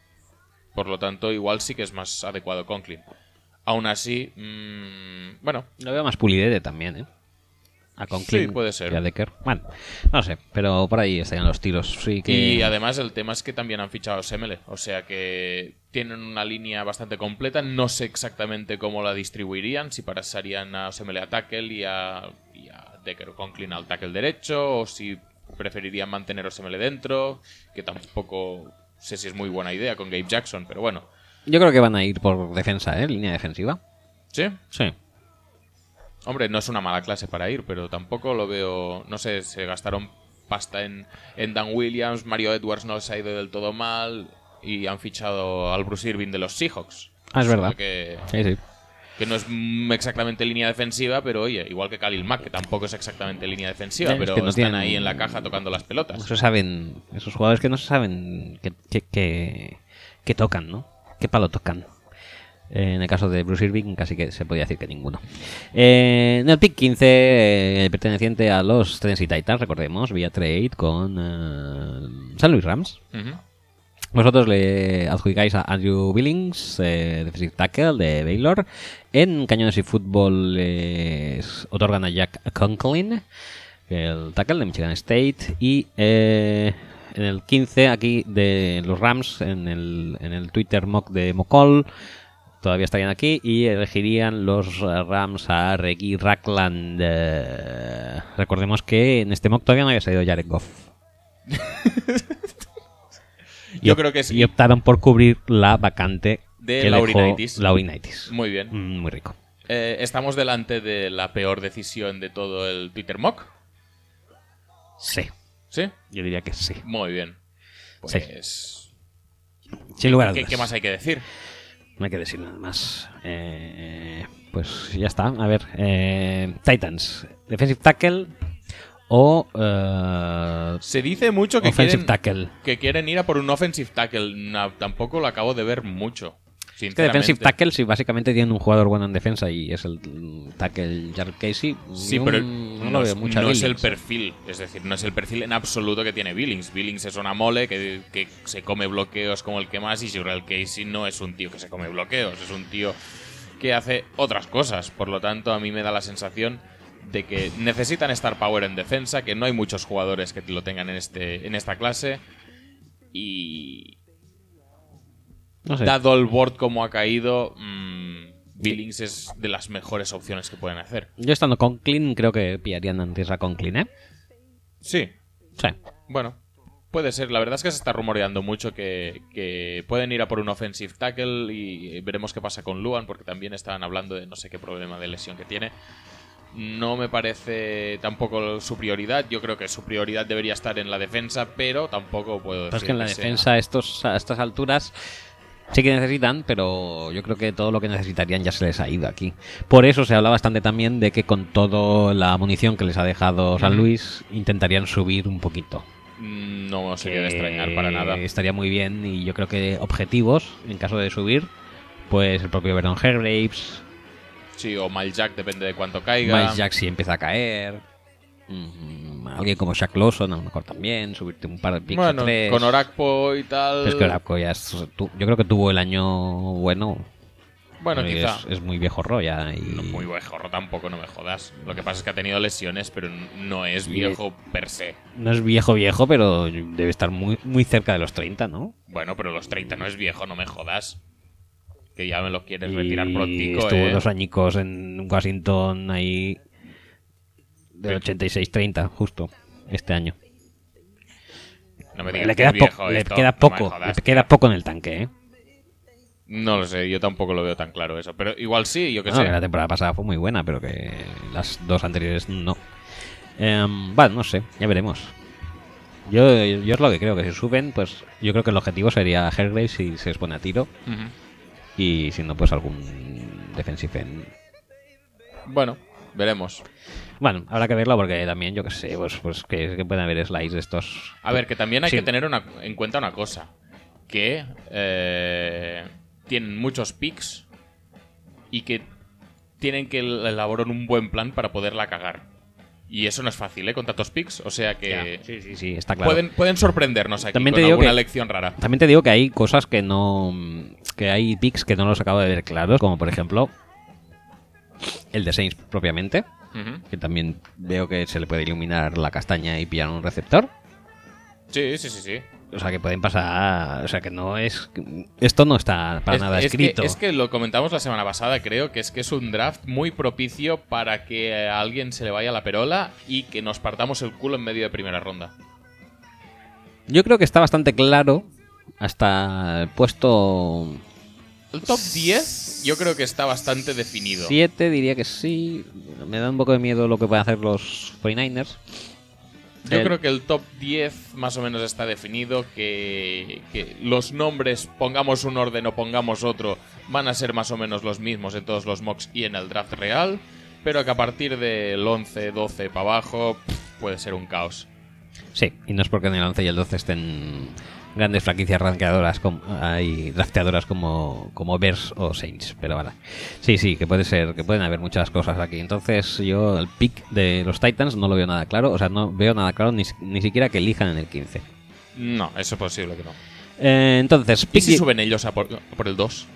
B: Por lo tanto, igual sí que es más adecuado Conklin. Aún así, mm, bueno,
A: Lo veo más pulidete también, ¿eh? A Conklin
B: Sí, puede ser.
A: que a Decker. Bueno, no sé, pero por ahí estarían los tiros. Sí que...
B: Y además el tema es que también han fichado a Semele, o sea que tienen una línea bastante completa, no sé exactamente cómo la distribuirían, si pasarían a Semele a tackle y a, y a Decker Conklin al tackle derecho, o si preferirían mantener a Semele dentro, que tampoco sé si es muy buena idea con Gabe Jackson, pero bueno,
A: Yo creo que van a ir por defensa, ¿eh? Línea defensiva.
B: sí,
A: Sí.
B: hombre, no es una mala clase para ir, pero tampoco lo veo, no sé, se gastaron pasta en, en Dan Williams, Mario Edwards no les ha ido del todo mal. Y han fichado al Bruce Irving de los Seahawks.
A: Ah, es
B: O sea
A: verdad.
B: Que,
A: Sí, sí.
B: que no es mm, exactamente línea defensiva, pero oye, igual que Khalil Mack, que tampoco es exactamente línea defensiva,
A: Ya, Eh, es
B: pero
A: que no
B: están
A: tienen-
B: ahí en la caja tocando las
A: No
B: pelotas.
A: se saben, esos jugadores que no se saben qué que, que- que tocan, ¿no? ¿Qué palo tocan? Eh, En el caso de Bruce Irving, casi que se podía decir que ninguno. Eh, en el pick 15, eh, perteneciente a los Tennessee Titans, recordemos, vía trade con eh, San Luis Rams.
B: Ujú.
A: Vosotros le adjudicáis a Andrew Billings, eh, defensive tackle de Baylor. En Cañones y Fútbol les otorgan a Jack Conklin, el tackle de Michigan State. Y eh, en el 15, aquí de los Rams, en el, en el Twitter mock de Mocol, todavía estarían aquí. Y elegirían los eh, Rams a Reggie Rackland. eh, recordemos que en este mock todavía no había salido Jared Goff. Y
B: Yo
A: op-
B: creo que sí.
A: Y optaron por cubrir la vacante
B: De
A: que
B: Laurinaitis.
A: dejó Laurinaitis.
B: Muy bien.
A: Mm, Muy rico.
B: Eh, estamos delante de la peor decisión de todo el Twitter mock.
A: Sí.
B: ¿Sí?
A: Yo diría que sí.
B: Muy bien.
A: Sí.
B: Pues.
A: Sin lugar a
B: ¿qué,
A: dudas.
B: qué más hay que decir?
A: No hay que decir nada más. Eh, pues ya está. A ver. eh, Titans. Defensive tackle o eh,
B: Se dice mucho que
A: offensive
B: quieren,
A: tackle.
B: que quieren ir a por un offensive tackle. No, tampoco lo acabo de ver mucho.
A: Es que
B: Sinceramente.
A: defensive tackle, si básicamente tienen un jugador bueno en defensa y es el mm, tackle Jared Casey,
B: Sí,
A: yo
B: pero
A: no,
B: no,
A: lo
B: es-
A: veo mucho a
B: no es el
A: Billings.
B: perfil, es decir, no es el perfil en absoluto que tiene Billings. Billings es una mole que, que se come bloqueos como el que más y Jurel Casey no es un tío que se come bloqueos, es un tío que hace otras cosas. Por lo tanto, a mí me da la sensación de que necesitan estar power en defensa, que no hay muchos jugadores que lo tengan en, este, en esta clase y
A: No sé.
B: dado el board como ha caído, mm, Billings es de las mejores opciones que pueden hacer.
A: Yo estando con Clean, creo que pillarían antes a Conklin, ¿eh?
B: Sí,
A: Sí.
B: Bueno, puede ser. La verdad es que se está rumoreando mucho que, que pueden ir a por un offensive tackle y veremos qué pasa con Luan, porque también estaban hablando de no sé qué problema de lesión que tiene. No me parece tampoco su prioridad. Yo creo que su prioridad debería estar en la defensa, pero tampoco puedo
A: Pero
B: decir.
A: es Pues que en la
B: sea-
A: defensa a, estos, a estas alturas sí que necesitan, pero yo creo que todo lo que necesitarían ya se les ha ido aquí. Por eso se habla bastante también de que con toda la munición que les ha dejado San
B: Ujú.
A: Luis intentarían subir un poquito.
B: Mm, No sería de
A: Que
B: extrañar para nada.
A: Estaría muy bien y yo creo que objetivos, en caso de subir, pues el propio Vernon Hergraves,
B: Sí, o Mal Jack, depende de cuánto caiga.
A: Miles Jack si empieza a caer. mm, Alguien como Shaq Lawson, a lo mejor también, subirte un par de picks o
B: Bueno,
A: tres.
B: con Orakpo y tal.
A: Pero es que Orapco ya es- tu- yo creo que tuvo el año bueno. eh,
B: Bueno,
A: es,
B: quizá.
A: es muy viejo roya. Y...
B: No, muy viejo tampoco, no me jodas. Lo que pasa es que ha tenido lesiones, pero no es
A: Y-
B: viejo per se.
A: No es viejo viejo, pero debe estar muy, muy cerca de los 30, ¿no?
B: Bueno, pero los 30 no es viejo, no me jodas. Que ya me lo quieres
A: Y
B: retirar prontico,
A: estuvo
B: eh.
A: dos añicos en Washington ahí del 86-30, justo, este año.
B: No me digas
A: Le
B: que
A: queda,
B: es viejo
A: po- le
B: esto,
A: queda
B: no me
A: poco,
B: jodas.
A: le queda poco en el tanque, ¿eh?
B: No lo sé, yo tampoco lo veo tan claro eso. Pero igual sí, yo qué
A: No,
B: sé.
A: que la temporada pasada fue muy buena, pero que las dos anteriores no. Em, bueno, no sé, ya veremos. Yo, yo es lo que creo, que si suben, pues yo creo que el objetivo sería Hergrave si se expone a tiro
B: Ujú.
A: y si no, pues algún defensive end.
B: Bueno, veremos.
A: Bueno, habrá que verlo porque también, yo qué sé, pues, pues que, que pueden haber slides de estos.
B: A ver, que también hay
A: Sí.
B: que tener una- en cuenta una cosa. Que eh, tienen muchos picks y que tienen que el- elaborar un buen plan para poderla cagar. Y eso no es fácil, ¿eh? Con tantos picks. O sea
A: Ya,
B: que
A: Sí, sí, sí, está claro.
B: pueden, pueden sorprendernos aquí
A: También
B: con
A: te digo
B: alguna
A: que-
B: lección rara.
A: También te digo que hay cosas que no. que hay picks que no los acabo de ver claros, como por ejemplo el de Saints propiamente,
B: Ujú.
A: que también veo que se le puede iluminar la castaña y pillar un receptor.
B: Sí, sí, sí, sí.
A: O sea que pueden pasar. O sea que no es. Esto no está para
B: Es-
A: nada
B: es
A: escrito.
B: Que, es que lo comentamos la semana pasada, creo, que es que es un draft muy propicio para que a alguien se le vaya la perola y que nos partamos el culo en medio de primera ronda.
A: Yo creo que está bastante claro hasta el puesto
B: El top 10 yo creo que está bastante definido.
A: 7, diría que sí. Me da un poco de miedo lo que pueden hacer los 49ers.
B: Yo
A: El-
B: creo que el top 10 más o menos está definido, que, que los nombres, pongamos un orden o pongamos otro, van a ser más o menos los mismos en todos los mocks y en el draft real, pero que a partir del 11, 12 para abajo pff, puede ser un caos.
A: Sí, y no es porque en el 11 y el 12 estén grandes franquicias ranqueadoras como, hay drafteadoras como, como Bears o Saints, pero vale. Sí, sí, que puede ser, que pueden haber muchas cosas aquí. Entonces yo el pick de los Titans no lo veo nada claro, o sea, no veo nada claro ni, si- ni siquiera que elijan en el 15.
B: No, eso es posible que no.
A: Eh, entonces,
B: ¿Y
A: pick...
B: si
A: die-
B: suben ellos a por, a por el 2?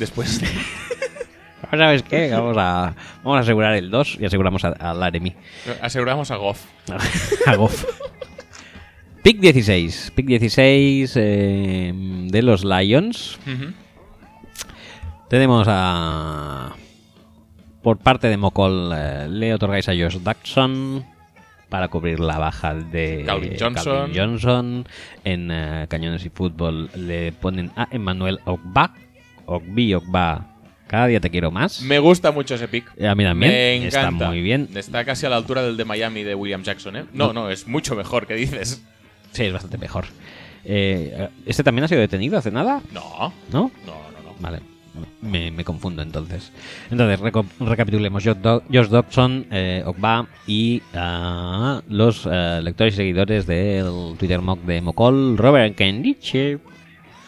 B: Después.
A: ¿Sabes qué? Vamos a, vamos a asegurar el 2 y aseguramos a- al Aremi.
B: Aseguramos a Goff.
A: a Goff. Pick 16, pick 16 eh, de los Lions,
B: Ujú.
A: Tenemos a. Por parte de Mocol, eh, le otorgáis a Josh Dodson para cubrir la baja de
B: Calvin Johnson.
A: Johnson. En eh, Cañones y Fútbol le ponen a Emmanuel Ogba. Ogbi, Ogba. Cada día te quiero más.
B: Me gusta mucho ese pick.
A: Eh, a mí también.
B: Me
A: Está
B: encanta.
A: muy bien.
B: Está casi a la altura del de Miami de William Jackson, ¿eh? No, no, es mucho mejor, ¿qué dices?
A: Sí, es bastante mejor. Eh, este también ha sido detenido hace nada,
B: No,
A: ¿no?
B: no, no, no.
A: Vale. Me, me confundo entonces. Entonces, reco- recapitulemos. Josh, Do- Josh Dobson, eh, Okba y ah, los eh, lectores y seguidores del Twitter mock de Mocol, Robert Kendiche.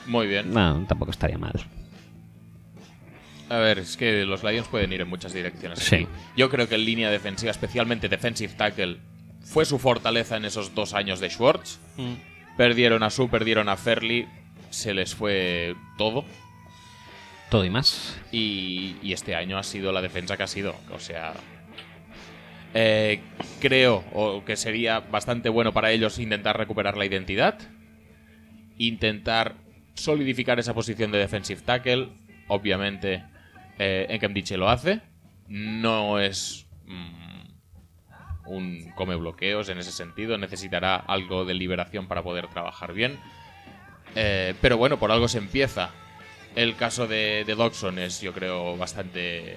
B: Muy bien.
A: No, tampoco estaría mal.
B: A ver, es que los Lions pueden ir en muchas direcciones.
A: Sí.
B: aquí. Yo creo que en línea defensiva, especialmente defensive tackle, fue su fortaleza en esos dos años de Schwartz. Perdieron a Su, perdieron a Fairley, se les fue todo.
A: Todo y más.
B: Y, y este año ha sido la defensa que ha sido. O sea, eh, creo o que sería bastante bueno para ellos intentar recuperar la identidad, intentar solidificar esa posición de defensive tackle. Obviamente, eh, Enkemdiche lo hace. No es mm, un come bloqueos en ese sentido. Necesitará algo de liberación para poder trabajar bien. Eh, pero bueno, por algo se empieza. El caso de, de Dodson es, yo creo, bastante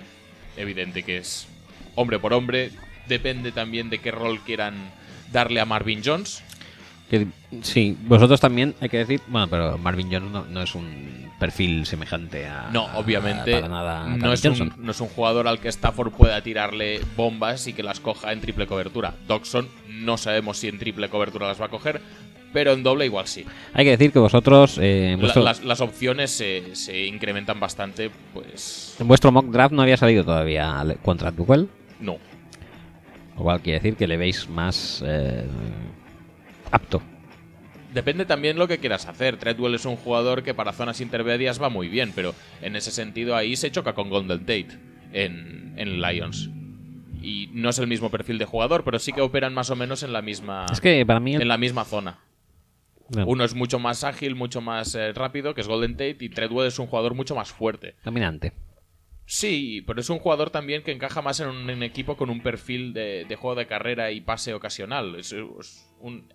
B: evidente que es hombre por hombre. Depende también de qué rol quieran darle a Marvin Jones.
A: Que, sí, vosotros también hay que decir. Bueno, pero Marvin Jones no, no es un perfil semejante a.
B: No, obviamente,
A: a- Ah, para nada. a
B: no,
A: Calvin
B: es un,
A: Johnson.
B: no es un jugador al que Stafford pueda tirarle bombas y que las coja en triple cobertura. Dodson no sabemos si en triple cobertura las va a coger, pero en doble igual sí.
A: Hay que decir que vosotros. eh, en
B: La-
A: vuestro,
B: las, las opciones se, se incrementan bastante, pues
A: en vuestro mock draft no había salido todavía Ale- contra Duquel.
B: no.
A: Lo cual quiere decir que le veis más eh, apto.
B: Depende también lo que quieras hacer. Treadwell es un jugador que para zonas intermedias va muy bien, pero en ese sentido ahí se choca con Golden Tate en, en Lions. Y no es el mismo perfil de jugador, pero sí que operan más o menos en la misma,
A: Es que para mí... el-
B: en la misma zona.
A: bueno,
B: Uno es mucho más ágil, mucho más eh, rápido, que es Golden Tate, y Treadwell es un jugador mucho más fuerte.
A: Dominante.
B: Sí, pero es un jugador también que encaja más en un, en equipo con un perfil de, de juego de carrera y pase ocasional. Es, es un,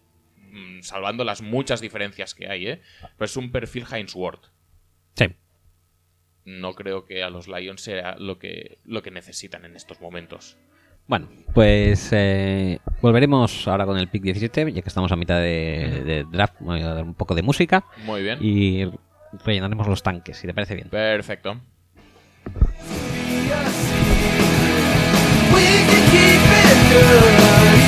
B: mm, salvando las muchas diferencias que hay, ¿eh? Pero es un perfil Heinz Ward.
A: Sí.
B: No creo que a los Lions sea lo que, lo que necesitan en estos momentos.
A: Bueno, pues eh, volveremos ahora con el pick 17, ya que estamos a mitad de, de draft. Voy a dar un poco de música
B: Muy bien.
A: y rellenaremos los tanques, si te parece bien.
B: Perfecto.
C: We can keep it good,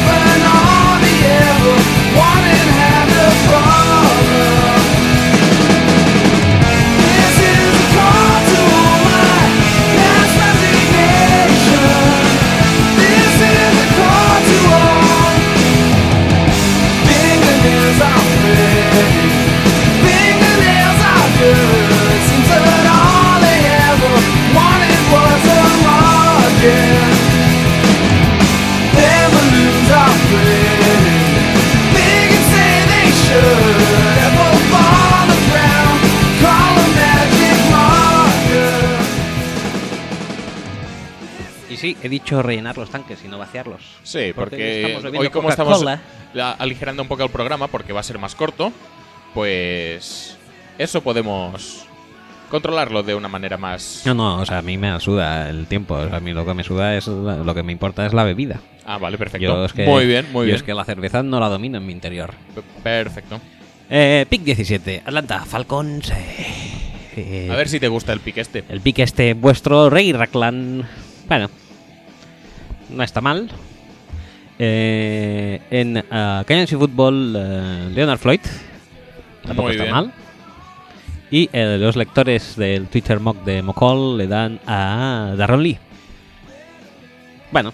C: burn all the ever wanted, have no problem. This is a call to all my past resignation. This is a call to all. Fingernails are pretty, fingernails are good. Seems that all they ever wanted was a market. Their balloons are pretty big and say they should. And we'll fall the ground, call a magic marker.
A: Y sí, he dicho rellenar los tanques y no vaciarlos.
B: Sí, porque,
A: estamos bebiendo
B: hoy como estamos
A: Coca-Cola.
B: la- aligerando un poco el programa porque va a ser más corto, pues eso podemos controlarlo de una manera más...
A: No, no, o sea, a mí me suda el tiempo. O sea, a mí lo que me suda es la- lo que me importa es la bebida.
B: Ah, vale, perfecto.
A: Yo es que-
B: muy bien, muy
A: yo
B: bien.
A: es que la cerveza no la domino en mi interior.
B: P- Perfecto.
A: Eh, pick 17, Atlanta, Falcons. eh,
B: A ver si te gusta el pique este.
A: El pick este vuestro, Rey Raclan. Bueno, no está mal. Eh, en ah, Canyons y Fútbol, eh, Leonard Floyd. Tampoco
B: Muy
A: está
B: bien.
A: mal. Y eh, los lectores del Twitter mock de Mocol le dan a Darron Lee. Bueno.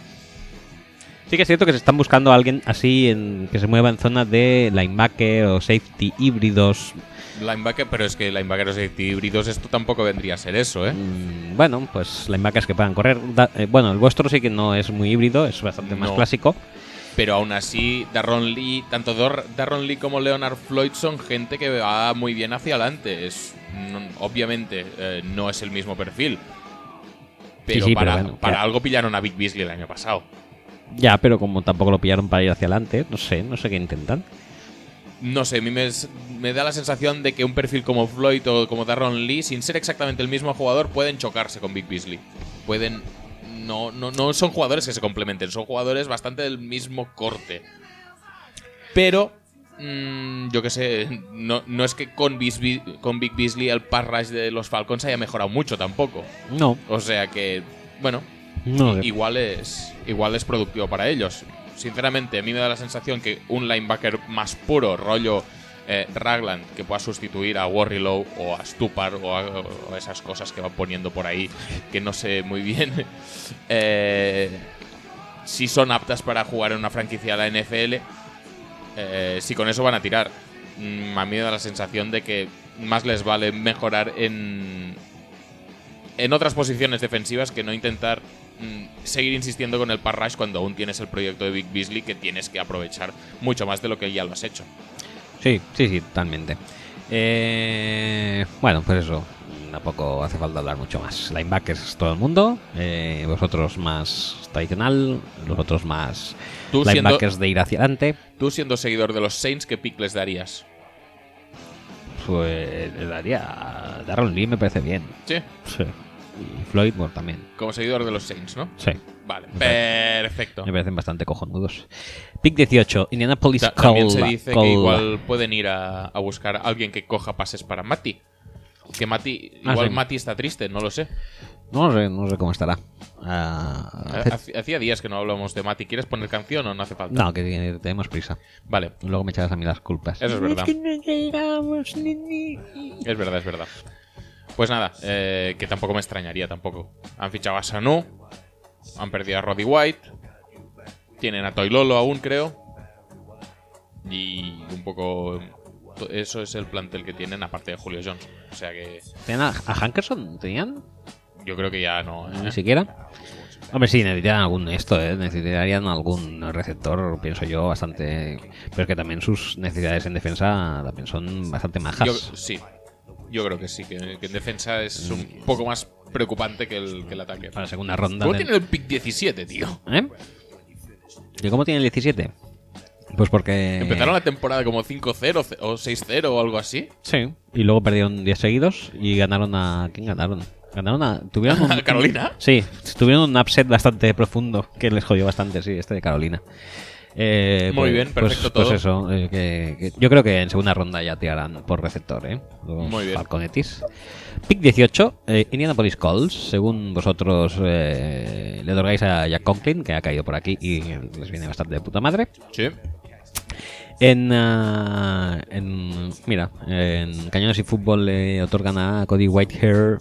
A: Sí que es cierto que se están buscando a alguien así en, que se mueva en zona de linebacker o safety híbridos.
B: Linebacker, pero es que linebacker o safety híbridos, esto tampoco vendría a ser eso, ¿eh?
A: Mm, Bueno, pues linebackers que puedan correr. Da- eh, bueno, el vuestro sí que no es muy híbrido, es bastante más
B: No.
A: clásico.
B: Pero aún así, Darron Lee, tanto Dor- Darron Lee como Leonard Floyd son gente que va muy bien hacia adelante. Es, no- obviamente eh, no es el mismo perfil. Pero
A: sí, pero
B: para,
A: bueno,
B: para
A: ya.
B: algo pillaron a Big Beasley el año pasado.
A: Ya, pero como tampoco lo pillaron para ir hacia adelante, no sé, no sé qué intentan.
B: No sé, a mí me, es- me da la sensación de que un perfil como Floyd o como Darron Lee, sin ser exactamente el mismo jugador, pueden chocarse con Big Beasley. Pueden. No, no, no son jugadores que se complementen, son jugadores bastante del mismo corte. Pero, mm, yo qué sé, no, no es que con, Beasley- con Big Beasley el pass rush de los Falcons haya mejorado mucho tampoco.
A: No,
B: O sea que, bueno,
A: no sé.
B: igual es igual es productivo para ellos. Sinceramente, a mí me da la sensación que un linebacker más puro, rollo eh, Ragland, que pueda sustituir a Warrilow o a Stupar o a, o a esas cosas que van poniendo por ahí, que no sé muy bien, eh, si son aptas para jugar en una franquicia de la NFL, eh, si con eso van a tirar. Mm, a mí me da la sensación de que más les vale mejorar en, en otras posiciones defensivas que no intentar mm, seguir insistiendo con el pass rush cuando aún tienes el proyecto de Big Beasley que tienes que aprovechar mucho más de lo que ya lo has hecho.
A: Sí, sí, sí, totalmente. Eh, bueno, pues eso. Tampoco hace falta hablar mucho más. Linebackers todo el mundo, eh, vosotros más tradicional, los otros más
B: Tú siendo-
A: linebackers de ir hacia adelante.
B: Tú siendo seguidor de los Saints, ¿qué pick les darías?
A: Pues le daría a Darron Lee, me parece bien.
B: Sí,
A: Sí. Y Floyd bueno, también.
B: como seguidor de los Saints, ¿no?
A: Sí.
B: Vale, perfecto.
A: Me parecen bastante cojonudos. Pick 18, Indianapolis
B: Ta-
A: Colts.
B: también se dice que
A: Colts.
B: igual pueden ir a, a buscar a alguien que coja pases para Mati. Que Mati,
A: Ah,
B: igual
A: sí.
B: Mati está triste, no lo sé.
A: No sé, no sé cómo estará. Ah,
B: Eh, Hac- Hacía días que no hablamos de Mati. ¿Quieres poner canción o no hace falta?
A: no, que tenemos prisa.
B: Vale,
A: Luego me echarás a mí las culpas.
B: Eso es verdad.
A: que no llegamos ni- ni-
B: Es verdad, es verdad. Pues nada, eh, que tampoco me extrañaría tampoco. Han fichado a Sanu, han perdido a Roddy White, tienen a Toilolo aún, creo. Y un poco. to- Eso es el plantel que tienen, aparte de Julio Jones. O sea que
A: ¿Tenían a, a Hankerson? ¿Tenían?
B: yo creo que ya no.
A: Ni
B: ¿eh?
A: siquiera. Hombre, sí, necesitarían algún esto, ¿eh? Necesitarían algún receptor, pienso yo, bastante... Pero es que también sus necesidades en defensa también son bastante majas.
B: Yo, sí, yo creo que sí, que, que en defensa es un poco más preocupante que el, que el ataque.
A: Para la segunda ronda...
B: ¿Cómo
A: del-
B: tienen el pick 17, tío?
A: ¿Eh? ¿Y cómo tiene el 17? Pues porque...
B: Empezaron la temporada como 5-0 o 6-0 o algo así.
A: Sí. Y luego perdieron 10 seguidos y ganaron a... ¿Quién ganaron? Ganaron a- tuvieron un-
B: Carolina.
A: Sí, tuvieron un upset bastante profundo que les jodió bastante, sí, este de Carolina. Eh,
B: Muy
A: pues-
B: bien, perfecto
A: pues, pues
B: todo.
A: eso, eh, que- que yo creo que en segunda ronda ya tirarán por receptor, ¿eh? Los
B: Muy bien.
A: Falconetis. Pick 18, eh, Indianapolis Colts. Según vosotros, eh, le otorgáis a Jack Conklin, que ha caído por aquí y les viene bastante de puta madre.
B: Sí.
A: En, ah, en- mira, en Cañones y Fútbol le otorgan a Cody Whitehair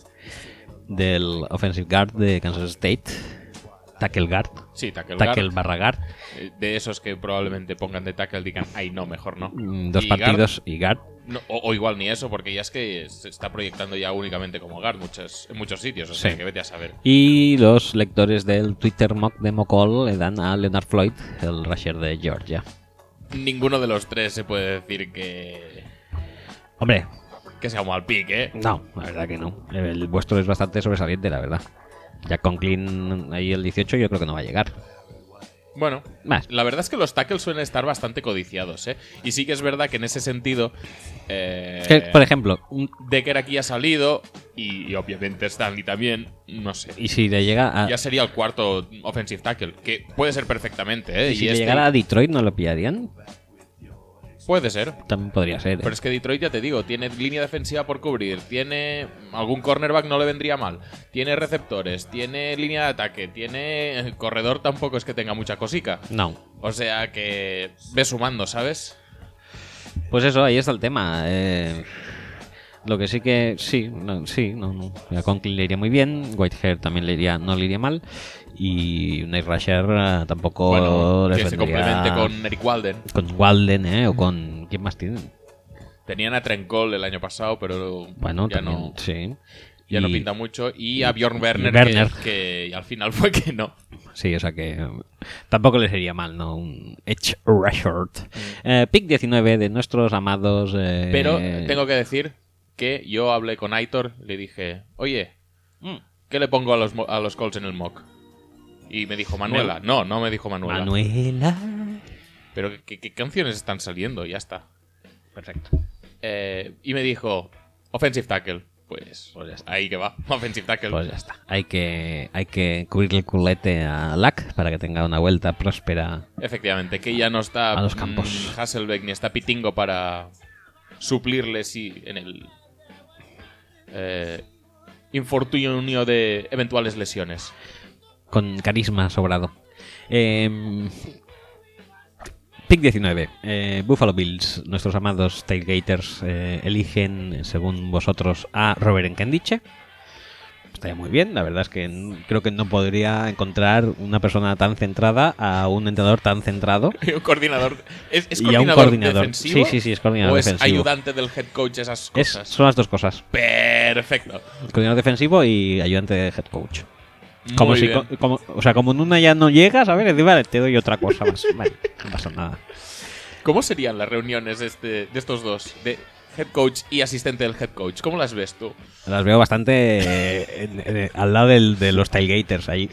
A: del Offensive Guard de Kansas State. Tackle Guard.
B: Sí, tackle guard.
A: Tackle barra guard.
B: Eh, De esos que probablemente pongan de tackle digan, ay, no, mejor no.
A: Mm, Dos
B: Y guard,
A: partidos y guard.
B: no, o, o igual ni eso, porque ya es que se está proyectando ya únicamente como guard muchas, en muchos sitios. O sea,
A: Sí.
B: que vete a saber.
A: Y los lectores del Twitter mock de Mocol le dan a Leonard Floyd, el rusher de Georgia.
B: Ninguno de los tres se puede decir que,
A: Hombre,
B: que sea un mal pick, ¿eh?
A: no, la verdad que no. El, el vuestro es bastante sobresaliente, la verdad. Jack Conklin ahí el 18 yo creo que no va a llegar.
B: Bueno,
A: Más.
B: la verdad es que los tackles suelen estar bastante codiciados, ¿eh? Y sí que es verdad que en ese sentido. eh,
A: Es que, por ejemplo, un-
B: Decker aquí ha salido y, y obviamente Stanley también. No sé.
A: y si le llega a,
B: Ya sería el cuarto offensive tackle, que puede ser perfectamente, ¿eh?
A: ¿Y si
B: este-
A: llegara a Detroit no lo pillarían?
B: Puede ser.
A: También podría ser. ¿eh?
B: Pero es que Detroit, ya te digo, tiene línea defensiva por cubrir, tiene algún cornerback, no le vendría mal, tiene receptores, tiene línea de ataque, tiene el corredor, tampoco es que tenga mucha cosica.
A: No.
B: O sea que ve sumando, ¿sabes?
A: Pues eso, ahí está el tema. eh, lo que sí que... Sí, no, sí, no, no. A Conklin le iría muy bien, Whitehair también le iría, no le iría mal, y Night Rusher eh, tampoco
B: bueno,
A: les
B: que se
A: vendría
B: complemente con Eric Walden.
A: con Walden, ¿eh? O con... ¿Quién más tienen?
B: Tenían a Trent Cole el año pasado, pero
A: Bueno,
B: ya
A: también,
B: no.
A: sí.
B: Ya no
A: Y-
B: pinta mucho. Y a Bjorn Werner,
A: Werner.
B: Que, que al final fue que no.
A: Sí, o sea que eh, tampoco les iría mal, ¿no? Un Edge Rusher. Eh, pick 19 de nuestros amados... eh,
B: Mm. Pero tengo que decir que yo hablé con Aitor, le dije, oye,
A: Mm.
B: ¿qué le pongo a los, mo- a los calls en el mock? Y me dijo Manuela. No, no me dijo Manuela.
A: Manuela.
B: Pero ¿qué- ¿qué, qué canciones están saliendo? Ya está.
A: Perfecto.
B: Eh, y me dijo, offensive tackle. Pues,
A: Pues ya está.
B: ahí que va, offensive tackle.
A: Pues ya está. Hay que, hay que cubrirle el culete a Lack para que tenga una vuelta próspera.
B: Efectivamente, que ya no está
A: A los
B: mm,
A: campos.
B: Hasselbeck ni está Pitingo para suplirle si en el eh, infortunio de eventuales lesiones.
A: Con carisma sobrado. Eh, pick 19. Eh, Buffalo Bills, nuestros amados tailgaters, eh, eligen, según vosotros, a Robert Encandiche. Estaría muy bien, la verdad es que n- creo que no podría encontrar una persona tan centrada a un entrenador tan centrado.
B: Y un coordinador. ¿Es, es
A: Y a un
B: coordinador,
A: coordinador.
B: defensivo?
A: Sí, sí, sí, es coordinador
B: ¿O es
A: defensivo.
B: ayudante del head coach, esas
A: Es,
B: cosas?
A: son las dos cosas.
B: Perfecto.
A: coordinador defensivo y ayudante de head coach. Como
B: Muy
A: si,
B: bien.
A: co- como, o sea, como en una ya no llegas, a ver, encima te doy otra cosa más. Vale, no pasa nada.
B: ¿Cómo serían las reuniones de, este- de estos dos? De head coach y asistente del head coach. ¿Cómo las ves tú?
A: Las veo bastante eh, en- en- al lado del- de los tailgaters ahí.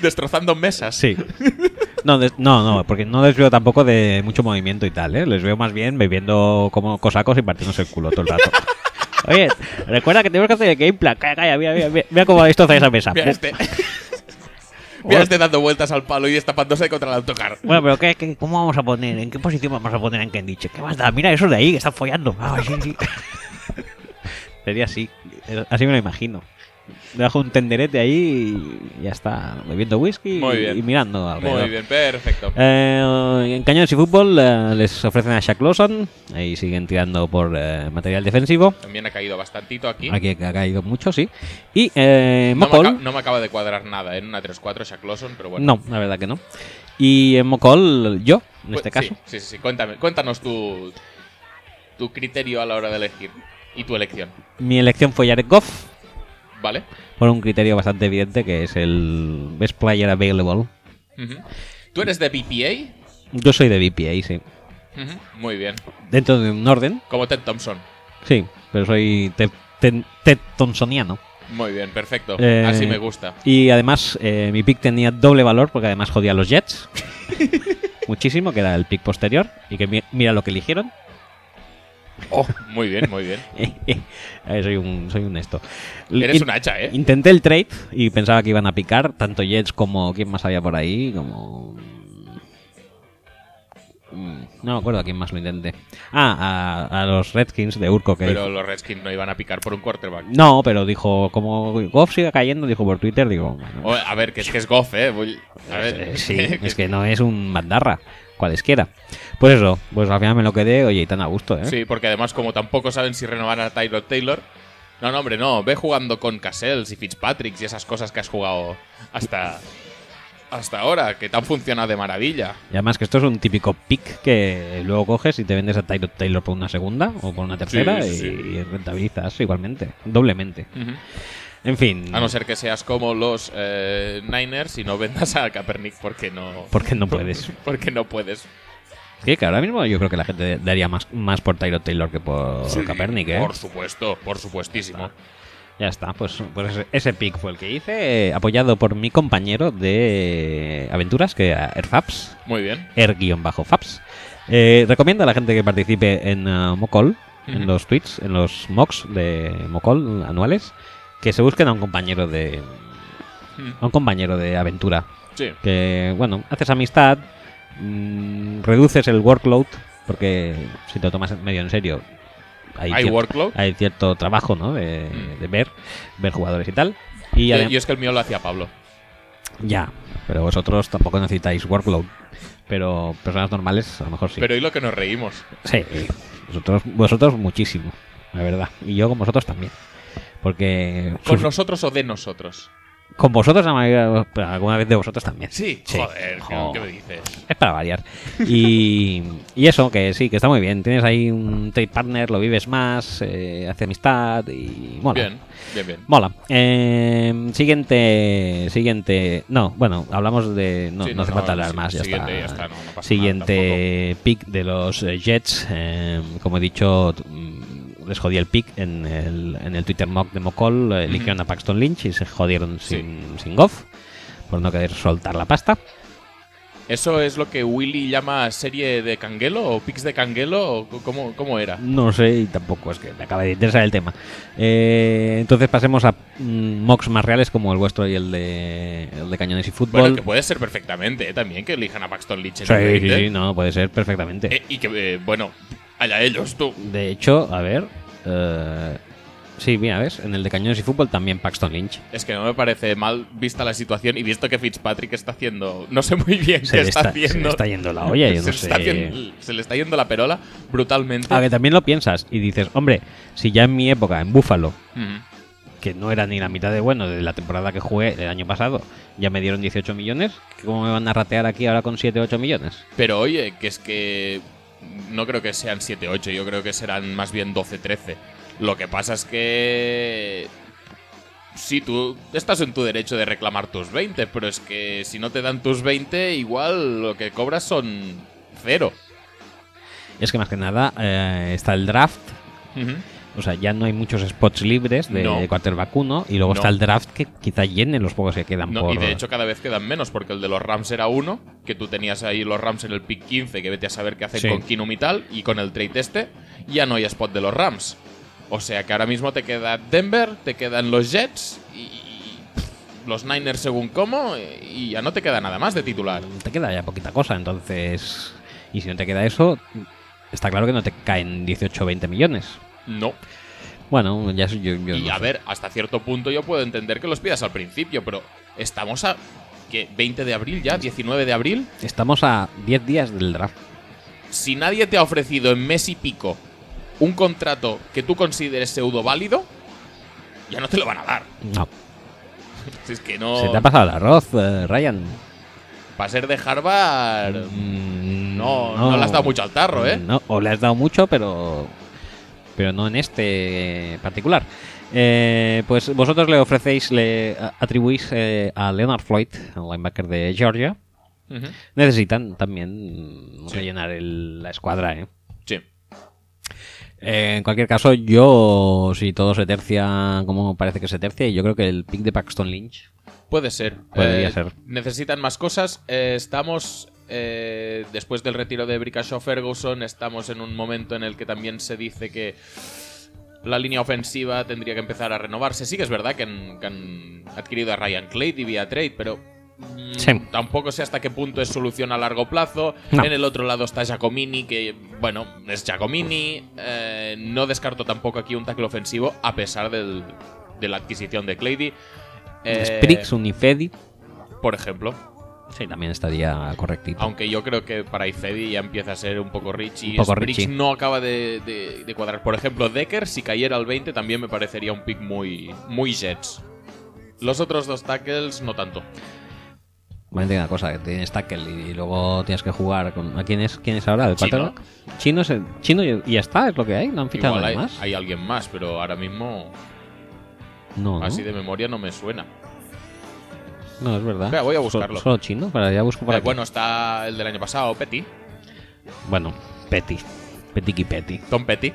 B: Destrozando mesas.
A: Sí. No, des- no, no, porque no les veo tampoco de mucho movimiento y tal, ¿eh? Les veo más bien bebiendo como cosacos y partiéndose el culo todo el rato. Oye, recuerda que tenemos que hacer el game plan. Calla, calla, mira, mira, mira, mira cómo destroza esa mesa.
B: Mira este. Mira este dando vueltas al palo y destapándose contra el autocar.
A: Bueno, pero ¿qué, qué, cómo vamos a poner? ¿En qué posición vamos a poner a Kendiche? ¿Qué más da? Mira eso de ahí, que están follando. Ah, sí, sí. Sería así. eh, Así me lo imagino. Debajo un tenderete ahí y ya está. Bebiendo whisky
B: Muy
A: y,
B: bien.
A: y mirando alrededor.
B: Muy bien, perfecto.
A: Eh, en Cañones y Fútbol eh, les ofrecen a Shaq Lawson. Ahí siguen tirando por eh, material defensivo.
B: También ha caído bastantito aquí.
A: Aquí ha caído mucho, sí. Y eh,
B: no, me
A: Mokol-
B: aca- no me acaba de cuadrar nada ¿eh? en una 3-4 Shaq Lawson, pero bueno.
A: No, la verdad que no. Y en Mocol, yo, en
B: Pues,
A: este caso.
B: Sí, sí, sí. Cuéntame, cuéntanos tu, tu criterio a la hora de elegir y tu elección.
A: Mi elección fue Jared Goff.
B: ¿Vale?
A: por un criterio bastante evidente que es el best player available.
B: Ujú. ¿Tú eres de BPA?
A: Yo soy de BPA, sí.
B: Ujú. Muy bien.
A: Dentro de un orden,
B: Como Ted Thompson.
A: sí, pero soy Ted, Ted- Ted Thompsoniano.
B: Muy bien, perfecto.
A: Eh,
B: Así me gusta.
A: Y además eh, mi pick tenía doble valor porque además jodía a los Jets. Muchísimo, que era el pick posterior. Y que mi- mira lo que eligieron.
B: Oh, muy bien, muy bien.
A: Ay, soy un soy un esto.
B: Eres
A: In-
B: un hacha, ¿eh?
A: Intenté el trade y pensaba que iban a picar tanto Jets como quién más había por ahí, como Mm, no me acuerdo a quién más lo intenté. Ah, a, a los Redskins de Urco que
B: Pero los Redskins no iban a picar por un quarterback.
A: no, pero dijo como Goff sigue cayendo, dijo por Twitter, digo, bueno,
B: O- Oh, a ver, que es que es Goff, ¿eh? Voy- a
A: Eh,
B: ver.
A: Sí, es que no es un bandarra, cualesquiera. Pues eso, pues al final me lo quedé, oye, y tan a gusto, ¿eh?
B: Sí, porque además, como tampoco saben si renovar a Tyler Taylor. No, no, hombre, no. Ve jugando con Cassells y Fitzpatrick y esas cosas que has jugado hasta. Hasta ahora, que tan funciona de maravilla.
A: Y además que esto es un típico pick que luego coges y te vendes a Tyler Taylor por una segunda o por una tercera
B: Sí,
A: y,
B: sí, sí.
A: y rentabilizas igualmente, doblemente. En fin,
B: A no ser que seas como los eh, Niners y no vendas a Kaepernick porque no.
A: porque no puedes.
B: Porque no puedes.
A: Sí, que ahora mismo yo creo que la gente daría más, más por Tyler Taylor que por Kaepernick, ¿eh?
B: Por supuesto, por supuestísimo.
A: Ya está, pues, pues ese, ese pick fue el que hice, eh, apoyado por mi compañero de aventuras, que era Erfaps,
B: Muy bien.
A: er-faps. Eh, recomiendo a la gente que participe en eh, Mocol, en
B: Ujú.
A: los tweets, en los mocks de Mocol anuales, que se busquen a un compañero de
B: Mm.
A: a un compañero de aventura,
B: Sí.
A: que bueno, haces amistad, mm, reduces el workload, porque si te lo tomas en- medio en serio, hay,
B: Hay
A: cier-
B: workload.
A: hay cierto trabajo, ¿no? De,
B: Mm.
A: de ver, ver jugadores y tal. Y
B: Yo,
A: adem-
B: yo es que el mío lo hacía Pablo.
A: ya, pero vosotros tampoco necesitáis workload. Pero personas normales a lo mejor sí.
B: Pero y lo que nos reímos.
A: Sí, vosotros, vosotros muchísimo, la verdad. Y yo con vosotros también. Porque
B: ¿Con
A: sus-
B: nosotros o de nosotros?
A: con vosotros, la mayoría- pero alguna vez de vosotros también.
B: Joder, ¿qué-
A: Jo.
B: ¿qué me dices?
A: Es para variar. Y, y eso, que sí, que está muy bien. Tienes ahí un trade partner, lo vives más, eh, hace amistad y mola.
B: Bien, bien, bien.
A: Mola. Eh, siguiente, siguiente. No, bueno, hablamos de. No,
B: Sí,
A: no
B: no,
A: hace
B: no,
A: falta
B: sí,
A: hablar más. Ya está.
B: siguiente, ya está, no, no pasa
A: Siguiente pick de los eh, Jets. eh, como he dicho, t- mm, les jodí el pick en el, en el Twitter mock de Mocol. eh, Eligieron a Paxton Lynch y se jodieron
B: Sí.
A: sin, sin Goff por no querer soltar la pasta.
B: ¿Eso es lo que Willy llama serie de canguelo o pics de canguelo? O c- ¿Cómo, cómo era?
A: No sé, y tampoco es que me acaba de interesar el tema. Eh, entonces pasemos a mm, mocks más reales como el vuestro y el de, el de Cañones y Fútbol.
B: Bueno, que puede ser perfectamente, ¿eh? También que elijan a Paxton Lynch. en
A: Sí,
B: el
A: sí,
B: trade,
A: sí,
B: ¿eh?
A: no, puede ser perfectamente.
B: Eh, y que, eh, bueno, allá ellos, tú.
A: De hecho, a ver. eh, sí, mira, ves, en el de Cañones y Fútbol también Paxton Lynch.
B: Es que no me parece mal vista la situación y visto que Fitzpatrick está haciendo. No sé muy bien
A: Se
B: qué
A: le
B: está,
A: está-
B: haciendo.
A: se le está yendo la olla, yo
B: Se
A: no
B: le está
A: sé.
B: haciendo- se le está yendo la perola brutalmente.
A: A que también lo piensas y dices, hombre, si ya en mi época, en Búfalo,
B: Ujú.
A: que no era ni la mitad de bueno de la temporada que jugué el año pasado, ya me dieron 18 millones, ¿cómo me van a ratear aquí ahora con 7 8 millones?
B: Pero oye, que es que no creo que sean 7-8, yo creo que serán más bien 12-13. Lo que pasa es que... Sí, tú estás en tu derecho de reclamar tus 20, pero es que si no te dan tus 20, igual lo que cobras son cero.
A: Es que más que nada eh, está el draft, O sea, ya no hay muchos spots libres de
B: No.
A: quarterback 1 y luego
B: No.
A: está el draft que quizá llenen los pocos que quedan
B: No,
A: por...
B: y de hecho cada vez quedan menos, porque el de los Rams era uno, que tú tenías ahí los Rams en el pick 15, que vete a saber qué hacen
A: Sí.
B: con Kinum y tal, y con el trade este, ya no hay spot de los Rams. O sea que ahora mismo te queda Denver, te quedan los Jets y, y los Niners según cómo, y ya no te queda nada más de titular.
A: Te queda ya poquita cosa, entonces... Y si no te queda eso, está claro que no te caen 18 o 20 millones.
B: No.
A: Bueno, ya soy yo... yo
B: Y
A: no
B: a
A: sé.
B: ver, hasta cierto punto yo puedo entender que los pidas al principio, pero estamos a... ¿Qué? ¿20 de abril ya? ¿19 de abril?
A: Estamos a 10 días del draft.
B: si nadie te ha ofrecido en mes y pico un contrato que tú consideres pseudo válido, ya no te lo van a dar.
A: No.
B: Si es que no.
A: Se te ha pasado el arroz, eh, Ryan.
B: Para ser de Harvard.
A: Mm,
B: No, no le has dado mucho al tarro, ¿eh?
A: No, o le has dado mucho, pero pero no en este particular. Eh, pues vosotros le ofrecéis, le a- atribuís eh, a Leonard Floyd, al linebacker de Georgia.
B: Ujú.
A: Necesitan también mm,
B: Sí.
A: rellenar el- la escuadra, ¿eh?
B: Sí.
A: Eh, En cualquier caso, yo, si todo se tercia como parece que se tercia, yo creo que el pick de Paxton Lynch
B: Puede ser.
A: Podría ser.
B: Necesitan más cosas. Eh, estamos eh, después del retiro de Brickashaw Ferguson, estamos en un momento en el que también se dice que la línea ofensiva tendría que empezar a renovarse. Sí que es verdad que han, que han adquirido a Ryan Clay y vía trade, pero mm,
A: Sí.
B: tampoco sé hasta qué punto es solución a largo plazo.
A: No.
B: En el otro lado está Giacomini, que bueno, es Giacomini. Eh, no descarto tampoco aquí un tackle ofensivo, a pesar del- de la adquisición de Clady. Eh,
A: Sprix, Unifedi.
B: por ejemplo.
A: Sí, también estaría correctito.
B: Aunque yo creo que para Ifedi ya empieza a ser un poco rich y
A: Un poco
B: Spriggs
A: Richie.
B: no acaba de, de- de cuadrar. Por ejemplo, Decker, si cayera al 20, también me parecería un pick muy, muy Jets. Los otros dos tackles, no tanto.
A: Bueno, tiene una cosa, que tienes tackle y, y luego tienes que jugar con... ¿A quién es, quién es ahora? ¿El Patero?
B: Chino.
A: Chino, es el- Chino y y ya está, es lo que hay. No han fichado
B: Igual
A: nadie
B: hay,
A: más.
B: hay alguien más, pero ahora mismo,
A: no,
B: así
A: no,
B: de memoria, no me suena.
A: No, es verdad.
B: Espera, voy a
A: Sol-
B: buscarlo.
A: Solo, Chino, para ya busco para
B: Eh, bueno, está el del año pasado, Petty.
A: bueno, Petty. Petiqui Petty.
B: Tom Petty.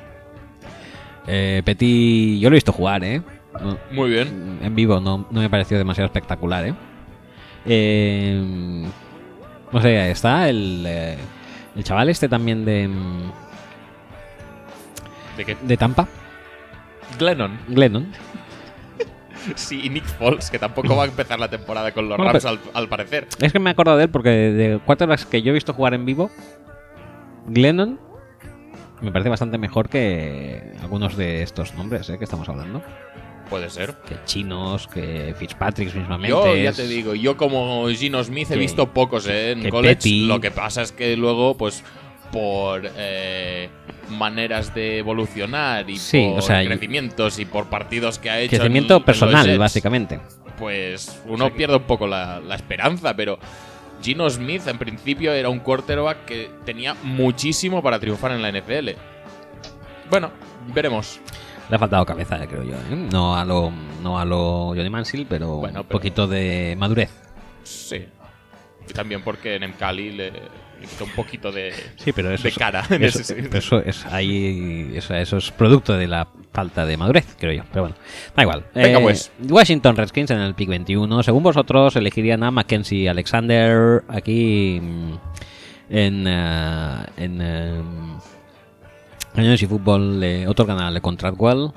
A: Eh, Petty, yo lo he visto jugar, ¿eh? No-
B: Muy bien.
A: en vivo no, no me pareció demasiado espectacular, ¿eh? Eh, no sé, ahí está el, eh, el chaval este también de, mm,
B: ¿De qué?
A: de Tampa,
B: Glennon.
A: Glennon.
B: Sí, y Nick Foles, que tampoco va a empezar la temporada con los
A: Bueno, pues-
B: Rams, al, al parecer.
A: Es que me acuerdo de él porque de cuatro horas que yo he visto jugar en vivo, Glennon me parece bastante mejor que algunos de estos nombres ¿eh? que estamos hablando.
B: Puede ser.
A: Que chinos, que Fitzpatrick mismamente.
B: Yo ya te digo, yo como Gino Smith he
A: Que-
B: visto pocos eh, en
A: que
B: college.
A: Petty.
B: Lo que pasa es que luego, pues, por eh, maneras de evolucionar y
A: Sí,
B: por
A: o sea, y-
B: crecimientos y por partidos que ha hecho. en- en
A: Crecimiento
B: los
A: personal,
B: Jets,
A: básicamente.
B: Pues uno pierde un poco la, la esperanza, pero Gino Smith en principio era un quarterback que tenía muchísimo para triunfar en la NFL. Bueno, veremos.
A: Le ha faltado cabeza, eh, creo yo. ¿eh? No a lo, no a lo Johnny Manziel, pero
B: Bueno,
A: un
B: pero-
A: poquito de madurez.
B: Sí. Y también porque en Cali le le quitó un poquito de,
A: Sí, pero
B: de cara. en
A: eso,
B: ese sentido.
A: pero eso es ahí, eso, eso es producto de la falta de madurez, creo yo. Pero bueno, da igual. Eh,
B: Venga, pues.
A: Washington Redskins en el pick 21. Según vosotros, elegirían a Mackenzie Alexander aquí mm, en eh, en eh, Años y Fútbol le otorgan a Le Contratwell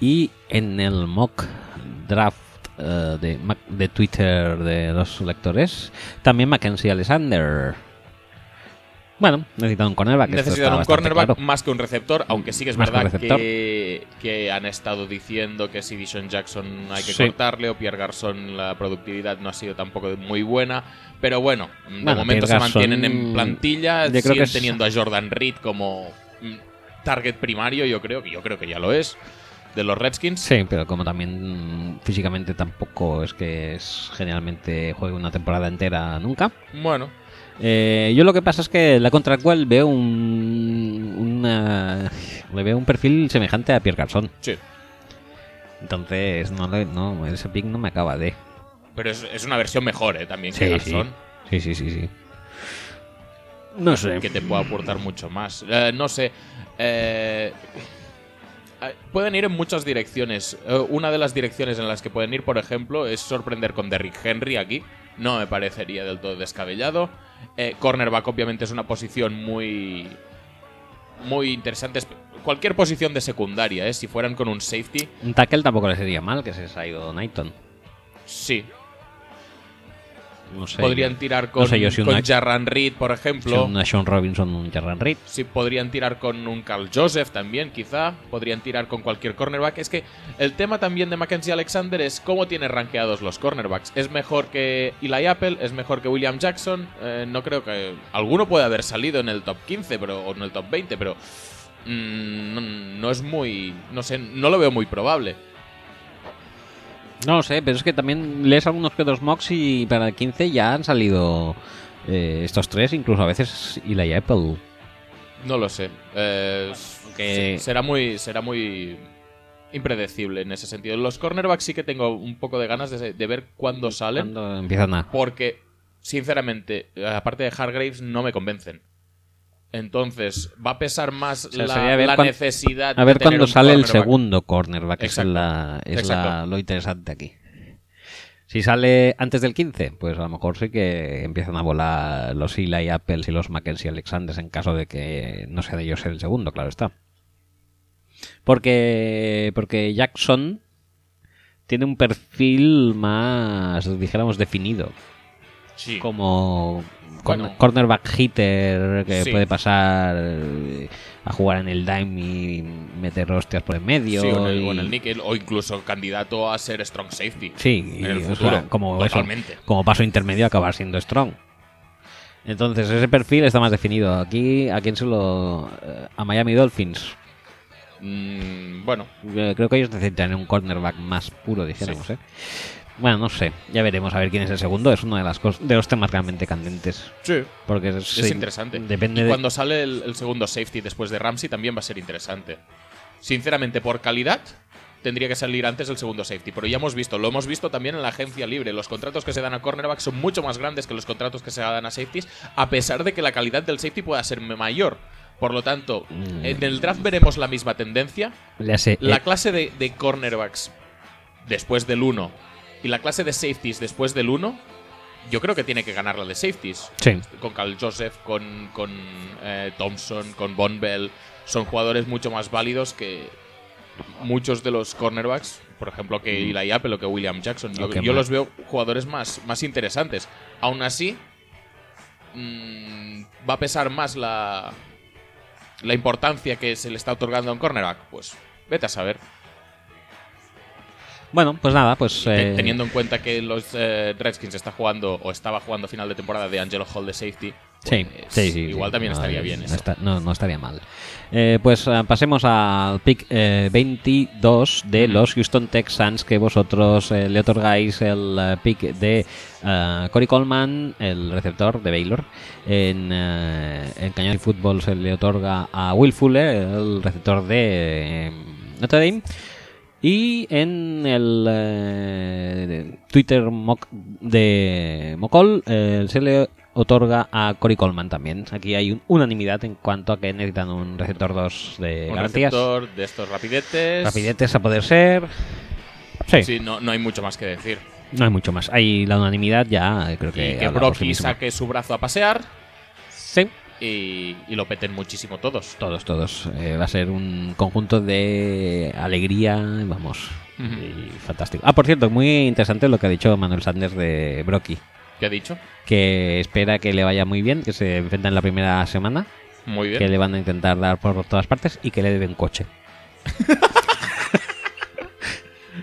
A: y en el mock draft eh, de, Mac- de Twitter de los lectores también Mackenzie Alexander. Bueno, necesitan un cornerback. esto
B: Necesitan
A: está
B: un
A: bastante
B: cornerback
A: claro.
B: más que un receptor, aunque sí que es
A: Más que un
B: verdad que, que han estado diciendo que si Dishon Jackson hay que
A: Sí.
B: cortarle o Pierre Garçon la productividad no ha sido tampoco de- muy buena, pero bueno, de
A: Bueno, Pierre
B: momento se mantienen
A: Garçon,
B: en plantilla,
A: yo creo
B: siguen
A: que es-
B: teniendo a Jordan Reed como mm, target primario, yo creo que yo creo que ya lo es de los Redskins.
A: Sí, pero como también mm, físicamente tampoco es que es generalmente juegue una temporada entera nunca.
B: Bueno,
A: Eh, yo lo que pasa es que la Contratwell veo un una- le veo un perfil semejante a Pierre Garçon.
B: sí,
A: Entonces, no, le- no ese pick no me acaba de.
B: pero es, es una versión mejor eh, también que
A: sí.
B: Garçon.
A: Sí, sí, sí, sí. No sé.
B: que te pueda aportar mucho más. Eh, no sé. eh, eh, pueden ir en muchas direcciones. Eh, una de las direcciones en las que pueden ir, por ejemplo, es sorprender con Derrick Henry aquí. No me parecería del todo descabellado. Eh, cornerback, obviamente, es una posición muy. Muy interesante. Es- Cualquier posición de secundaria, ¿eh? Si fueran con un safety,
A: Un tackle tampoco le sería mal que se haya ido Knighton.
B: sí.
A: No sé.
B: Podrían tirar con,
A: sé yo si
B: con
A: una-
B: Jarran Reed, por
A: Si
B: ejemplo.
A: una Sean Robinson, un Jarran Reed.
B: Si podrían tirar con un Carl Joseph también, quizá. Podrían tirar con cualquier cornerback. Es que el tema también de Mackenzie Alexander es cómo tiene rankeados los cornerbacks. Es mejor que Eli Apple, es mejor que William Jackson. Eh, no creo que. Alguno puede haber salido en el top 15 pero, o en el top 20, pero. mm, no, no es muy. No sé, no lo veo muy probable.
A: No lo sé, pero es que también lees algunos que otros mocks y para el 15 ya han salido eh, estos tres, incluso a veces y la Apple.
B: No lo sé. Eh,
A: aunque-
B: se- Será muy. Será muy. Impredecible en ese sentido. Los cornerbacks sí que tengo un poco de ganas de, de ver cuándo salen.
A: Cuando empiezan a.
B: Porque, sinceramente, aparte de Hargraves, no me convencen. Entonces, va a pesar más
A: sea,
B: la,
A: sería ver
B: la
A: cuán-
B: necesidad
A: A ver
B: de tener
A: cuándo
B: un
A: sale el
B: cornerback.
A: segundo cornerback, que es,
B: Exacto.
A: la, es la-
B: Exacto.
A: lo interesante aquí. Si sale antes del 15, pues a lo mejor sí que empiezan a volar los Eli Apples y los Mackenzie Alexanders en caso de que no sea de ellos el segundo, claro está. Porque, porque Jackson tiene un perfil más, dijéramos, definido.
B: Sí.
A: Como cor-
B: Bueno.
A: cornerback hitter que
B: Sí.
A: puede pasar eh, a jugar en el dime y meter hostias por en medio.
B: Sí, o en, el,
A: y-
B: o en el níquel, o incluso candidato a ser strong safety.
A: Sí,
B: en
A: y,
B: el
A: o
B: futuro.
A: sea, como, eso,
B: totalmente.
A: como paso intermedio acabar siendo strong. Entonces ese perfil está más definido. Aquí, ¿a quién se lo...? eh, A Miami Dolphins.
B: Mm, bueno,
A: Eh, Creo que ellos necesitan un cornerback más puro, dijéramos,
B: Sí.
A: ¿eh? Bueno, no sé. Ya veremos a ver quién es el segundo. Es uno de las cos- de los temas realmente candentes.
B: sí.
A: Porque
B: Es interesante.
A: Depende
B: y
A: de-
B: cuando sale el, el segundo safety después de Ramsey también va a ser interesante. Sinceramente, por calidad, tendría que salir antes el segundo safety. Pero ya hemos visto, lo hemos visto también en la agencia libre. Los contratos que se dan a cornerbacks son mucho más grandes que los contratos que se dan a safeties, a pesar de que la calidad del safety pueda ser mayor. Por lo tanto, en el draft veremos la misma tendencia.
A: le hace-
B: La
A: Mm. eh,
B: clase de, de cornerbacks después del 1 y la clase de safeties después del 1, yo creo que tiene que ganar la de safeties
A: sí.
B: con Carl Joseph, con, con eh, Thompson, con Von Bell. Son jugadores mucho más válidos que muchos de los cornerbacks, por ejemplo, que
A: Mm.
B: Eli Apple o que William Jackson. Yo,
A: O que
B: yo
A: Ma-
B: los veo jugadores más, más interesantes. Aún así, mm, ¿va a pesar más la, la importancia que se le está otorgando a un cornerback? Pues vete a saber.
A: Bueno, pues nada, pues...
B: Te-
A: eh,
B: Teniendo en cuenta que los eh, Redskins está jugando o estaba jugando a final de temporada de Angelo Hall de safety.
A: Sí,
B: pues,
A: sí, sí,
B: Igual
A: sí.
B: también
A: No,
B: estaría
A: no
B: bien eso.
A: está- no, no estaría mal. Eh, pues ah, pasemos al pick eh, 22 de los Houston Texans, que vosotros eh, le otorgáis el eh, pick de ah, Corey Coleman, el receptor de Baylor. En eh, el cañón de fútbol se le otorga a Will Fuller, el receptor de eh, Notre Dame. Y en el eh, Twitter mock de Mocol eh, se le otorga a Cory Coleman también. Aquí hay un- unanimidad en cuanto a que necesitan un receptor 2 de
B: un
A: garantías.
B: receptor de estos rapidetes.
A: Eh, Rapidetes a poder ser. Sí,
B: Sí, no, no hay mucho más que decir.
A: no hay mucho más. Hay la unanimidad ya, eh, creo que.
B: y que
A: habla por sí
B: Brocky
A: misma.
B: saque su brazo a pasear
A: Sí,
B: y, y lo peten muchísimo todos.
A: todos, todos. Eh, va a ser un conjunto de alegría, vamos.
B: Ujú.
A: y fantástico. Ah, por cierto, muy interesante lo que ha dicho Manuel Sanders de Brocky.
B: ¿Qué ha dicho?
A: que espera que le vaya muy bien, que se enfrenta en la primera semana,
B: Muy bien.
A: que le van a intentar dar por todas partes y que le deben coche.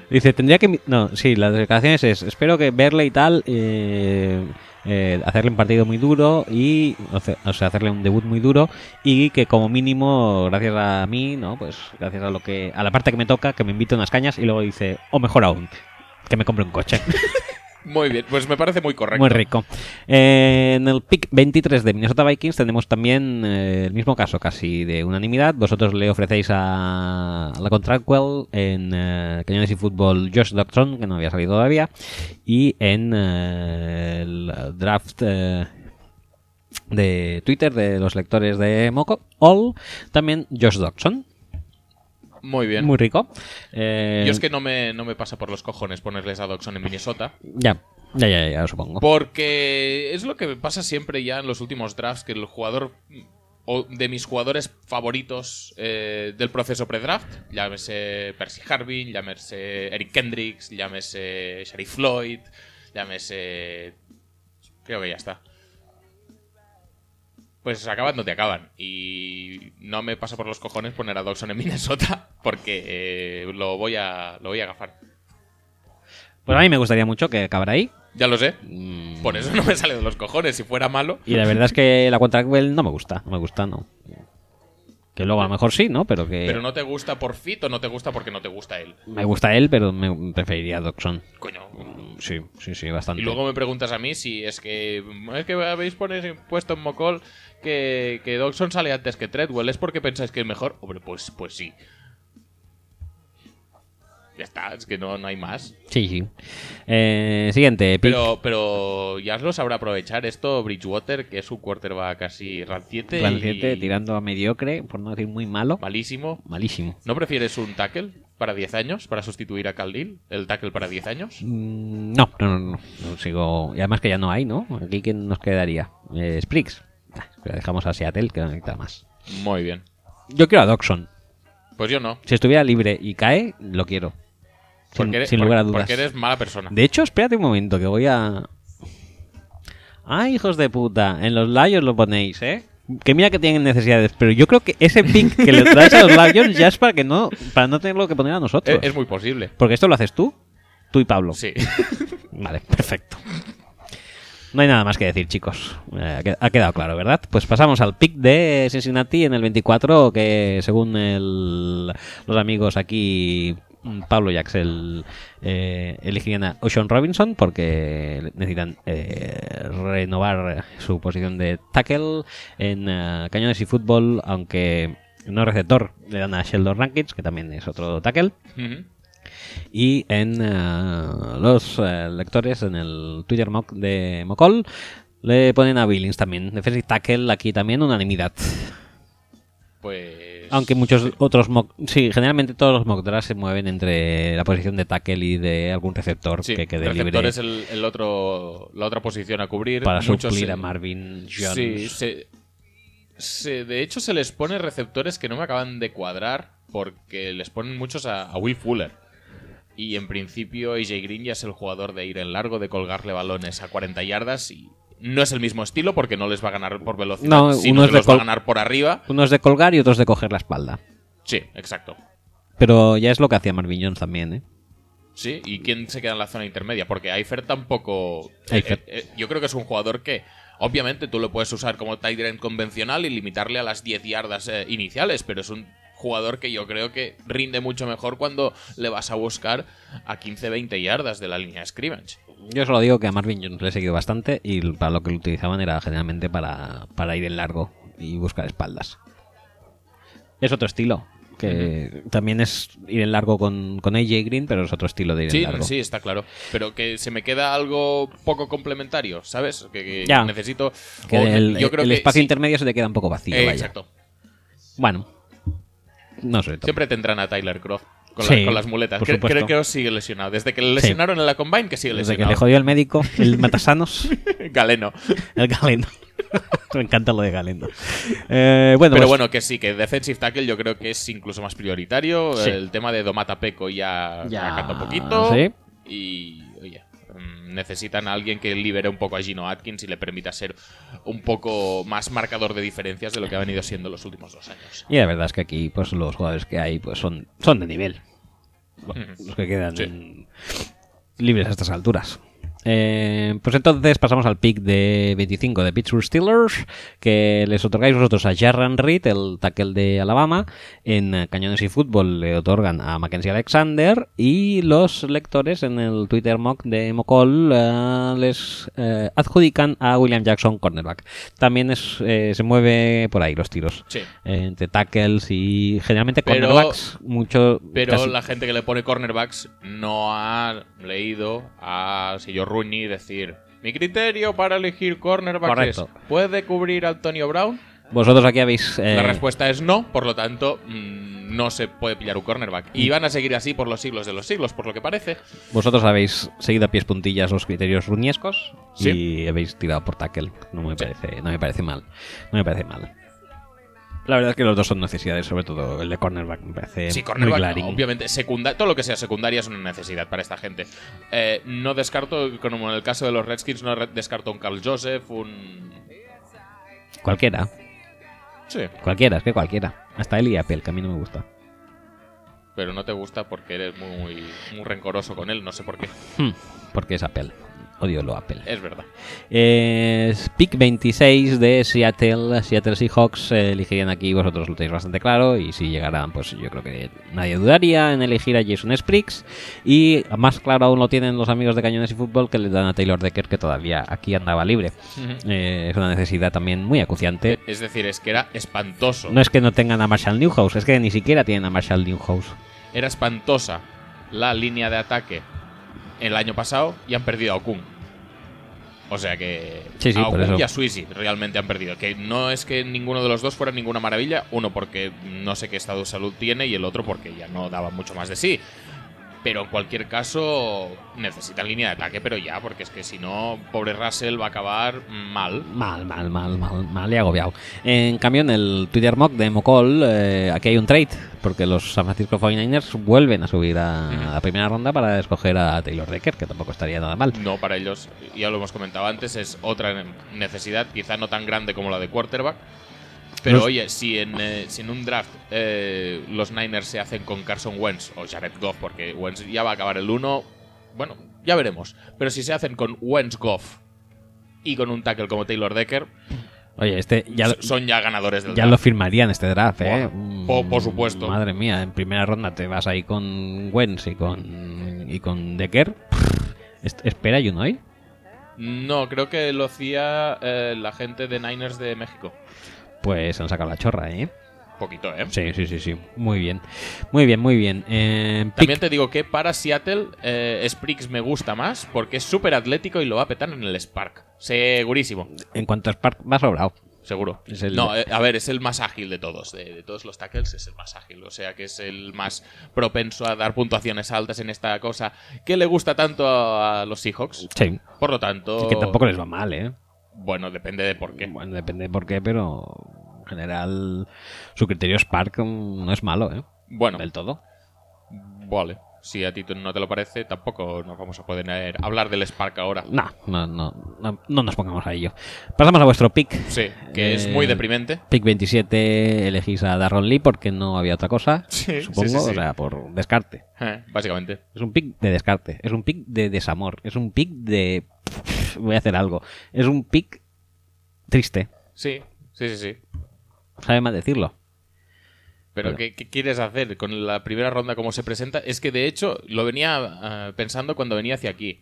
A: Dice, tendría que... mi- No, sí, las declaraciones es, espero que verle y tal, eh, eh, hacerle un partido muy duro y, o ce- o sea, hacerle un debut muy duro y que como mínimo, gracias a mí, ¿no? Pues gracias a lo que, a la parte que me toca, que me invite a unas cañas y luego dice, o mejor aún, que me compre un coche.
B: Muy bien. Pues me parece muy correcto.
A: Muy rico. Eh, en el pick 23 de Minnesota Vikings tenemos también eh, el mismo caso, casi de unanimidad. Vosotros le ofrecéis a, a la Contractwell en eh, Cañones y Fútbol Josh Doctron, que no había salido todavía, y en eh, el draft. eh, de Twitter, de los lectores de Moco, All, también Josh Dodson,
B: Muy bien.
A: muy rico. Eh,
B: Yo es que no me, no me pasa por los cojones ponerles a Doxon en Minnesota.
A: Ya, ya, ya, ya, lo supongo.
B: Porque es lo que me pasa siempre ya en los últimos drafts, que el jugador o de mis jugadores favoritos eh, del proceso pre-draft, llámese Percy Harvin, llámese Eric Kendricks, llámese Sherry Floyd, llámese... Creo que ya está. Pues acaban no te acaban. Y no me pasa por los cojones poner a Dawson en Minnesota porque eh, lo, voy a, lo voy a agafar.
A: Pues a mí me gustaría mucho que acabara ahí.
B: Ya lo sé.
A: Mm,
B: Por eso no me sale de los cojones. Si fuera malo...
A: Y la verdad es que la Contractwell no me gusta, no me gusta, no. Que luego a lo mejor sí, ¿no? Pero que
B: Pero no te gusta por fit o no te gusta porque no te gusta él.
A: me gusta él, pero me preferiría a Dodson.
B: Coño.
A: Sí, sí, sí,
B: Y
A: bastante.
B: luego me preguntas a mí si es que. Es que habéis pones- puesto en Mocol que, que Dodson sale antes que Treadwell. ¿Es porque pensáis que es mejor? Hombre, pues, pues sí. Ya está, es que no, no hay más.
A: Sí, sí. Eh, siguiente, pick.
B: Pero, pero ya lo sabrá aprovechar esto Bridgewater, que es un quarterback así ranciete.
A: Plan
B: y
A: siete, tirando a mediocre, por no decir muy malo.
B: Malísimo.
A: Malísimo.
B: ¿No prefieres un tackle? para 10 años, para sustituir a Khalil, el tackle para 10 años.
A: Mm, No, no, no, no, no, Sigo. Y además que ya no hay, ¿no? Aquí quién nos quedaría. Eh, Spriggs. Ah, pero dejamos a Seattle, que no necesita más.
B: Muy bien.
A: Yo quiero a Doxon.
B: Pues yo no.
A: Si estuviera libre y cae, lo quiero. Sin,
B: Porque eres,
A: sin lugar a
B: por-
A: dudas.
B: porque eres mala persona.
A: De hecho, espérate un momento, que voy a. ¡Ah, hijos de puta! En los Lions lo ponéis, ¿eh? Que mira que tienen necesidades, pero yo creo que ese pick que le traes a los Lions ya es para que no, para no tenerlo que poner a nosotros.
B: Es, Eh, es muy posible.
A: Porque esto lo haces tú, tú y Pablo.
B: Sí.
A: Vale, perfecto. No hay nada más que decir, chicos. Eh, ha qued- ha quedado claro, ¿verdad? Pues pasamos al pick de Cincinnati en el 24, que según el- los amigos aquí, mm, Pablo y Axel, eh, elegirían a Ocean Robinson porque necesitan eh, renovar su posición de tackle en eh, cañones y fútbol, aunque no receptor le dan a Sheldon Rankins, que también es otro tackle.
B: Ujú.
A: Y en eh, los eh, lectores, en el Twitter mock de Mocol, le ponen a Billings también. Defensive tackle, aquí también unanimidad.
B: Pues.
A: Aunque muchos otros mock... Sí, generalmente todos los mock drafts se mueven entre la posición de tackle y de algún receptor
B: Sí,
A: que quede
B: receptor
A: libre
B: es el, el otro, la otra posición a cubrir.
A: para
B: Muchos
A: suplir
B: se-
A: a Marvin Jones.
B: Sí, se- se- de hecho se les pone receptores que no me acaban de cuadrar porque les ponen muchos a, a Will Fuller. Y en principio AJ Green ya es el jugador de ir en largo, de colgarle balones a 40 yardas y no es el mismo estilo porque no les va a ganar por velocidad,
A: No,
B: sino
A: uno es
B: que
A: de
B: los va a
A: col-
B: ganar por arriba.
A: Uno es de colgar y otro es de coger la espalda.
B: Sí, exacto.
A: Pero ya es lo que hacía Marvin Jones también, ¿eh?
B: Sí, ¿y quién se queda en la zona intermedia? Porque Eifert tampoco.
A: Eifert.
B: eh, eh, yo creo que es un jugador que, obviamente, tú lo puedes usar como tight end convencional y limitarle a las 10 yardas eh, iniciales, pero es un jugador que yo creo que rinde mucho mejor cuando le vas a buscar a 15-20 yardas de la línea de scrimmage.
A: Yo solo digo que a Marvin Jones le he seguido bastante y l- para lo que lo utilizaban era generalmente para, para ir en largo y buscar espaldas. Es otro estilo, que también es ir en largo con, con AJ Green, pero es otro estilo de ir en
B: Sí,
A: largo.
B: sí, está claro. Pero que se me queda algo poco complementario, ¿sabes? Que, que
A: Ya.
B: necesito.
A: Que
B: o
A: el,
B: yo creo
A: el
B: que
A: espacio
B: sí,
A: intermedio se te queda un poco vacío.
B: eh,
A: vaya.
B: exacto.
A: Bueno, no sé.
B: Siempre tendrán a Tyler Croft con,
A: Sí,
B: la- con las muletas.
A: por
B: Cre-
A: supuesto.
B: creo que sigue lesionado. Desde que le lesionaron en la Combine, que sigue
A: Desde que le
B: lesionado.
A: jodió el médico, el Matasanos,
B: Galeno.
A: el Galeno. Me encanta lo de Galeno. Eh, bueno,
B: Pero
A: pues-
B: bueno, que sí, que defensive tackle yo creo que es incluso más prioritario.
A: Sí.
B: El tema de Domata Peco ya,
A: Ya,
B: ya canta un poquito.
A: sí.
B: Y, oye, mm, necesitan a alguien que libere un poco a Gino Atkins y le permita ser un poco más marcador de diferencias de lo que ha venido siendo los últimos dos años.
A: Y la verdad es que aquí, pues los jugadores que hay, pues son, son de nivel. Bueno, Los que quedan
B: Sí.
A: en- libres a estas alturas. Eh, pues entonces pasamos al pick de 25 de Pittsburgh Steelers, que les otorgáis vosotros a Jarran Reed, el tackle de Alabama. En eh, Cañones y Fútbol le otorgan a Mackenzie Alexander. Y los lectores en el Twitter mock de Mocol eh, les eh, adjudican a William Jackson, cornerback. También es, eh, se mueve por ahí los tiros
B: Sí.
A: eh, entre tackles y generalmente
B: Pero-
A: cornerbacks mucho
B: Pero
A: casi-
B: la gente que le pone cornerbacks no ha leído a Sillo Rooney decir: Mi criterio para elegir cornerbacks
A: Correcto.
B: es: ¿puede cubrir a Antonio Brown?
A: vosotros aquí habéis eh,
B: La respuesta es no, por lo tanto, mm, no se puede pillar un cornerback. Y van a seguir así por los siglos de los siglos, por lo que parece.
A: vosotros habéis seguido a pies puntillas los criterios ruñescos
B: Sí.
A: y habéis tirado por tackle no me parece no me parece mal no me parece mal la verdad es que los dos son necesidades sobre todo el de cornerback me parece
B: Sí,
A: Eh, muy
B: cornerback,
A: clarín
B: obviamente, secunda todo lo que sea secundaria es una necesidad para esta gente. Eh, no descarto, como en el caso de los Redskins, no re- descarto un Carl Joseph, un.
A: cualquiera
B: Sí,
A: cualquiera es que cualquiera hasta él y Apple que a mí no me gusta
B: pero no te gusta porque eres muy, muy rencoroso con él, no sé por qué.
A: Hmm, porque es Apple odio lo Apple
B: Es verdad.
A: Es pick 26 de Seattle, Seattle Seahawks. eh, elegirían aquí, vosotros lo tenéis bastante claro. Y si llegaran, pues yo creo que nadie dudaría en elegir a Jason Spriggs. Y más claro aún lo tienen los amigos de Cañones y Fútbol que le dan a Taylor Decker, que todavía aquí andaba libre. Eh, es una necesidad también muy acuciante.
B: Es decir, es que era espantoso.
A: No es que no tengan a Marshall Newhouse, es que ni siquiera tienen a Marshall Newhouse.
B: Era espantosa la línea de ataque el año pasado y han perdido a Okun. O sea que
A: Sí, sí,
B: a
A: por
B: Ogum
A: eso.
B: y a Suizy realmente han perdido. Que no es que ninguno de los dos fuera ninguna maravilla. Uno porque no sé qué estado de salud tiene y el otro porque ya no daba mucho más de sí. Pero en cualquier caso necesitan línea de ataque, pero ya, porque es que si no, pobre Russell va a acabar mal.
A: Mal, mal, mal, mal, mal y agobiado. En cambio, en el Twitter mock de Mocol, eh, aquí hay un trade, porque los San Francisco 49ers vuelven a subir a, a primera ronda para escoger a Taylor Decker, que tampoco estaría nada mal.
B: No para ellos, ya lo hemos comentado antes, es otra ne- necesidad, quizá no tan grande como la de quarterback. Pero
A: Los-
B: oye, si en, eh, si en un draft eh, los Niners se hacen con Carson Wentz o Jared Goff, porque Wentz ya va a acabar el 1, bueno, ya veremos. Pero si se hacen con Wentz Goff y con un tackle como Taylor Decker,
A: Oye, este ya,
B: so- son ya ganadores del
A: ya lo
B: draft.
A: firmarían este draft, ¿eh?
B: Buah, po- por supuesto.
A: Madre mía, en primera ronda te vas ahí con Wentz y con, y con Decker. Est- Espera, y uno hoy.
B: No, creo que lo hacía eh, la gente de Niners de México.
A: Pues se han sacado la chorra, ¿eh?
B: Poquito, ¿eh?
A: Sí, sí, sí, sí. Muy bien. Muy bien, muy bien. Eh, pick-
B: También te digo que para Seattle, eh, Spriggs me gusta más porque es súper atlético y lo va a petar en el Spark. Segurísimo,
A: en cuanto a Spark, va sobrado.
B: seguro.
A: Es el-
B: No, eh, a ver, es el más ágil de todos. De, de todos los tackles es el más ágil. O sea que es el más propenso a dar puntuaciones altas en esta cosa que le gusta tanto a, a los Seahawks.
A: Sí.
B: Por lo tanto.
A: Que tampoco les va mal, ¿eh?
B: Bueno, depende de por qué.
A: Bueno, depende de por qué, pero en general su criterio Spark mm, no es malo, ¿eh?
B: Bueno,
A: Del todo.
B: vale. Si a ti no te lo parece, tampoco nos vamos a poder eh, hablar del Spark ahora.
A: No, no, no, no, no nos pongamos a ello. Pasamos a vuestro pick.
B: Sí, que es
A: Eh,
B: muy deprimente.
A: Pick 27 elegís a Darron Lee porque no había otra cosa,
B: Sí,
A: supongo,
B: sí, sí, sí.
A: o sea, por descarte.
B: eh, básicamente.
A: Es un pick de descarte, es un pick de desamor, es un pick de voy a hacer algo, es un pick triste,
B: Sí, sí, sí, sí.
A: sabe mal decirlo.
B: Pero,
A: Pero-
B: ¿qué, qué quieres hacer con la primera ronda como se presenta? Es que de hecho lo venía ah, pensando cuando venía hacia aquí.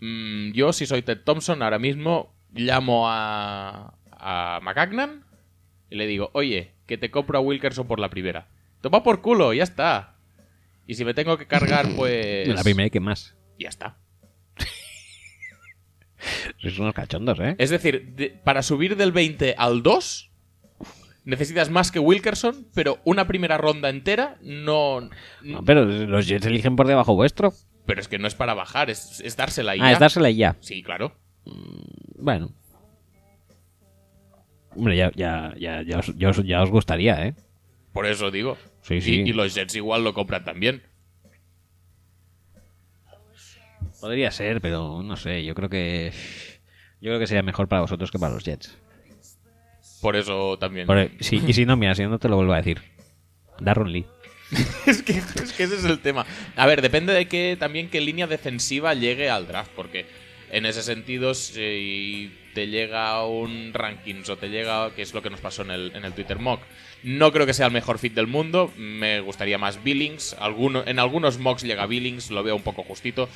B: Mm, yo, si soy Ted Thompson, ahora mismo llamo a, a McCagnan y le digo, oye, que te compro a Wilkerson por la primera. Toma por culo, ya está. Y si me tengo que cargar, pues...
A: La primera y que más.
B: Ya está.
A: Sois unos cachondos, ¿eh?
B: Es decir, de- para subir del 20 al 2, necesitas más que Wilkerson, pero una primera ronda entera no...
A: No, pero los Jets eligen por debajo vuestro.
B: Pero es que no es para bajar, es, es dársela y
A: Ah,
B: ya.
A: es dársela y ya.
B: Sí, claro.
A: Bueno. Hombre, ya, ya, ya, ya, os, ya os- ya os gustaría, ¿eh?
B: Por eso digo.
A: Sí,
B: y,
A: sí.
B: y los Jets igual lo compran también.
A: Podría ser, pero no sé, yo creo que... Yo creo que sería mejor para vosotros que para los Jets.
B: Por eso también.
A: Por- e- sí, y si no, mira, si no te lo vuelvo a decir. Darron Lee.
B: es, que, es que ese es el tema. A ver, depende de que también qué línea defensiva llegue al draft, porque en ese sentido, si te llega un rankings o te llega, que es lo que nos pasó en el, en el Twitter mock, no creo que sea el mejor fit del mundo. Me gustaría más Billings. Alguno, en algunos mocks llega Billings, lo veo un poco justito,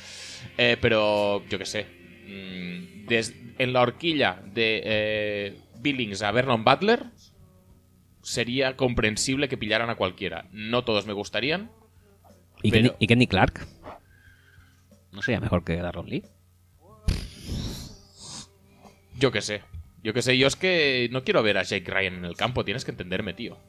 B: Eh, pero yo qué sé. Mm, des- en la horquilla de eh, Billings a Vernon Butler, sería comprensible que pillaran a cualquiera. No todos me gustarían.
A: ¿Y,
B: Pero-
A: Kenny, y Kenny Clark? ¿No sería mejor que Darron Lee?
B: Yo qué sé. Yo qué sé. Yo es que no quiero ver a Jake Ryan en el campo. Tienes que entenderme, tío.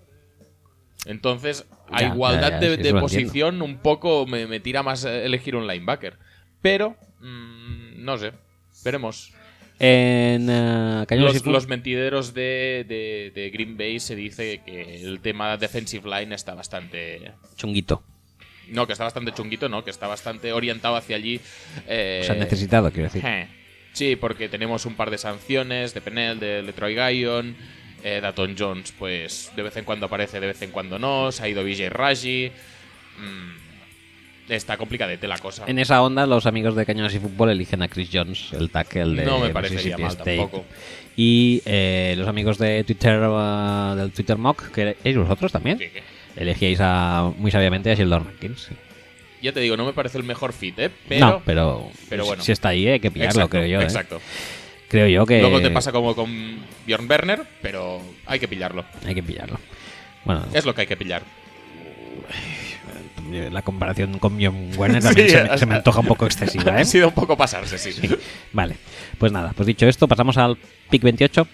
B: Entonces, a
A: Ya,
B: igualdad
A: ya, ya,
B: de,
A: sí,
B: de
A: eso lo
B: posición, un poco me, me tira más eh, elegir un linebacker. Pero, mm, no sé. Veremos.
A: En eh, Cañones y
B: Los,
A: Fu-
B: los mentideros de, de- de Green Bay se dice que el tema defensive line está bastante...
A: Chunguito.
B: No, que está bastante chunguito, no, que está bastante orientado hacia allí. eh,
A: Se han necesitado, quiero decir.
B: Eh, Sí, porque tenemos un par de sanciones de Penel, de Letroy Guyon. eh, Daton Jones, pues de vez en cuando aparece, de vez en cuando no. Se ha ido Vijay Raji. mm, está complicadete la cosa.
A: En esa onda, los amigos de Cañones y Fútbol eligen a Chris Jones, el tackle de
B: No me
A: Mississippi
B: parecería mal
A: State.
B: tampoco.
A: Y eh, los amigos de Twitter, eh, del Twitter Mock, que erais vosotros también,
B: Sí, que-
A: elegíais a, muy sabiamente a Sheldon Rankins.
B: Ya te digo, no me parece el mejor fit, ¿eh?
A: no,
B: Pero.
A: pero,
B: pero bueno.
A: si está ahí, hay que pillarlo,
B: Exacto,
A: creo yo. ¿eh?
B: Exacto.
A: Creo yo que
B: Luego te pasa como con Bjorn Werner, pero hay que pillarlo.
A: hay que pillarlo. Bueno,
B: Es lo que hay que pillar.
A: eh, la comparación con John Werner también
B: Sí,
A: se, me,
B: has-
A: se me antoja un poco excesiva,
B: Ha
A: ¿eh?
B: sido un poco pasarse, sí.
A: Sí. Vale, pues nada, pues dicho esto, pasamos al PIC 28.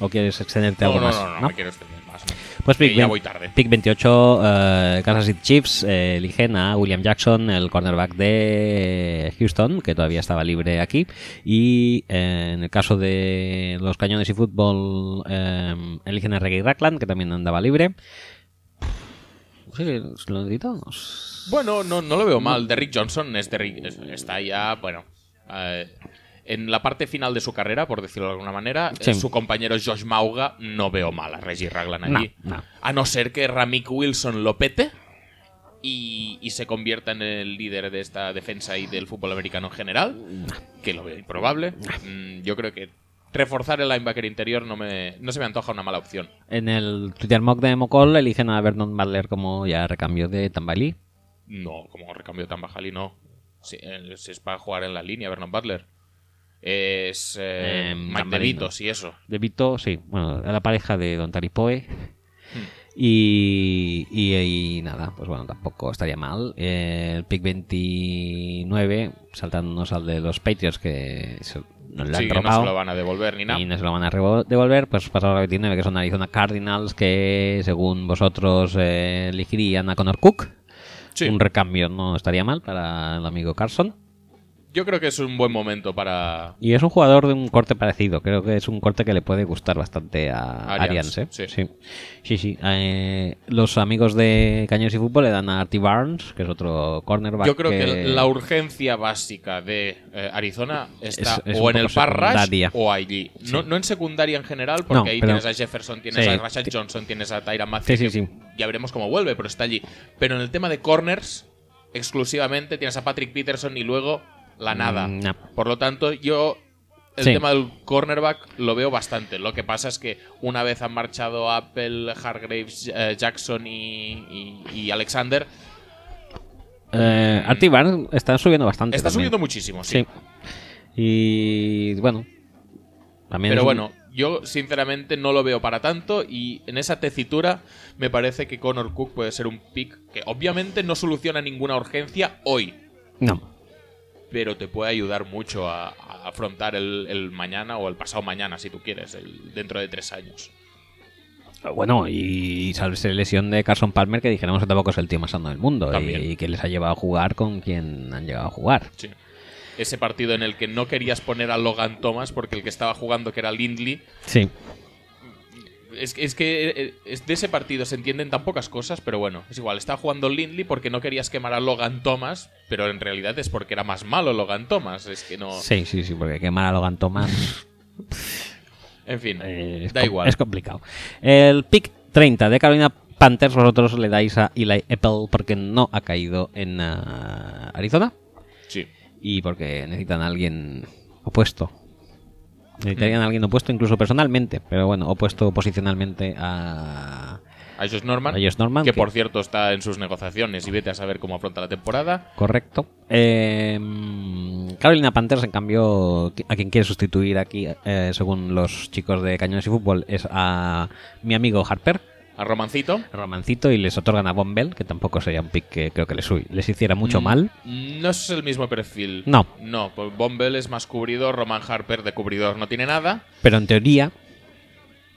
A: ¿O quieres extenderte
B: No,
A: algo
B: no, no,
A: más?
B: no, me quiero extender más. no.
A: Pues
B: Que
A: Pick,
B: ya
A: vein-
B: voy tarde.
A: pick 28, eh, Kansas City Chiefs eh, eligen a William Jackson, el cornerback de Houston, que todavía estaba libre aquí. Y eh, en el caso de los cañones y fútbol, eh, eligen a Reggie Rackland, que también andaba libre. Sí, lo necesitamos.
B: Bueno, no, no lo veo mal. Derrick Johnson es Derrick- es- está ya, bueno, eh, en la parte final de su carrera, por decirlo de alguna manera.
A: Sí.
B: Eh, su compañero Josh Mauga no veo mal a Reggie Raglan allí.
A: No, no.
B: A no ser que Ramik Wilson lo pete y, y se convierta en el líder de esta defensa y del fútbol americano en general, que lo veo improbable. Mm, yo creo que reforzar el linebacker interior no, me, no se me antoja una mala opción.
A: En el Twitter mock de Mocol eligen a Vernon Butler como ya recambio de Tambalí.
B: No, como recambio tan bajali, no. Si, eh, si es para jugar en la línea, Vernon Butler. Es eh,
A: Eh,
B: Mike
A: Tambalino.
B: DeVitos y eso.
A: De Vito, sí, bueno, a la pareja de Don Taripoe.
B: Hmm.
A: Y, y, y nada, pues bueno, tampoco estaría mal. Eh, el pick 29, saltándonos al de los Patriots, que se- nos lo
B: Sí,
A: han
B: que no
A: robado
B: se lo van a devolver ni nada.
A: y no se lo van a revo- devolver, pues pasamos al 29, que son Arizona Cardinals, que según vosotros eh, elegirían a Connor Cook.
B: Sí.
A: Un recambio no estaría mal para el amigo Carson.
B: Yo creo que es un buen momento para.
A: Y es un jugador de un corte parecido. Creo que es un corte que le puede gustar bastante a
B: Arians,
A: Arians. ¿eh?
B: sí.
A: sí, sí. sí. Eh, los amigos de Caños y Fútbol le dan a Artie Barnes, que es otro cornerback.
B: Yo creo que, la urgencia básica de eh, Arizona está
A: Es- es
B: o
A: un
B: en el
A: poco
B: pass rush
A: secundaria.
B: o allí. No, no en secundaria en general, porque
A: No,
B: ahí
A: pero-
B: tienes a Jefferson, tienes
A: Sí.
B: a Rashad Johnson, tienes a Tyra
A: Sí,
B: Matthew.
A: sí,
B: que
A: sí.
B: Ya veremos cómo vuelve, pero está allí. Pero en el tema de corners, exclusivamente tienes a Patrick Peterson y luego la nada.
A: Mm, no.
B: Por lo tanto, yo el
A: Sí.
B: tema del cornerback lo veo bastante. Lo que pasa es que una vez han marchado Apple, Hargraves, eh, Jackson y- y- y Alexander,
A: Eh, Artie Barnes está subiendo bastante.
B: está
A: también.
B: subiendo muchísimo. sí.
A: Sí. Y bueno. También es
B: Pero
A: un-
B: bueno, yo sinceramente no lo veo para tanto y en esa tesitura me parece que Connor Cook puede ser un pick que obviamente no soluciona ninguna urgencia hoy,
A: No.
B: pero te puede ayudar mucho a, a afrontar el, el mañana o el pasado mañana, si tú quieres, el- dentro de tres años.
A: Bueno, y salve lesión de Carson Palmer, que dijéramos que tampoco es el tío más sano del mundo. Y,
B: También.
A: y que les ha llevado a jugar con quien han llegado a jugar.
B: Sí. Ese partido en el que no querías poner a Logan Thomas porque el que estaba jugando, que era Lindley,
A: Sí.
B: Es, que- es que eh, es de ese partido se entienden tan pocas cosas, pero bueno, es igual. Está jugando Lindley porque no querías quemar a Logan Thomas, pero en realidad es porque era más malo Logan Thomas. Es que no.
A: Sí, sí, sí, porque quemar a Logan Thomas
B: En fin,
A: eh, es,
B: da
A: com-
B: igual.
A: es complicado. El pick 30 de Carolina Panthers, vosotros le dais a Eli Apple porque no ha caído en ah, Arizona
B: Sí.
A: y porque necesitan a alguien opuesto. Necesitarían a alguien opuesto, incluso personalmente, pero bueno, opuesto posicionalmente a.
B: A Josh Norman,
A: A Josh Norman,
B: que,
A: que-
B: por cierto está en sus negociaciones y vete a saber cómo afronta la temporada.
A: Correcto. Eh, Carolina Panthers, en cambio, qui- a quien quiere sustituir aquí, eh, según los chicos de Cañones y Fútbol, es a mi amigo Harper.
B: A Romancito.
A: romancito y les otorgan a Bombell, que tampoco sería un pick que creo que les, hu- les hiciera
B: Mm.
A: mucho mal.
B: No es el mismo perfil.
A: No.
B: No, pues Bombell es más cubridor, Roman Harper de cubridor no tiene nada.
A: Pero en teoría,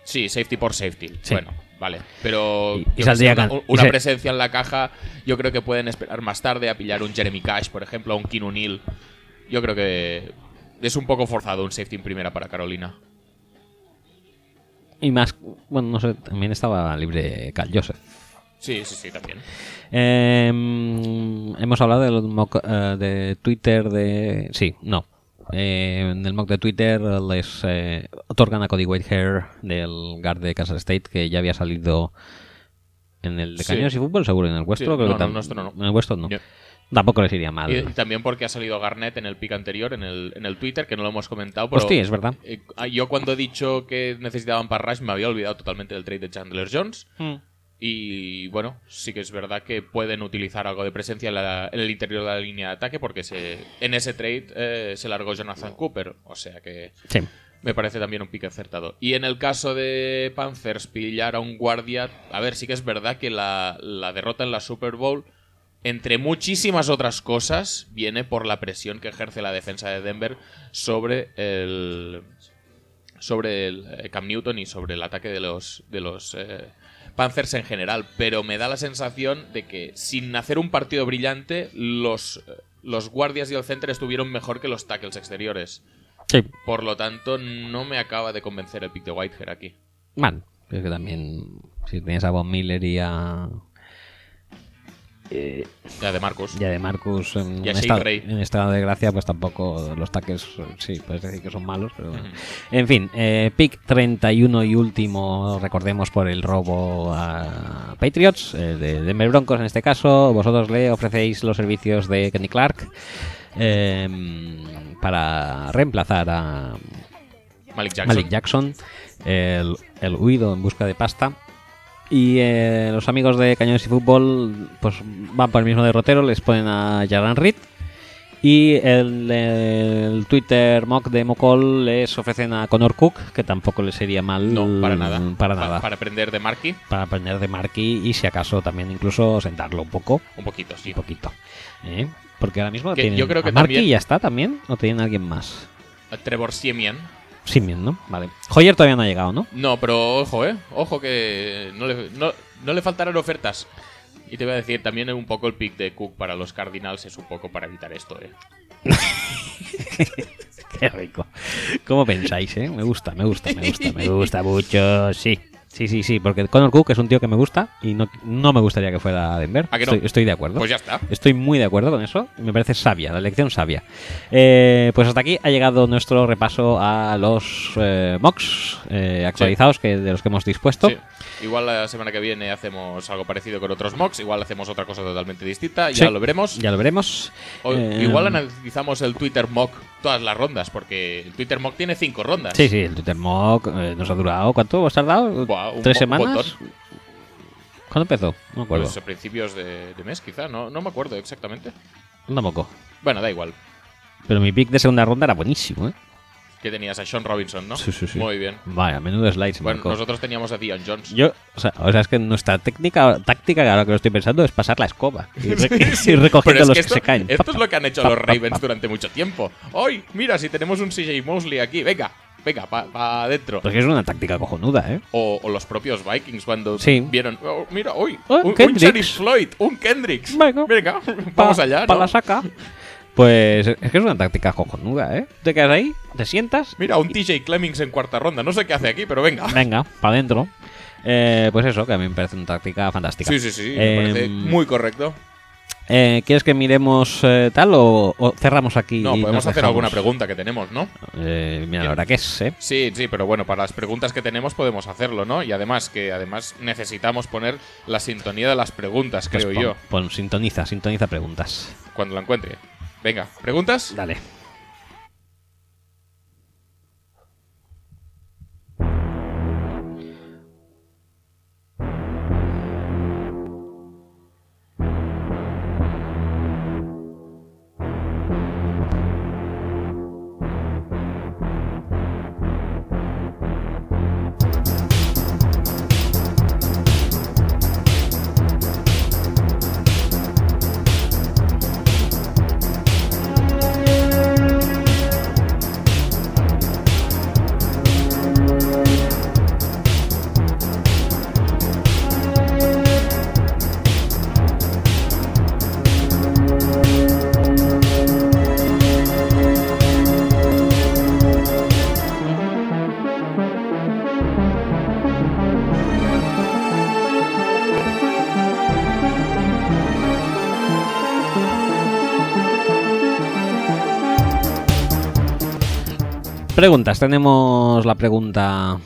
B: Sí, safety por safety.
A: Sí.
B: Bueno, vale. Pero
A: Y- y
B: yo que
A: saldría
B: sé, una,
A: can-
B: u-
A: y
B: una
A: se-
B: presencia en la caja, yo creo que pueden esperar más tarde a pillar un Jeremy Cash, por ejemplo, a un Keen O'Neill. Yo creo que es un poco forzado un safety en primera para Carolina.
A: y más, bueno, no sé, también estaba libre Cal Joseph.
B: Sí, sí, sí, también.
A: Eh, Em, hemos hablado del mock eh, de Twitter de... Sí, no. Eh, en el mock de Twitter les eh, otorgan a Cody Whitehair del guard de Kansas State que ya había salido en el de
B: Sí.
A: Cañones y Fútbol, seguro, en el vuestro.
B: Sí,
A: creo
B: no,
A: que
B: no,
A: tam-
B: el nuestro no.
A: En el vuestro no.
B: Yo-
A: Tampoco les iría mal. Pues
B: Y, y también porque ha salido Garnett en el pick anterior, en el, en el Twitter, que no lo hemos comentado. Pero,
A: Hostia, es verdad.
B: eh, ah, yo cuando he dicho que necesitaban para Rush me había olvidado totalmente del trade de Chandler Jones. Y bueno, sí que es verdad que pueden utilizar algo de presencia en, la- en el interior de la línea de ataque porque se, en ese trade eh, se largó Jonathan Cooper. O sea que
A: Sí.
B: me parece también un pique acertado. Y en el caso de Panthers, pillar a un guardia. A ver, sí que es verdad que la, la derrota en la Super Bowl entre muchísimas otras cosas, viene por la presión que ejerce la defensa de Denver sobre el sobre el eh, Cam Newton y sobre el ataque de los de los eh, Panthers en general, pero me da la sensación de que sin hacer un partido brillante, los eh, los guardias y el center estuvieron mejor que los tackles exteriores.
A: Sí.
B: Por lo tanto, no me acaba de convencer el pick de Whitehair aquí.
A: Bueno, creo que también si tienes a Von Miller y a,
B: Ya de Marcos.
A: y a De Marcus en,
B: Y a
A: un
B: Shane
A: estado,
B: Ray.
A: en estado de gracia, pues tampoco los taques, sí, puedes decir que son malos, pero bueno. En fin, eh, pick 31 y último, recordemos por el robo a Patriots, eh, de Denver Broncos en este caso, vosotros le ofrecéis los servicios de Kenny Clark eh, para reemplazar a
B: Malik Jackson.
A: Malik Jackson, el, el huido en busca de pasta. Y eh, los amigos de Cañones y Fútbol pues van por el mismo derrotero, les ponen a Jaran Reed. Y el, el Twitter mock de Mocol les ofrecen a Connor Cook, que tampoco les sería mal.
B: No, para nada.
A: Mm, Para
B: Pa-
A: nada.
B: para aprender de Marky,
A: Para aprender de Marquis y si acaso también incluso sentarlo un poco.
B: un poquito, sí.
A: Un poquito. ¿eh? Porque ahora mismo
B: Que
A: tienen
B: yo creo
A: a
B: que
A: Marquis
B: también-
A: ya está también. ¿O tienen alguien más?
B: Trevor Siemian.
A: Simeon, ¿no? Vale. Hoyer todavía no ha llegado, ¿no?
B: No, pero ojo, ¿eh? Ojo que no le, no, no le faltarán ofertas. Y te voy a decir, también un poco el pick de Cook para los Cardinals es un poco para evitar esto, ¿eh?
A: Qué rico. ¿Cómo pensáis, eh? Me gusta, me gusta, me gusta, me gusta mucho. Sí, sí, sí, sí. Porque Connor Cook es un tío que me gusta y no, no me gustaría que fuera a Denver.
B: ¿A que no?
A: Estoy, estoy de acuerdo.
B: Pues ya está.
A: Estoy muy de acuerdo con eso. Me parece sabia, la elección sabia. Eh, pues hasta aquí ha llegado nuestro repaso a los eh, mocks eh, actualizados que, de los que hemos dispuesto.
B: Sí. Igual la semana que viene hacemos algo parecido con otros mocks, igual hacemos otra cosa totalmente distinta, ya
A: Sí.
B: lo veremos.
A: Ya lo veremos.
B: O-
A: Eh,
B: igual analizamos el Twitter mock todas las rondas, porque el Twitter mock tiene cinco rondas.
A: Sí, sí, el Twitter mock eh, nos ha durado. ¿Cuánto has tardado?
B: Buah, un
A: ¿Tres
B: mo- un
A: semanas?
B: montón.
A: ¿Cuándo empezó? No me acuerdo.
B: Pues a principios de, de mes, quizá, no, no me acuerdo exactamente.
A: No moco.
B: Bueno, da igual.
A: Pero mi pick de segunda ronda era buenísimo, ¿eh?
B: Que tenías a Sean Robinson, ¿no?
A: Sí, sí, sí.
B: Muy bien.
A: Vaya, menudo slide se
B: Bueno,
A: marcó.
B: nosotros teníamos a Dion Jones.
A: Yo, o sea, o sea, es que nuestra técnica, táctica, ahora que lo estoy pensando, es pasar la escoba. Y, re- y
B: Pero
A: recogiendo
B: es
A: los que,
B: que esto,
A: se caen.
B: esto
A: Pa,
B: es
A: pa.
B: lo que han hecho los Ravens durante mucho tiempo. Hoy, mira, si tenemos un CJ Mosley aquí, venga, venga, para adentro.
A: Pues que es una táctica cojonuda, ¿eh?
B: O, o los propios Vikings cuando
A: Sí.
B: vieron, "Oh, mira, hoy,
A: Oh,
B: un, un
A: Kendricks.
B: Sharif Floyd, un Kendricks.
A: Venga.
B: Venga, vamos allá,
A: Para
B: ¿no?
A: la saca. Pues es que es una táctica cojonuda, ¿eh? Te quedas ahí, te sientas.
B: Mira, un TJ Clemmings en cuarta ronda. No sé qué hace aquí, pero venga.
A: Venga, para adentro. Eh, pues eso, que a mí me parece una táctica fantástica.
B: Sí, sí, sí. Me
A: Em,
B: parece muy correcto.
A: eh, ¿Quieres que miremos eh, tal o, o cerramos aquí?
B: No,
A: y
B: podemos
A: nos
B: hacer alguna
A: dejamos?
B: pregunta que tenemos, ¿no?
A: Eh, mira la hora que es, ¿eh?
B: Sí, sí, pero bueno, para las preguntas que tenemos podemos hacerlo, ¿no? Y además que además necesitamos poner la sintonía de las preguntas,
A: Pues
B: creo
A: pon-
B: yo,
A: Pon, sintoniza, sintoniza preguntas.
B: cuando la encuentre. Venga, ¿preguntas?
A: Dale. Preguntas. Tenemos la pregunta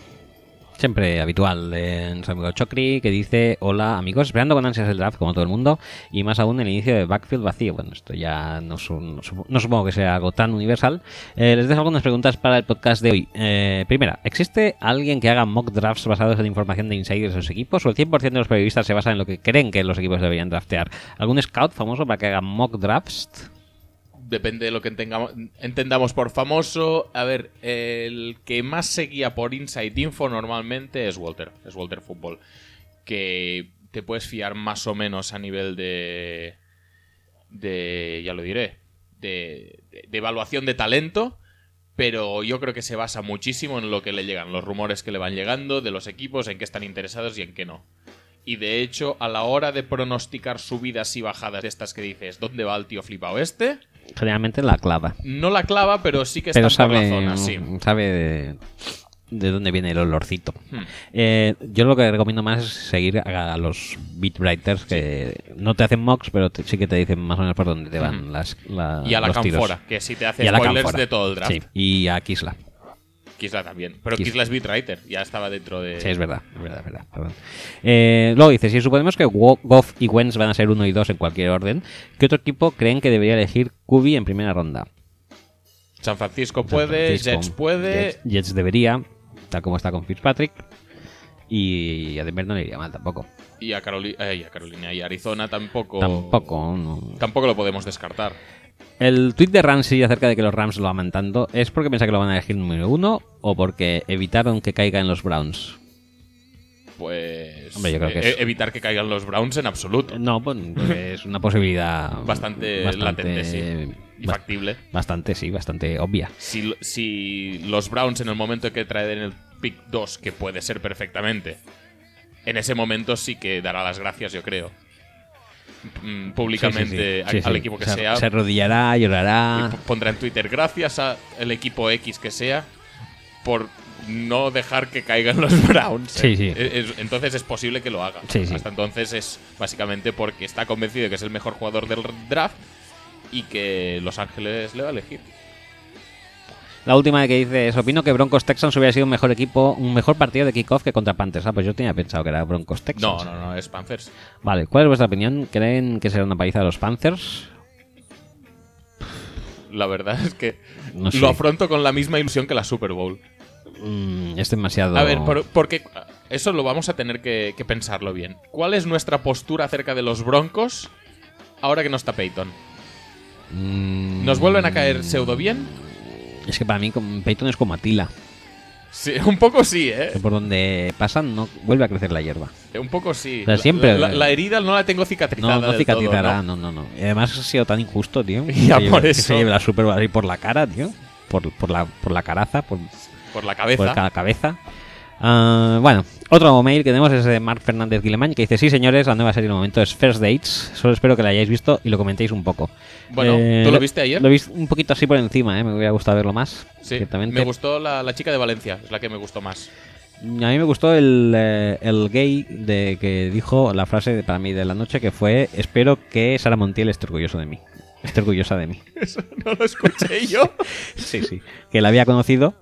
A: siempre habitual de nuestro amigo Chocri que dice: Hola amigos, esperando con ansias el draft como todo el mundo y más aún el inicio de backfield vacío. Bueno, esto ya no, es un- no supo- no supongo que sea algo tan universal. Eh, les dejo algunas preguntas para el podcast de hoy. Eh, primera, ¿existe alguien que haga mock drafts basados en información de insiders de sus equipos o el 100% de los periodistas se basan en lo que creen que los equipos deberían draftear? ¿Algún scout famoso para que haga mock drafts?
B: Depende de lo que entengamos- entendamos por famoso. A ver, el que más se guía por Inside Info normalmente es Walter, es Walter Football. Que te puedes fiar más o menos a nivel de, de, ya lo diré, de, de- de evaluación de talento, pero yo creo que se basa muchísimo en lo que le llegan, los rumores que le van llegando, de los equipos, en qué están interesados y en qué no. Y de hecho, a la hora de pronosticar subidas y bajadas de estas que dices, ¿dónde va el tío flipao este?
A: Generalmente la clava.
B: No la clava, pero sí que está
A: Pero
B: en
A: sabe,
B: la zona, sí.
A: sabe de, de dónde viene el olorcito.
B: Hmm.
A: Eh, yo lo que recomiendo más es seguir a, a los beatwriters que no te hacen mocks, pero te- sí que te dicen más o menos por dónde te van las, la-
B: Hmm. Y a la
A: los tiros.
B: Canfora, que sí te hace
A: Y a la
B: spoilers
A: Canfora.
B: de todo el draft. Eh.
A: Sí, y a Kisla.
B: Kisla también. Pero
A: Kisla.
B: Kisla es beatwriter, ya estaba dentro de...
A: Sí, es verdad, es verdad, es verdad. perdón. Eh, luego dice, si suponemos que Wo- Goff y Wentz van a ser uno y dos en cualquier orden, ¿qué otro equipo creen que debería elegir QB en primera ronda?
B: San Francisco
A: San
B: puede,
A: Francisco,
B: Jets puede,
A: Jets, Jets debería, tal como está con Fitzpatrick. Y a Denver no le iría mal tampoco.
B: Y, a Caroli- eh, y a Carolina y Arizona tampoco...
A: Tampoco. no.
B: Tampoco lo podemos descartar.
A: El tweet de Ramsey acerca de que los Rams lo aman tanto, ¿es porque piensa que lo van a elegir número uno o porque evitaron que caiga en los Browns?
B: Pues...
A: Hombre, yo creo que
B: eh,
A: es-
B: Evitar que caigan los Browns en absoluto.
A: No, pues es una posibilidad
B: Bastante, latente, sí. Y
A: ba-
B: factible.
A: Bastante, sí, bastante obvia.
B: Si, lo- si los Browns en el momento que traen el pick 2, que puede ser perfectamente, en ese momento sí que dará las gracias, yo creo. Mm,
A: Sí, sí, sí.
B: Públicamente a-
A: Sí,
B: al
A: sí. Ah.
B: equipo que
A: se,
B: sea.
A: Se arrodillará,
B: y
A: llorará.
B: p- pondrá en Twitter gracias al equipo X que sea por no dejar que caigan los Browns.
A: Sí, sí.
B: Eh, es- entonces es posible que lo haga.
A: Sí, sí.
B: Hasta entonces es básicamente porque está convencido de que es el mejor jugador del draft y que Los Ángeles le va a elegir.
A: La última que dice es, opino que Broncos Texans hubiera sido un mejor equipo, un mejor partido de kickoff que contra Panthers. Ah, pues yo tenía pensado que era Broncos
B: No,
A: Texans.
B: no, no, es Panthers.
A: Vale, ¿cuál es vuestra opinión? ¿Creen que será una paliza de los Panthers?
B: La verdad es que
A: No sé.
B: lo afronto con la misma ilusión que la Super Bowl.
A: Mm, es demasiado...
B: A ver, por- porque eso lo vamos a tener que, que pensarlo bien. ¿Cuál es nuestra postura acerca de los Broncos ahora que no está Peyton?
A: Mm,
B: ¿Nos vuelven a caer pseudo bien?
A: Es que para mí con- Peyton es como Atila,
B: Sí, un poco sí, ¿eh?
A: que por donde pasan no vuelve a crecer la hierba.
B: Un poco sí.
A: Pero
B: La-
A: siempre-
B: La, la herida no la tengo cicatrizada.
A: No, no
B: del
A: cicatrizará,
B: todo, ¿no?
A: no, no, no. Y además ha sido tan injusto, tío.
B: Ya
A: que se lleve-
B: por
A: que
B: eso.
A: se lleve la Super Bowl así por la cara, tío. Por, por, la, por la caraza, por,
B: Por la cabeza.
A: por cada cabeza. Ah, bueno, otro mail que tenemos es de Marc Fernández Guilemañ que dice: Sí, señores, la nueva serie del momento es First Dates. Solo espero que la hayáis visto y lo comentéis un poco. Eh,
B: Bueno, ¿tú lo viste ayer?
A: Lo vi un poquito así por encima, ¿eh? me hubiera gustado verlo más.
B: Sí,
A: ciertamente.
B: me gustó la, la chica de Valencia, es la que me gustó más.
A: A mí me gustó el, eh, el gay de que dijo la frase de- para mí de la noche que fue: Espero que Sara Montiel esté orgulloso de mí. Esté orgullosa de mí.
B: No lo escuché yo.
A: Sí, sí. Que la había conocido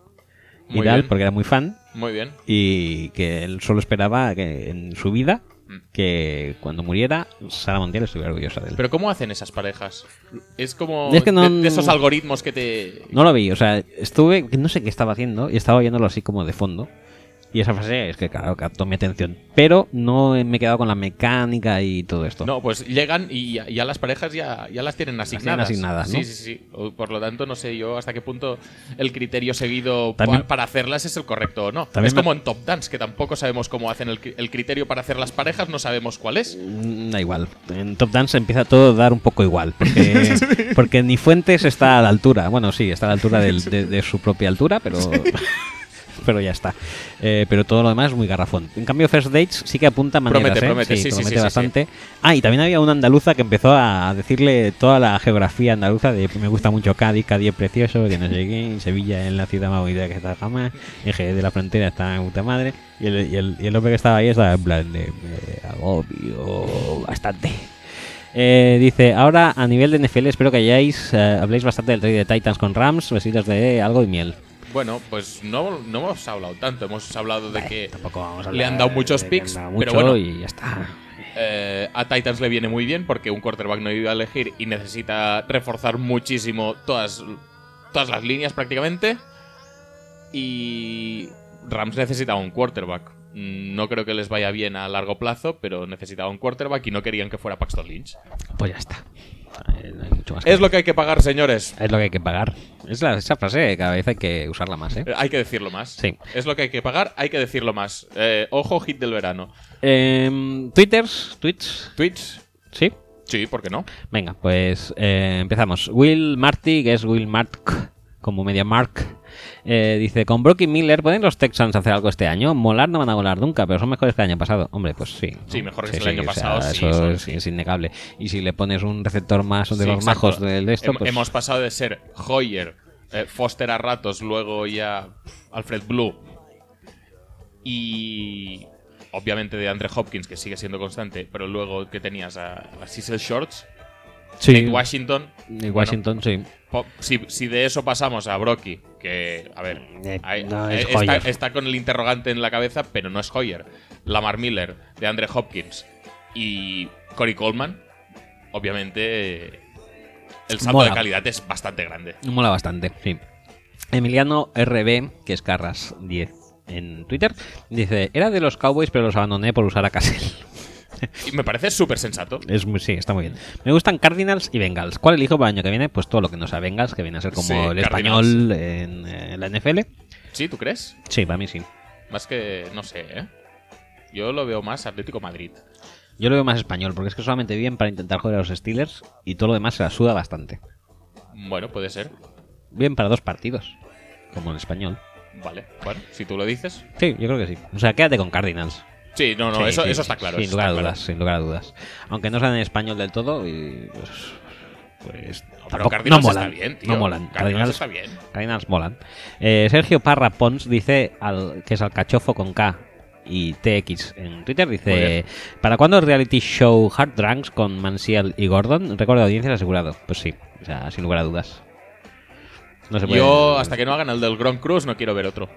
A: y
B: Muy
A: tal,
B: bien.
A: porque era muy fan.
B: Muy bien.
A: y que él solo esperaba que en su vida
B: Mm.
A: que cuando muriera Sara Montiel estuviera orgullosa de él.
B: Pero ¿cómo hacen esas parejas? Es como
A: Es que no-
B: de, de esos algoritmos que te...
A: no lo vi, o sea, estuve, no sé qué estaba haciendo y estaba oyéndolo así como de fondo. Y esa frase es que, claro, captó mi atención. Pero no me he quedado con la mecánica y todo esto.
B: No, pues llegan y ya, ya las parejas ya, ya las tienen asignadas.
A: asignadas, ¿no?
B: Sí, sí, sí. O, Por lo tanto, no sé yo hasta qué punto el criterio seguido pa-
A: También-
B: para hacerlas es el correcto o no.
A: También
B: es
A: me-
B: como en Top Dance, que tampoco sabemos cómo hacen el, cri- el criterio para hacer las parejas, no sabemos cuál es.
A: Mm, Da igual. En Top Dance empieza todo a dar un poco igual. Porque, porque ni Fuentes está a la altura. Bueno, sí, está a la altura del- de, de su propia altura, pero. Pero ya está. Eh, pero todo lo demás es muy garrafón. En cambio, First Dates sí que apunta maneras,
B: Promete,
A: ¿eh?
B: promete, sí, sí, sí, sí,
A: bastante. Ah, y también había una andaluza que empezó a decirle toda la geografía andaluza de me gusta mucho Cádiz, Cádiz es precioso, que no sé qué, en Sevilla es la ciudad más bonita que está jamás, en Jerez de la Frontera está en puta madre, y el, y el- y el hombre que estaba ahí estaba en plan de "Me agobio bastante. Eh, dice, ahora a nivel de NFL espero que hayáis, eh, habléis bastante del trade de Titans con Rams, besitos de algo y miel.
B: Bueno, pues no, no hemos hablado tanto. Hemos hablado de que
A: Tampoco vamos a
B: Le han
A: hablar
B: dado
A: de
B: muchos
A: que
B: picks,
A: han dado
B: pero
A: mucho
B: bueno.
A: Y ya está.
B: eh, a Titans le viene muy bien porque un quarterback no iba a elegir y necesita reforzar muchísimo todas, todas las líneas prácticamente. Y Rams necesitaba un quarterback. Mm, No creo que les vaya bien a largo plazo, pero necesitaba un quarterback y no querían que fuera Paxton Lynch.
A: Pues ya está. Eh, no hay mucho más que
B: Es lo que hay que pagar, señores.
A: Es lo que hay que pagar. Es la- esa frase eh, cada vez hay que usarla más, ¿eh?
B: Eh, Hay que decirlo más.
A: Sí.
B: Es lo que hay que pagar, hay que decirlo más. Eh, ojo, hit del verano.
A: Em, Twitters, tweets,
B: Twitch,
A: sí.
B: Sí, ¿por qué no?
A: Venga, pues eh, empezamos. Will Marty, que es Will Mark, como media Mark, eh, dice, con Brock y Miller, ¿pueden los Texans hacer algo este año? Molar no van a volar nunca, pero son mejores que el año pasado. Hombre, pues sí.
B: Sí, mejor que
A: Sí,
B: el año
A: sí, o sea,
B: pasado, sí,
A: eso
B: eso
A: es,
B: sí.
A: es innegable. Y si le pones un receptor más de
B: Sí,
A: los
B: exacto.
A: majos del esto,
B: Hem-
A: pues...
B: Hemos pasado de ser Hoyer, eh, Foster a ratos, luego ya Alfred Blue y obviamente de Andre Hopkins, que sigue siendo constante, pero luego que tenías a, a Cecil Shorts,
A: Sí,
B: Nate Washington.
A: Nate Washington, sí.
B: Po- Si, si de eso pasamos a Brocky, que, a ver,
A: Eh,
B: ahí-
A: no
B: eh,
A: es
B: está,
A: Hoyer.
B: está con el interrogante en la cabeza, pero no es Hoyer. Lamar Miller, de Andre Hopkins y Corey Coleman, obviamente eh, el salto
A: Mola.
B: de calidad es bastante grande.
A: Mola bastante, sí. Emiliano RB, que es Carras 10 en Twitter, dice, era de los Cowboys, pero los abandoné por usar a Cassell.
B: Y me parece súper sensato.
A: Es muy, sí, está muy bien. Me gustan Cardinals y Bengals. ¿Cuál elijo para el año que viene? Pues todo lo que no sea Bengals, que viene a ser como
B: Sí,
A: el
B: Cardinals.
A: español en, eh, la NFL.
B: ¿Sí, tú crees?
A: Sí, para mí sí.
B: Más que, no sé, ¿eh? Yo lo veo más Atlético Madrid.
A: Yo lo veo más español, porque es que solamente viven para intentar joder a los Steelers y todo lo demás se la suda bastante.
B: Bueno, puede ser.
A: Bien para dos partidos, como el español.
B: Vale, bueno, si tú lo dices.
A: Sí, yo creo que sí. O sea, quédate con Cardinals.
B: Sí, no, no,
A: Sí,
B: eso,
A: sí,
B: eso está claro.
A: Sin
B: eso
A: lugar a
B: está claro.
A: dudas, sin lugar a dudas. Aunque no sean en español del todo, y, pues, pues,
B: No, pero
A: tampoco- no
B: Cardinals
A: molan.
B: está bien, tío.
A: no molan.
B: Cardinals está bien.
A: Cardinals molan. Eh, Sergio Parra Pons dice al, que es al cachofo con K y TX en Twitter.
B: Muy
A: Dice:
B: bien.
A: ¿Para cuándo el reality show Hard Drunks con Mansiel y Gordon? Recuerdo de audiencias asegurado. Pues sí, o sea, sin lugar a dudas. No se puede.
B: Yo, hasta que no hagan el del Grand Cruz, no quiero ver otro.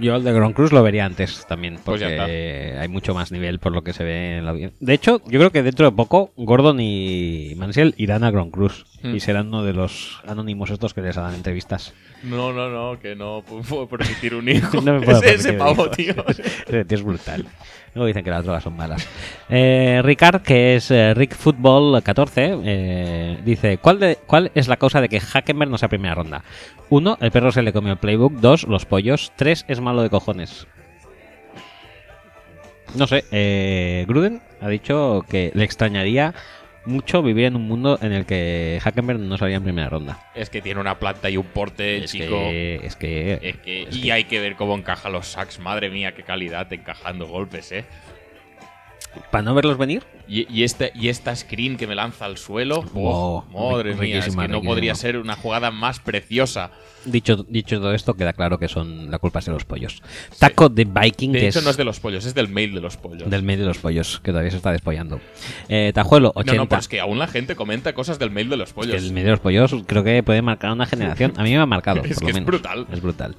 A: Yo el de Gronkowski lo vería antes también,
B: Pues ya
A: porque hay mucho más nivel por lo que se ve en la audiencia. De hecho, yo creo que dentro de poco Gordon y Mansiel irán a Gronkowski
B: Hmm.
A: y serán uno de los anónimos estos que les harán entrevistas.
B: No, no, no, que no pu- puedo permitir un hijo.
A: No me puedo
B: ese, ese
A: permitir,
B: pavo, tío.
A: digo. Ese tío es brutal. Luego dicen que las drogas son malas. Eh, Ricard, que es eh, Rick Football 14, eh, dice: ¿cuál, de- ¿Cuál es la causa de que Hackenberg no sea primera ronda? Uno, el perro se le comió el playbook. Dos, los pollos. Tres, es malo de cojones. No sé, eh, Gruden ha dicho que le extrañaría mucho vivir en un mundo en el que Hackenberg no salía en primera ronda.
B: Es que tiene una planta y un porte,
A: es,
B: chico.
A: que, es que. eh,
B: Es que- y hay que ver cómo encaja los sacks. Madre mía, qué calidad encajando golpes, eh.
A: Para no verlos venir,
B: Y, y este- y esta screen que me lanza al suelo.
A: Wow,
B: oh, madre
A: riquísima,
B: mía, es que no
A: riquísima.
B: podría ser una jugada más preciosa.
A: Dicho, dicho todo esto, queda claro que son la culpa es de los pollos. Taco de Viking,
B: De
A: que
B: hecho,
A: es
B: no es de los pollos, es del mail de los pollos.
A: del medio de los pollos, que todavía se está despollando. Eh, Tajuelo,
B: no,
A: 80.
B: no, pero es que aún la gente comenta cosas del mail de los
A: Es
B: pollos.
A: que el medio de los pollos creo que puede marcar una generación. A mí me ha marcado,
B: Es
A: por
B: que
A: lo
B: es
A: menos.
B: brutal.
A: Es brutal.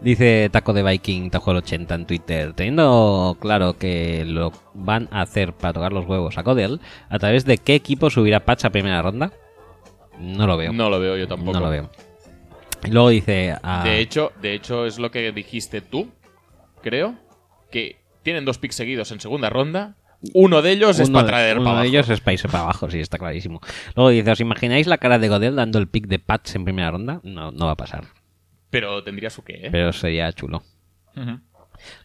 A: Dice Taco de Viking, Tajuelo 80 en Twitter. Teniendo claro que lo van a hacer para tocar los huevos a Codel, ¿a través de qué equipo subirá Patch a primera ronda? No lo veo.
B: No lo veo yo tampoco.
A: No lo veo. Y Luego dice... ah,
B: De hecho, de hecho, es lo que dijiste tú, creo, que tienen dos picks seguidos en segunda ronda. Uno de ellos Pues es
A: Uno
B: para
A: de-
B: traer
A: uno
B: para
A: de
B: abajo.
A: ellos es para irse para abajo, sí, está clarísimo. Luego dice, ¿os imagináis la cara de Godel dando el pick de Pats en primera ronda? No, no va a pasar,
B: Pero tendría su qué, ¿eh?
A: pero sería chulo.
B: Ujú.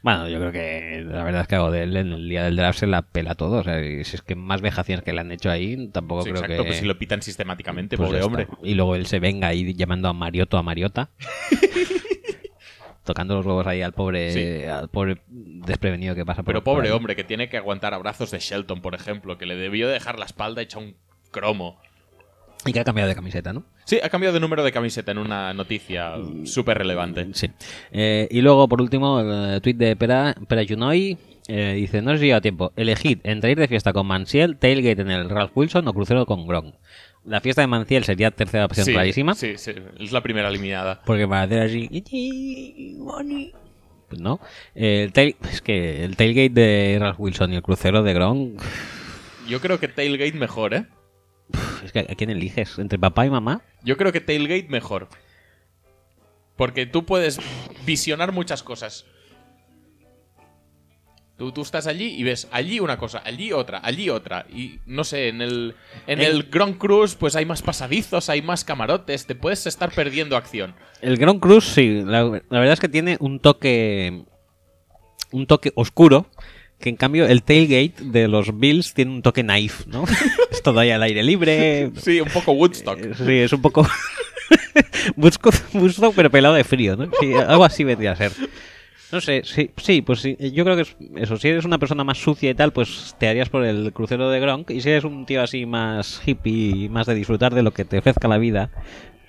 A: Bueno, yo creo que la verdad es que a Godel en el día del draft se la pela todo. O sea, y si es que más vejaciones que le han hecho ahí, tampoco
B: Sí,
A: creo
B: exacto,
A: que...
B: pues si lo pitan sistemáticamente,
A: pues
B: pobre
A: ya
B: hombre.
A: está. Y luego él se venga ahí llamando a Mariotto a Mariota. tocando los huevos ahí al pobre,
B: Sí.
A: al pobre desprevenido que pasa por
B: Pero
A: por
B: pobre
A: ahí.
B: hombre que tiene que aguantar abrazos de Shelton, por ejemplo, que le debió dejar la espalda hecha un cromo.
A: Y que ha cambiado de camiseta, ¿no?
B: Sí, ha cambiado de número de camiseta en una noticia súper relevante.
A: Sí. Eh, y luego, por último, el eh, tuit de Pera, Pera Junoy, eh, dice, no sé si lleva tiempo, elegid entre ir de fiesta con Mansiel, tailgate en el Ralph Wilson o crucero con Gronk. La fiesta de Mansiel sería tercera opción
B: Sí,
A: clarísima,
B: Sí, sí, es la primera eliminada.
A: porque para hacer así... Pues no. Eh, el tail- es que el tailgate de Ralph Wilson y el crucero de Gronk,
B: Yo creo que Tailgate mejor, ¿eh?
A: es que ¿a quién eliges? ¿Entre papá y mamá?
B: Yo creo que Tailgate mejor. Porque tú puedes visionar muchas cosas. Tú, tú estás allí y ves allí una cosa, allí otra, allí otra. Y no sé, en el, en
A: En-
B: el Grand Cruise pues hay más pasadizos, hay más camarotes, te puedes estar perdiendo acción.
A: El Grand Cruz, sí, la, la verdad es que tiene un toque. Un toque oscuro que en cambio el tailgate de los Bills tiene un toque knife, ¿no? es todo ahí al aire libre.
B: Sí, un poco Woodstock.
A: Eh, Sí, es un poco. busco, busco, pero pelado de frío, ¿no? Sí, algo así vendría a ser. No sé, sí, sí, pues sí, yo creo que es eso. Si eres una persona más sucia y tal, pues te harías por el crucero de Gronk. Y si eres un tío así más hippie y más de disfrutar de lo que te ofrezca la vida,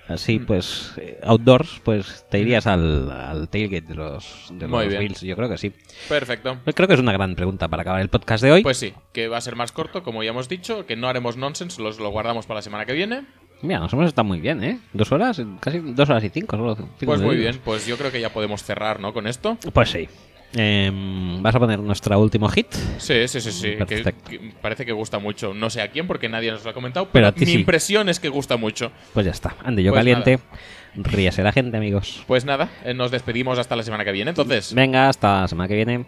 A: así
B: Mm.
A: pues, eh, outdoors, pues te irías al, al tailgate de los, de
B: Muy
A: los
B: bien.
A: Bills. Yo creo que sí.
B: Perfecto.
A: Yo Creo que es una gran pregunta para acabar el podcast de hoy.
B: Pues sí, que va a ser más corto, como ya hemos dicho, que no haremos nonsense, los lo guardamos para la semana que viene.
A: Mira, nos hemos estado muy bien, ¿eh? Dos horas, casi dos horas y cinco. solo cinco
B: Pues muy
A: minutos.
B: bien, pues yo creo que ya podemos cerrar, ¿no? Con esto.
A: Pues sí. Em, ¿Vas a poner nuestro último hit?
B: Sí, sí, sí, sí. que-
A: Perfecto.
B: que parece que gusta mucho. No sé a quién porque nadie nos lo ha comentado,
A: Pero
B: pero,
A: a ti
B: mi
A: sí.
B: impresión es que gusta mucho.
A: Pues ya está. Ande yo
B: Pues
A: caliente. Ríase la gente, amigos.
B: Pues nada, eh, nos despedimos hasta la semana que viene. Entonces,
A: Venga, hasta la semana que viene.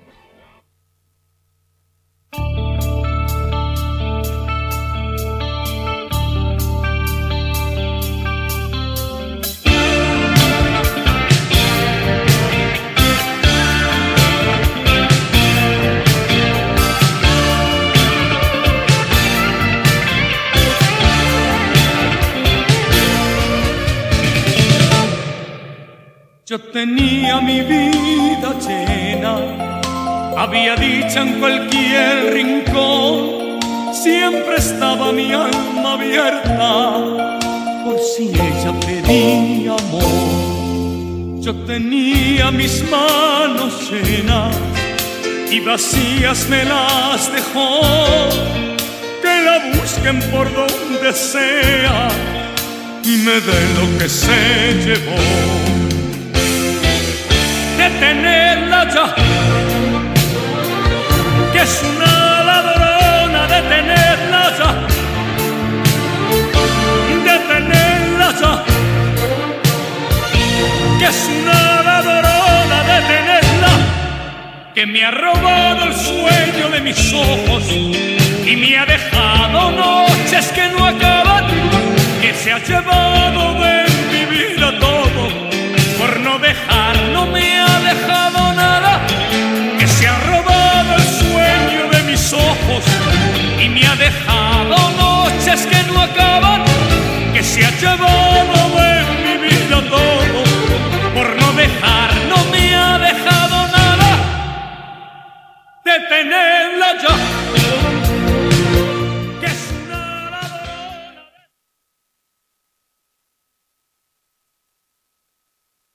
D: Yo tenía mi vida llena, había dicha en cualquier rincón, siempre estaba mi alma abierta, por si ella pedía amor. Yo tenía mis manos llenas y vacías me las dejó, que la busquen por donde sea y me den lo que se llevó detenerla ya. Que es una ladrona, detenerla ya. Detenerla ya. Que es una ladrona, detenerla. Que me ha robado el sueño de mis ojos y me ha dejado noches que no acaban. Que se ha llevado de mi vida todo por no dejar, no me ha dejado nada. Que se ha robado el sueño de mis ojos y me ha dejado noches que no acaban. Que se ha llevado de mi vida todo por no dejar, no me ha dejado nada. Detenerla ya.